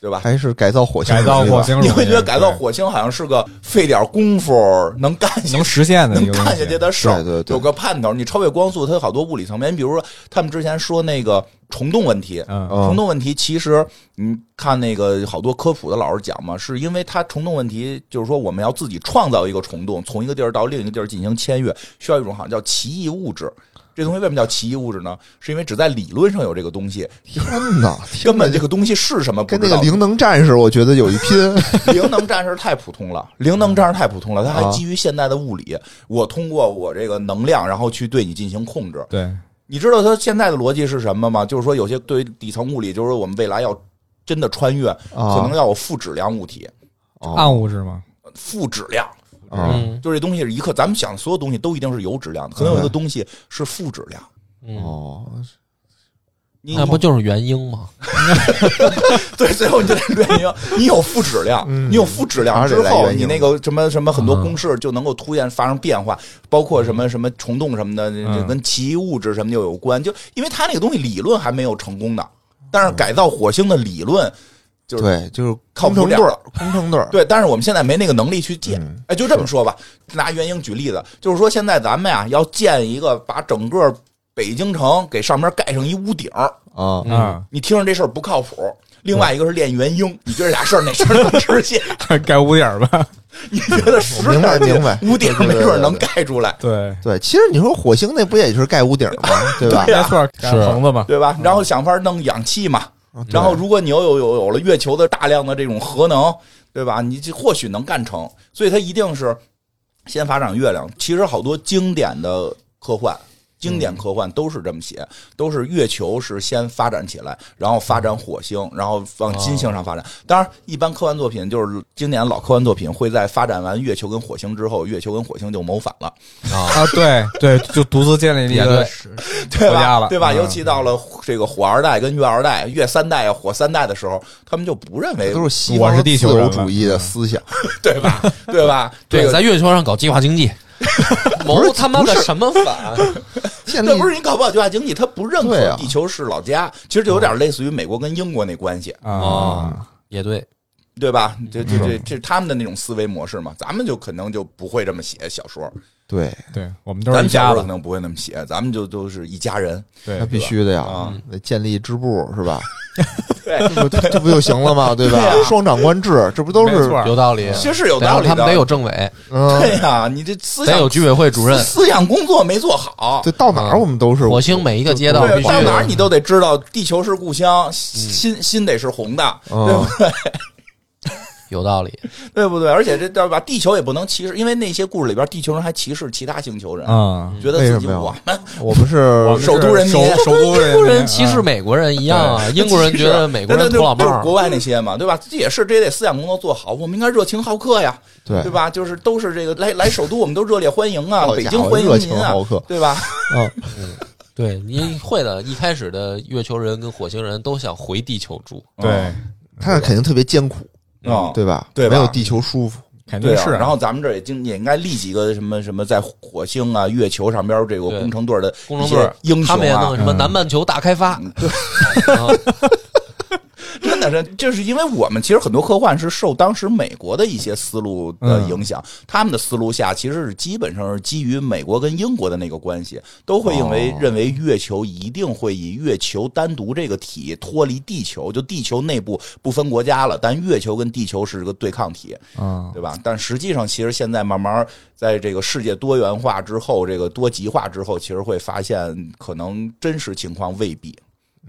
Speaker 2: 对吧？
Speaker 3: 还是改造火星
Speaker 4: 改
Speaker 3: 人，
Speaker 4: 造
Speaker 3: 对吧嗯
Speaker 4: 火星，
Speaker 2: 你会觉得改造火星好像是个费点功夫能干
Speaker 4: 对
Speaker 2: 下
Speaker 4: 能实现的
Speaker 2: 能
Speaker 4: 一个东
Speaker 2: 干下
Speaker 4: 西
Speaker 2: 去，的事儿，
Speaker 3: 对对对
Speaker 2: 有个盼头。你超越光速，它有好多物理层面，你比如说他们之前说那个虫洞问题，
Speaker 4: 嗯，
Speaker 3: 嗯
Speaker 2: 虫洞问题其实，你看那个好多科普的老师讲嘛，是因为它虫洞问题，就是说我们要自己创造一个虫洞，从一个地儿到另一个地儿进行迁越，需要一种好像叫奇异物质。这东西为什么叫奇异物质呢？是因为只在理论上有这个东西，
Speaker 3: 天哪，
Speaker 2: 根本这个东西是什么不
Speaker 3: 跟
Speaker 2: 知
Speaker 3: 那个
Speaker 2: 道。
Speaker 3: 灵能战士，我觉得有一拼。
Speaker 2: 灵能战士太普通了，灵能战士太普通了，它还
Speaker 3: 啊
Speaker 2: 基于现代的物理，我通过我这个能量，然后去对你进行控制。
Speaker 4: 对，
Speaker 2: 你知道它现在的逻辑是什么吗？就是说，有些对于底层物理，就是说我们未来要真的穿越，
Speaker 3: 啊
Speaker 2: 可能要有负质量物体，
Speaker 3: 哦
Speaker 4: 暗物质嘛，
Speaker 2: 负质量。哦
Speaker 3: 啊，
Speaker 1: 嗯
Speaker 2: 就这东西是一克，咱们想所有东西都一定是有质
Speaker 3: 嗯
Speaker 2: 量的，可能有一个东西是负质量。
Speaker 1: 嗯，
Speaker 3: 哦，
Speaker 2: 你
Speaker 3: 啊
Speaker 1: 那不就是元婴吗？
Speaker 2: 对，最后你就得原因，你有负质量，
Speaker 3: 嗯
Speaker 2: 你有负质量
Speaker 3: 还是
Speaker 2: 之
Speaker 3: 得来
Speaker 2: 后，
Speaker 3: 原因
Speaker 2: 你那个什么什么很多公式就能够突然发生变化，
Speaker 3: 嗯
Speaker 2: 包括什么什么虫洞什么的，这
Speaker 4: 嗯
Speaker 2: 跟奇异物质什么就有关。就因为它那个东西理论还没有成功的，但
Speaker 3: 嗯
Speaker 2: 是改造火星的理论就是
Speaker 3: 对，就是
Speaker 2: 靠
Speaker 3: 工
Speaker 2: 谱
Speaker 3: 程
Speaker 2: 点
Speaker 3: 队
Speaker 2: 儿
Speaker 3: 儿，工程队儿，
Speaker 2: 对，但是我们现在没那个能力去建。
Speaker 3: 嗯
Speaker 2: 哎，就这么说吧，拿元婴举例子，就是说现在咱们呀要建一个，把整个北京城给上面盖上一屋顶儿
Speaker 3: 啊，
Speaker 1: 嗯
Speaker 4: 嗯，
Speaker 2: 你听着这事儿不靠谱。另外一个是练元婴，你觉得俩事儿哪事儿能实现？
Speaker 4: 盖屋顶儿吧，
Speaker 2: 你觉得实
Speaker 3: 明白
Speaker 2: 在
Speaker 3: 明白
Speaker 2: 屋顶儿没
Speaker 3: 对对对
Speaker 2: 准儿能
Speaker 3: 对
Speaker 2: 盖出来，
Speaker 4: 对，
Speaker 3: 对，其实你说火星那不也就是盖屋顶 儿吗？对
Speaker 2: 啊
Speaker 3: 吧？
Speaker 4: 没错，盖
Speaker 1: 是
Speaker 4: 棚子嘛，
Speaker 2: 对吧？
Speaker 3: 嗯
Speaker 2: 然后想法弄氧气嘛，然后如果你又有有有了月球的大量的这种核能，对吧？你这或许能干成，所以它一定是先发展月亮。其实好多经典的科幻。经典
Speaker 4: 嗯
Speaker 2: 科幻都是这么写，都是月球是先发展起来，然后发展火星，然后往金星上发展。当然，一般科幻作品就是经典老科幻作品会在发展完月球跟火星之后，月球跟火星就谋反了，
Speaker 1: 啊，
Speaker 4: 啊，对对，就独自建立了一
Speaker 1: 也对
Speaker 4: 个，
Speaker 1: 是
Speaker 2: 对
Speaker 4: 国家
Speaker 2: 吧？
Speaker 4: 了
Speaker 2: 对吧？
Speaker 4: 嗯
Speaker 2: 尤其到了这个火二代跟月二代、月三代啊、火三代的时候，他们就不认为
Speaker 3: 都是西方
Speaker 4: 我
Speaker 3: 的
Speaker 4: 是地
Speaker 3: 自
Speaker 4: 球人
Speaker 3: 由
Speaker 4: 了
Speaker 3: 主义的思想，
Speaker 2: 对吧？对吧？这
Speaker 1: 对，
Speaker 2: 个
Speaker 1: 在月球上搞计划经 济，谋他妈的什么反？
Speaker 3: 建立
Speaker 2: 那不是你搞不好计划经济，他不认
Speaker 3: 对
Speaker 2: 可
Speaker 3: 啊
Speaker 2: 地球是老家，其实就有点类似于美国跟英国那关系，
Speaker 1: 哦
Speaker 4: 啊，
Speaker 1: 也对，
Speaker 2: 对吧？这这这
Speaker 4: 嗯
Speaker 2: 这是他们的那种思维模式嘛，咱们就可能就不会这么写小说，
Speaker 3: 对，
Speaker 1: 哎
Speaker 4: 对我们都
Speaker 2: 咱
Speaker 4: 是一
Speaker 2: 们小
Speaker 4: 家
Speaker 2: 说可
Speaker 4: 子，嗯
Speaker 2: 能不会那么写，咱们就都是一家人，
Speaker 4: 对
Speaker 3: 那，必须的呀嗯
Speaker 2: 啊，
Speaker 3: 得建立支部是吧？
Speaker 2: 对
Speaker 3: 这不这不就行了吗？对吧
Speaker 2: 对？呀
Speaker 3: 双长官制，这不都
Speaker 4: 没
Speaker 3: 是
Speaker 4: 错
Speaker 1: 有道理。
Speaker 2: 其实是有
Speaker 1: 然
Speaker 2: 道
Speaker 1: 后
Speaker 2: 理
Speaker 1: 啊他
Speaker 2: 的。
Speaker 1: 们得有政委，
Speaker 3: 嗯，
Speaker 2: 对啊呀、你这思
Speaker 1: 得
Speaker 2: 想
Speaker 1: 有居委会主任。
Speaker 2: 思想工作没做好，
Speaker 3: 对，到
Speaker 1: 嗯
Speaker 3: 哪儿我们都是
Speaker 1: 火星每一个街道必须
Speaker 2: 对，到哪儿你都得知道地球是故乡，心心得是红的，对
Speaker 3: 嗯
Speaker 2: 吧，
Speaker 1: 有道理，
Speaker 2: 对不对？而且这对吧？地球也不能歧视，因为那些故事里边，地球人还歧视其他星球人，
Speaker 4: 啊，
Speaker 2: 觉得
Speaker 3: 为
Speaker 2: 自
Speaker 3: 什
Speaker 2: 己
Speaker 3: 么呀
Speaker 2: 我们
Speaker 3: 我们
Speaker 4: 我
Speaker 3: 是
Speaker 4: 们是
Speaker 2: 嗯首都人民
Speaker 4: 首首都 人民，啊
Speaker 1: 英国人歧视美国人一样 啊，英国人觉得美国人土老帽
Speaker 2: 对对就是
Speaker 1: 儿
Speaker 2: 国外那些嘛，对吧？这也是，这也得思想工作做好，我们应该热情好客呀，
Speaker 3: 对
Speaker 2: 对吧？就是都是这个来来首都，我们都热烈欢迎啊，
Speaker 3: 好
Speaker 2: 北
Speaker 3: 家
Speaker 2: 京
Speaker 3: 伙
Speaker 2: 欢
Speaker 3: 热
Speaker 2: 迎您
Speaker 3: 情
Speaker 2: 啊
Speaker 3: 好，客，
Speaker 2: 对吧？
Speaker 3: 嗯，
Speaker 1: 对你会的，一开始的月球人跟火星人都想回地球住，
Speaker 4: 对，
Speaker 3: 他那肯定特别艰苦，
Speaker 2: 啊，
Speaker 3: 嗯对吧？
Speaker 2: 对吧
Speaker 3: 没有地球舒服，
Speaker 4: 肯
Speaker 2: 对
Speaker 4: 定
Speaker 2: 啊
Speaker 4: 是。
Speaker 2: 然后咱们这儿也经也应该立几个什么什么在火星啊、月球上边这个
Speaker 1: 对
Speaker 2: 工程队儿的
Speaker 1: 工程队儿
Speaker 2: 一些英
Speaker 1: 他
Speaker 2: 雄
Speaker 1: 们也弄
Speaker 2: 啊。
Speaker 1: 什么
Speaker 4: 嗯
Speaker 1: 南半球大开发，
Speaker 2: 嗯对，
Speaker 1: 啊
Speaker 2: 真的是，就是因为我们其实很多科幻是受当时美国的一些思路的影响，他们的思路下其实是基本上是基于美国跟英国的那个关系，都会因为
Speaker 3: 哦
Speaker 2: 认为月球一定会以月球单独这个体脱离地球，就地球内部不分国家了，但月球跟地球是个对抗体，
Speaker 4: 嗯，
Speaker 2: 对吧？但实际上，其实现在慢慢在这个世界多元化之后，这个多极化之后，其实会发现，可能真实情况未必。
Speaker 1: 嗯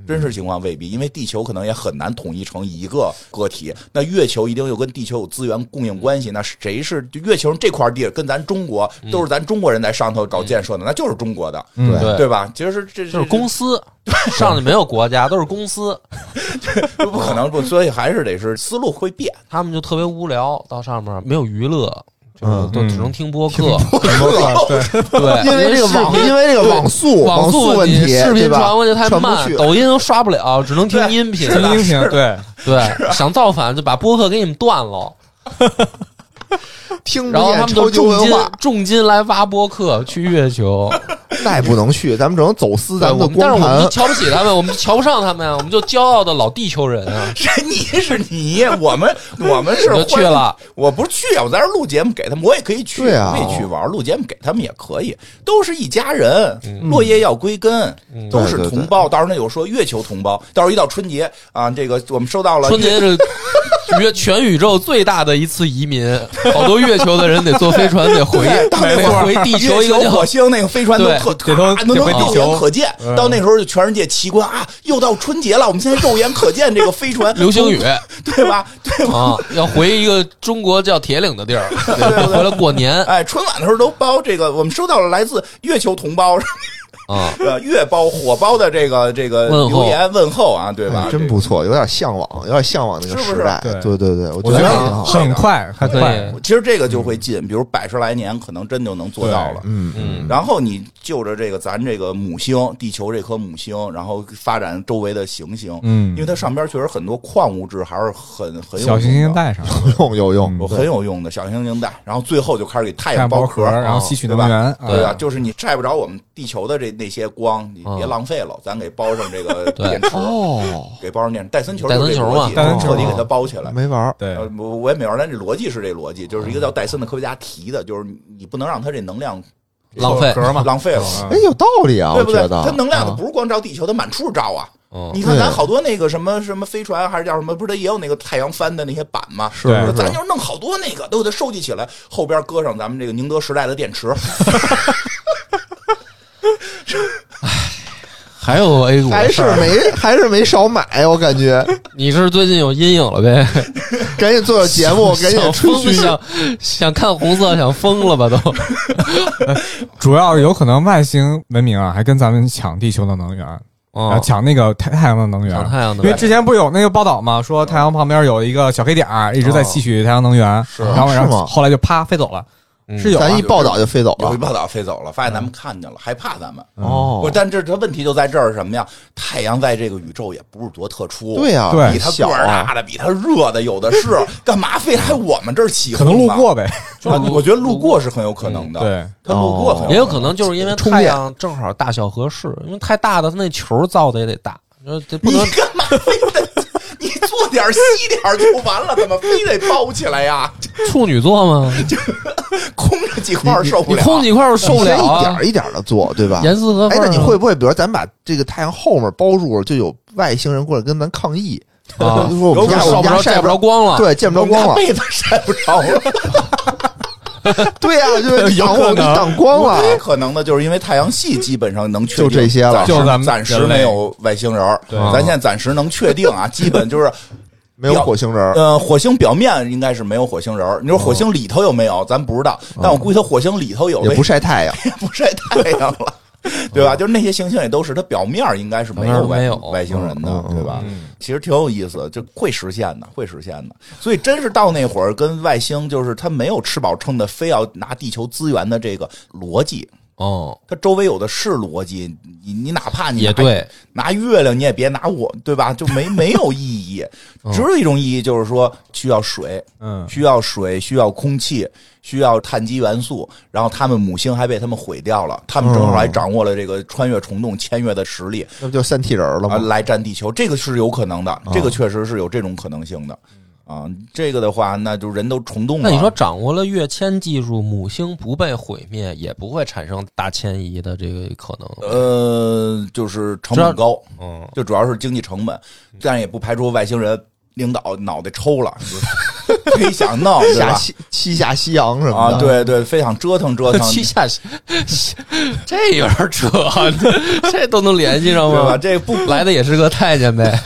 Speaker 2: 真实情况未必，因为地球可能也很难统一成一个个体。那月球一定又跟地球有资源供应关系，那谁是就月球上这块地儿跟咱中国
Speaker 1: 嗯
Speaker 2: 都是咱中国人在上头搞建设的，那就是中国的，
Speaker 4: 嗯
Speaker 3: 对
Speaker 2: 对吧？其实这
Speaker 1: 就是公
Speaker 2: 司
Speaker 1: 司上去没有国家，都是公司，
Speaker 2: 不可能不，所以还是得是思路会变。
Speaker 1: 他们就特别无聊，到上面没有娱乐，就是
Speaker 3: 嗯
Speaker 1: 都只能听播客，
Speaker 4: 对，
Speaker 1: 对，
Speaker 3: 因为这个
Speaker 1: 视
Speaker 3: 网，
Speaker 1: 频
Speaker 3: 因为这个网速
Speaker 1: 网
Speaker 3: 速
Speaker 1: 问
Speaker 3: 问题，
Speaker 1: 视频
Speaker 3: 对吧
Speaker 1: 传过去太
Speaker 3: 传不
Speaker 1: 慢，
Speaker 3: 去
Speaker 1: 抖音都刷不了，只能听
Speaker 2: 对
Speaker 1: 音频。
Speaker 4: 听音频，对，
Speaker 3: 啊
Speaker 1: 对，想造反就把播客给你们断了，
Speaker 3: 听不
Speaker 1: 然后他们
Speaker 3: 见
Speaker 1: 就
Speaker 3: 嗯超级
Speaker 1: 重
Speaker 3: 文
Speaker 1: 金
Speaker 3: 化，
Speaker 1: 重金来挖播客去月球。
Speaker 3: 那也不能去，咱们只能走私咱
Speaker 1: 对
Speaker 3: 们的
Speaker 1: 我们，但是
Speaker 3: 光
Speaker 1: 我们就
Speaker 3: 盘。
Speaker 1: 瞧不起他们，我们就瞧不上他们呀，我们就骄傲的老地球人 啊，
Speaker 2: 是 你是你，我们我们是
Speaker 1: 我就去
Speaker 2: 欢迎
Speaker 1: 了。
Speaker 2: 我不是去啊，我在这儿录节目给他们，我也可以去，
Speaker 3: 对啊
Speaker 2: 我也去玩，录节目给他们也可以，都是一家人，
Speaker 1: 嗯
Speaker 2: 落叶要归根，都是同胞。到时候那有说月球同胞，到时候一到春节啊，这个我们收到了
Speaker 1: 春节是全 全宇宙最大的一次移民，好多月球的人得坐飞船得 回
Speaker 2: 对到那
Speaker 1: 得
Speaker 2: 会儿
Speaker 1: 回地球
Speaker 2: 月
Speaker 1: 一个
Speaker 2: 球、
Speaker 1: 叫
Speaker 2: 火星那个飞船都特
Speaker 4: 对这都
Speaker 2: 啊都
Speaker 4: 得
Speaker 2: 能
Speaker 4: 回地
Speaker 2: 肉
Speaker 4: 球
Speaker 2: 眼可见。
Speaker 4: 嗯
Speaker 2: 到那时候就全世界奇观啊，又到春节了，我们现在肉眼可见这个飞船
Speaker 1: 流星雨
Speaker 2: 对吧？对吧？
Speaker 1: 啊，要回一个中国叫铁岭的 地儿，
Speaker 2: 对
Speaker 1: 回来过年
Speaker 2: 哎，春晚的时候都包这个，我们收到了来自月球同胞。
Speaker 1: 啊。
Speaker 2: 呃，月包火包的这个这个
Speaker 1: 问候
Speaker 2: 留言问候啊，对吧？
Speaker 3: 哎真不错，有点向往，有点向往那个时代。
Speaker 4: 是不是
Speaker 3: 对对对，我
Speaker 4: 我
Speaker 3: 觉
Speaker 4: 觉得
Speaker 3: 得挺好。
Speaker 4: 很快，很快
Speaker 1: 对，
Speaker 2: 这个。其实这个就会进，比如百十来年，可能真就能做到了。
Speaker 3: 嗯
Speaker 1: 嗯
Speaker 2: 然后你就着这个咱这个母星，地球这颗母星，然后发展周围的行星，
Speaker 4: 嗯
Speaker 2: 因为它上边确实很多矿物质还是很很有
Speaker 4: 小行
Speaker 2: 用
Speaker 4: 星
Speaker 2: 的，
Speaker 4: 带上
Speaker 3: 有用有
Speaker 2: 我
Speaker 3: 用，
Speaker 2: 很有用的小行星带。然后最后就开始给太
Speaker 4: 太
Speaker 2: 阳
Speaker 4: 阳
Speaker 2: 剥
Speaker 4: 包
Speaker 2: 壳，
Speaker 4: 然后
Speaker 1: 啊
Speaker 4: 吸取
Speaker 2: 对
Speaker 4: 能
Speaker 2: 吧
Speaker 4: 源，
Speaker 2: 对啊，
Speaker 4: 啊
Speaker 2: 就是你晒不着我们地球的这那些光，你别
Speaker 1: 嗯
Speaker 2: 浪费了，咱给包上这 个
Speaker 1: 对
Speaker 2: 电池，
Speaker 3: 哦，
Speaker 2: 给包上电池，戴森球
Speaker 1: 戴
Speaker 2: 就
Speaker 1: 森
Speaker 2: 是这
Speaker 1: 球
Speaker 2: 逻
Speaker 1: 嘛
Speaker 2: 辑，
Speaker 4: 戴森球
Speaker 2: 彻底给
Speaker 4: 啊
Speaker 2: 它包起来。
Speaker 3: 没玩儿。
Speaker 4: 对
Speaker 2: 呃，我我也没玩，但这逻辑是这逻辑，就是一个叫戴森的科学家提的，就是你不能让他这能量
Speaker 1: 浪费
Speaker 4: 壳 嘛，嗯
Speaker 2: 浪费了，
Speaker 3: 哎，有道理啊，
Speaker 2: 对不对？
Speaker 3: 我觉得
Speaker 2: 它能量它
Speaker 3: 啊
Speaker 2: 不是光照地球，它满处照啊。
Speaker 1: 嗯，
Speaker 2: 你看
Speaker 3: 对
Speaker 2: 咱好多那个什么什么飞船还是叫什么，不是它也有那个太阳帆的那些板吗？
Speaker 3: 是
Speaker 4: 对
Speaker 3: 是
Speaker 2: 咱
Speaker 3: 是
Speaker 2: 就是弄好多那个，都给它收集起来，后边搁上咱们这个宁
Speaker 3: 啊
Speaker 2: 德时代的电池。
Speaker 1: 还有 A 股的
Speaker 3: 还
Speaker 1: 事
Speaker 3: 是
Speaker 1: 儿，
Speaker 3: 没还是没少买，我感觉。
Speaker 1: 你是最近有阴影了呗？
Speaker 3: 赶紧做做节目，赶紧
Speaker 1: 想
Speaker 3: 吹
Speaker 1: 疯，
Speaker 3: 嘘。
Speaker 1: 想想看红色，想疯了吧都？
Speaker 4: 主要有可能外星文明啊，还跟咱们抢地球的能源，然后
Speaker 1: 哦，
Speaker 4: 啊抢那个太太阳的能源
Speaker 1: 抢。太阳
Speaker 4: 因
Speaker 1: 能
Speaker 4: 为之前不有那个报道嘛，说太阳旁边有一个小黑点儿，啊一直在吸取太阳能源，
Speaker 1: 是
Speaker 2: 啊
Speaker 4: 然后
Speaker 3: 是
Speaker 4: 然
Speaker 3: 吗
Speaker 4: 后后来就啪飞走了，
Speaker 1: 嗯
Speaker 4: 是有啊
Speaker 3: 咱一报道就飞走
Speaker 2: 有一
Speaker 3: 了。
Speaker 2: 报道飞走了，发现咱们看见了，害怕咱们。不
Speaker 3: 哦
Speaker 2: 是，，但这这问题就在这儿，什么呀？太阳在这个宇宙也不是多特殊，
Speaker 3: 对呀，
Speaker 4: 对
Speaker 2: 比它个
Speaker 3: 小
Speaker 2: 儿
Speaker 3: 啊，
Speaker 2: 大的，比它热的有的 是，干嘛非来我们这儿起
Speaker 4: 可
Speaker 2: 哄呢？
Speaker 4: 能路过呗。
Speaker 2: 啊，我觉得路过是很有可能的。
Speaker 4: 对，
Speaker 2: 他路过很
Speaker 3: 哦
Speaker 1: 也有可能就是因为
Speaker 3: 充
Speaker 1: 太
Speaker 3: 电
Speaker 1: 阳正好大小合适，因为太大的它那球造的也得大，呃，这不
Speaker 2: 你
Speaker 1: 能
Speaker 2: 干嘛非得你做点儿吸点儿就完了？怎么非得包起来呀？
Speaker 1: 处女座吗？
Speaker 2: 空着几块儿受不
Speaker 1: 你
Speaker 2: 了。
Speaker 1: 空几块儿受不了
Speaker 3: 一
Speaker 1: 啊
Speaker 3: 点，一点的做，对吧？
Speaker 1: 严丝合
Speaker 3: 哎，
Speaker 1: 缝啊。
Speaker 3: 那你会不会，比如咱把这个太阳后面包住了，就有外星人过来跟咱抗议？
Speaker 1: 啊
Speaker 3: 就说我们家
Speaker 1: 烧
Speaker 3: 我
Speaker 1: 不
Speaker 3: 们家
Speaker 1: 着，
Speaker 3: 晒
Speaker 1: 晒不着，光了？
Speaker 3: 对，见不着光
Speaker 2: 我
Speaker 3: 了
Speaker 2: 们家。被子晒不着了，
Speaker 3: 对呀，就是
Speaker 4: 有
Speaker 3: 挡
Speaker 4: 可
Speaker 3: 我，
Speaker 4: 能
Speaker 3: 给挡光了。
Speaker 2: 唯一可能的就是因为太阳系基本上能确定，
Speaker 3: 啊嗯就这些了
Speaker 2: 暂时
Speaker 4: 就咱们
Speaker 2: 暂时
Speaker 4: 人类
Speaker 2: 没有外星人儿，
Speaker 4: 对嗯
Speaker 2: 咱现在暂时能确定啊，基本 就是
Speaker 3: 没有火星人儿，
Speaker 2: 呃，火星表面应该是没有火星人儿。你说
Speaker 4: 哦
Speaker 2: 火星里头有没有？咱不知道，但我估计它火星里头有，
Speaker 3: 也不
Speaker 2: 为
Speaker 3: 晒太阳。
Speaker 2: 什么不晒太阳 了，对
Speaker 4: 嗯
Speaker 2: 吧？就是那些行星也都是，它表面应该是没有
Speaker 1: 表面没
Speaker 2: 外
Speaker 1: 有
Speaker 2: 外星人的
Speaker 3: 嗯，嗯
Speaker 2: 对吧？其实挺有意思，就会实现的，会实现的。所以真是到那会儿，跟外星就是他没有吃饱撑的，非要拿地球资源的这个逻辑，
Speaker 1: 哦，
Speaker 2: 它周围有的是逻辑，你你哪怕你
Speaker 1: 也
Speaker 2: 拿
Speaker 1: 对，
Speaker 2: 拿月亮，你也别拿我，对吧？就没 没有意义，
Speaker 1: 嗯
Speaker 2: 只有一种意义，就是说需要水，
Speaker 4: 嗯，
Speaker 2: 需要水，需要空气，需要碳基元素。然后他们母星还被他们毁掉了，他们正好还
Speaker 1: 嗯
Speaker 2: 掌握了这个穿越虫洞、签约的实力
Speaker 3: 那不就三体人儿了
Speaker 2: 啊，
Speaker 3: 吗？
Speaker 2: 来占地球，这个是有可能的，
Speaker 1: 嗯
Speaker 2: 这个确实是有这种可能性的。啊，这个的话，那就人都虫洞了。
Speaker 1: 那你说掌握了跃迁技术，母星不被毁灭，也不会产生大迁移的这个可能。
Speaker 2: 呃，就是成
Speaker 1: 这样
Speaker 2: 本高，
Speaker 1: 嗯，
Speaker 2: 就主要是经济成本，但也不排除外星人领导脑袋抽了，就是 非想闹，对
Speaker 3: 下
Speaker 2: 吧？
Speaker 3: 西西下西洋什么
Speaker 2: 啊，
Speaker 3: 的，
Speaker 2: 对对，非想折 腾折腾，
Speaker 1: 七下西这有点扯，啊这都能联系上
Speaker 2: 对吧？
Speaker 1: 吗？
Speaker 2: 这不
Speaker 1: 来的也是个太监呗，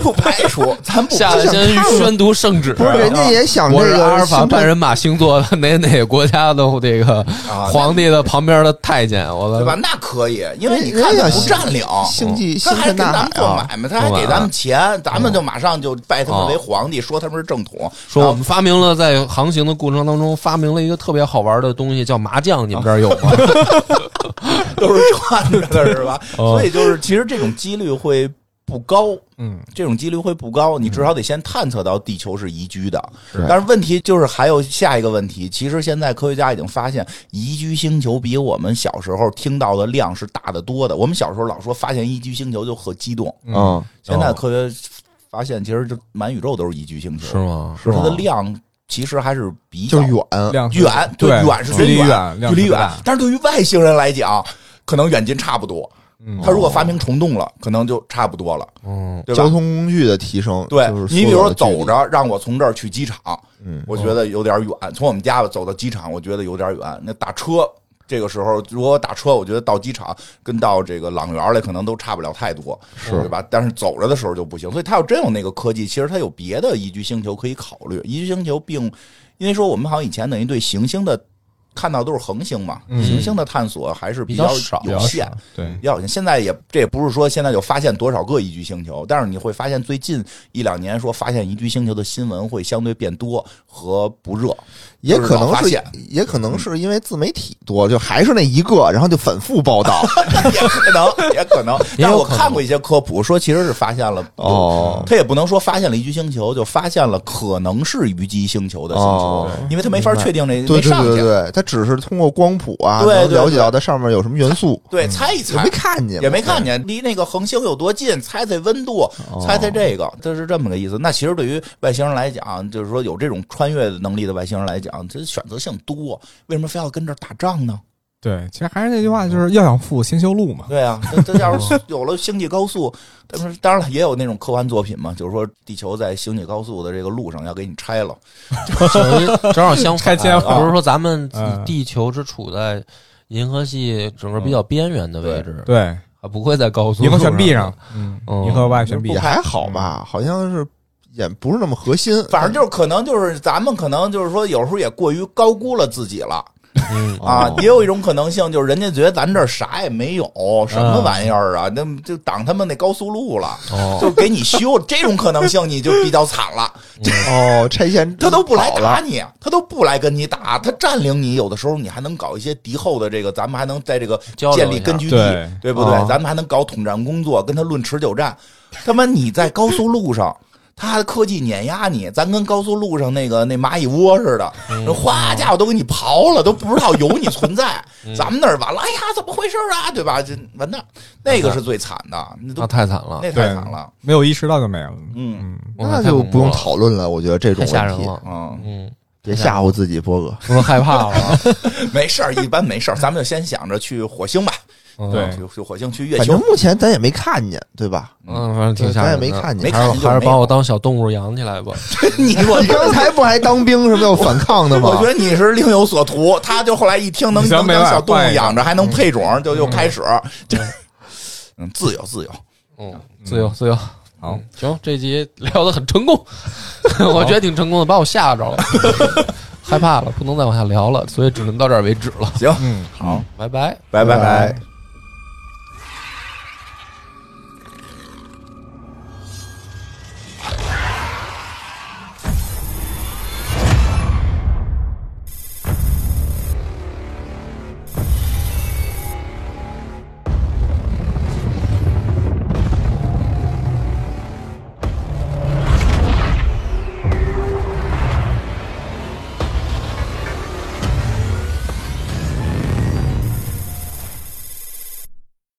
Speaker 2: 不排除，咱不
Speaker 1: 下来先宣读圣旨。
Speaker 3: 啊不是人家也想这
Speaker 1: 我是
Speaker 3: 个
Speaker 1: 阿尔法
Speaker 3: 星
Speaker 1: 半
Speaker 3: 辰
Speaker 1: 人马星座的哪哪个国家的这个
Speaker 2: 啊
Speaker 1: 皇帝的旁边的太监，我
Speaker 2: 对吧？
Speaker 1: 的
Speaker 2: 那可以，因为你
Speaker 3: 人
Speaker 2: 看
Speaker 3: 人
Speaker 2: 他
Speaker 3: 家
Speaker 2: 不占领，
Speaker 3: 星际
Speaker 2: 他
Speaker 3: 星
Speaker 2: 还
Speaker 3: 辰
Speaker 2: 跟
Speaker 3: 大
Speaker 2: 咱
Speaker 3: 海
Speaker 2: 们做
Speaker 3: 啊，
Speaker 2: 买卖，他还给咱们钱，咱们就马上就拜他们为
Speaker 1: 哦
Speaker 2: 皇帝，说他们是正统，
Speaker 1: 说我们发明了在航行的过程当中发明了一个特别好玩的东西，叫麻将，你们这儿有吗？
Speaker 2: 都是串着的，是吧？
Speaker 1: 哦
Speaker 2: 所以就是，其实这种几率会不高，
Speaker 4: 嗯，
Speaker 2: 这种几率会不高，你至少得先探测到地球是宜居的。
Speaker 3: 是
Speaker 2: 但是问题就是还有下一个问题，其实现在科学家已经发现，宜居星球比我们小时候听到的量是大得多的。我们小时候老说发现宜居星球就很激动，
Speaker 3: 嗯，
Speaker 2: 现在科学发现其实就满宇宙都是宜居星球，
Speaker 1: 是吗？
Speaker 2: 它
Speaker 3: 吗
Speaker 2: 的量其实还是比较
Speaker 3: 就是远，
Speaker 4: 量特别大
Speaker 2: 远，对远是
Speaker 4: 距
Speaker 2: 真
Speaker 4: 离
Speaker 2: 远，距离
Speaker 4: 量特别
Speaker 2: 远
Speaker 4: 大。
Speaker 2: 但是对于外星人来讲，可能远近差不多。
Speaker 4: 嗯
Speaker 2: 他如果发明虫洞了，可能就差不多了，
Speaker 1: 嗯，
Speaker 2: 对吧
Speaker 3: 交？通工具的提升，
Speaker 2: 对
Speaker 3: 就是，
Speaker 2: 你比如
Speaker 3: 说
Speaker 2: 说走，着让我从这儿去机场，
Speaker 3: 嗯，
Speaker 2: 我觉得有点远。从我们家走到机场，我觉得有点远。那打车，这个时候如果打车，我觉得到机场跟到这个朗园来可能都差不了太多，
Speaker 3: 是
Speaker 2: 对吧？但是走着的时候就不行。所以它要真有那个科技，其实它有别的宜居星球可以考虑。宜居星球并因为说我们好像以前等于对行星的看到都是恒星嘛，
Speaker 3: 嗯
Speaker 2: 行星的探索还是比
Speaker 1: 比较少
Speaker 2: 有限。
Speaker 4: 对，
Speaker 2: 要现在也这也不是说现在就发现多少个宜居星球，但是你会发现最近一两年说发现宜居星球的新闻会相对变多和不热，
Speaker 3: 也
Speaker 2: 就
Speaker 3: 可
Speaker 2: 是老
Speaker 3: 能
Speaker 2: 发
Speaker 3: 是
Speaker 2: 现，
Speaker 3: 也可能是因为自媒体多，就还是那一个，然后就反复 报道，
Speaker 2: 也可能也可能。
Speaker 1: 也有可能
Speaker 2: 但是我看过一些科普说其实是发现了，
Speaker 3: 哦
Speaker 2: 他也不能说发现了宜居星球，就发现了可能是虞姬星球的星球
Speaker 3: 哦，
Speaker 2: 因为他没法
Speaker 3: 明白
Speaker 2: 确定这
Speaker 3: 对
Speaker 2: 没
Speaker 3: 对
Speaker 2: 上
Speaker 3: 对
Speaker 2: 去，
Speaker 3: 对，他只是通过光谱啊，
Speaker 2: 对
Speaker 3: 能
Speaker 2: 对
Speaker 3: 了解
Speaker 2: 对
Speaker 3: 到它上面有什么元素，
Speaker 2: 对，猜一
Speaker 3: 也
Speaker 2: 猜
Speaker 3: 嗯没。看见，
Speaker 2: 也没看见哦离那个恒星有多近，猜猜温度，猜猜这个，它是这么个意思。那其实对于外星人来讲，就是说有这种穿越能力的外星人来讲，这选择性多，为什么非要跟这儿打仗呢？
Speaker 4: 对，其实还是那句话，就是要想富，先修路嘛。
Speaker 2: 对啊，这这要是有了星际高速，但是当然了，也有那种科幻作品嘛，就是说地球在星际高速的这个路上要给你拆了，
Speaker 1: 正好相
Speaker 4: 拆
Speaker 1: 反，
Speaker 4: 迁
Speaker 1: 不是说咱们
Speaker 4: 嗯
Speaker 1: 地球是处在银河系整个比较边缘的位置，
Speaker 4: 对，
Speaker 1: 啊，不会在高速
Speaker 4: 嗯银河悬臂
Speaker 1: 上
Speaker 4: 上，，嗯，银河外悬臂
Speaker 3: 不
Speaker 4: 上，嗯
Speaker 3: 还好吧？好像是也不是那么核心，
Speaker 2: 反正就是可能就是咱们可能就是说有时候也过于高估了自己了
Speaker 1: 嗯
Speaker 2: 啊
Speaker 3: 哦，
Speaker 2: 也有一种可能性就是人家觉得咱这儿啥也没有，什么玩意儿啊，那就挡他们那高速路了，
Speaker 1: 哦，
Speaker 2: 就给你 修这种可能性你就比较惨了，
Speaker 3: 哦，拆迁
Speaker 2: 他都不来
Speaker 3: 好
Speaker 2: 打
Speaker 3: 了，
Speaker 2: 你，啊他都不来跟你打，他占领你，有的时候你还能搞一些敌后的这个，咱们还能在这个
Speaker 1: 交流
Speaker 2: 建
Speaker 1: 一下
Speaker 2: 立根据地，
Speaker 4: 对
Speaker 2: 不对？
Speaker 3: 哦
Speaker 2: 咱们还能搞统战工作，跟他论持久战。他妈你在高速路上。他的科技碾压你，咱跟高速路上那个那蚂蚁窝似的，
Speaker 1: 嗯
Speaker 2: 哗家伙都给你刨了，都不知道有你存在。
Speaker 1: 嗯
Speaker 2: 咱们那儿完了，哎呀，怎么回事啊？对吧？这完蛋，那个是最惨的，那都
Speaker 1: 那太惨了，
Speaker 2: 那
Speaker 4: 对
Speaker 2: 太惨了。
Speaker 4: 没有意识到就没了。
Speaker 2: 嗯
Speaker 1: 我靠
Speaker 3: 那就不用，
Speaker 1: 太恐
Speaker 3: 讨论了。我觉得这
Speaker 1: 怖了太
Speaker 3: 种
Speaker 1: 吓
Speaker 3: 问
Speaker 1: 人
Speaker 3: 题，
Speaker 1: 了，
Speaker 2: 嗯，
Speaker 1: 嗯，
Speaker 3: 别吓唬自己，波哥。
Speaker 1: 我都害怕了，
Speaker 2: 没事儿，一般没事儿，咱们就先想着去火星吧，
Speaker 1: 嗯
Speaker 4: 对
Speaker 2: 去去火星去月
Speaker 3: 反
Speaker 2: 球
Speaker 3: 正，目前咱也没看见，对吧？
Speaker 1: 嗯，反正挺
Speaker 3: 对
Speaker 1: 吓
Speaker 3: 咱也
Speaker 1: 人的，
Speaker 3: 没看见
Speaker 2: 没。
Speaker 1: 还
Speaker 2: 看
Speaker 1: 是
Speaker 2: 见就
Speaker 1: 还是
Speaker 2: 没
Speaker 1: 把
Speaker 2: 有
Speaker 1: 我当小动物养起来吧，
Speaker 2: 你我
Speaker 3: 你 刚才不还当兵什么要反抗的吗？
Speaker 2: 我觉得你是另有所图。他就后来一听能
Speaker 4: 你行
Speaker 2: 能
Speaker 4: 没
Speaker 2: 当
Speaker 4: 办法
Speaker 2: 小动
Speaker 4: 换
Speaker 2: 物
Speaker 4: 一个
Speaker 2: 养着，还能配种，就又开始就 嗯自由自由。
Speaker 1: 嗯，自由自由。
Speaker 4: 好，
Speaker 1: 行，这集聊得很成功， 我觉得挺成功的，把我吓 着了，害怕了，不能再往下聊了，所以只能到这儿为止了。
Speaker 2: 行，
Speaker 4: 嗯，
Speaker 2: 好，
Speaker 1: 拜拜。
Speaker 2: 拜
Speaker 3: 拜拜。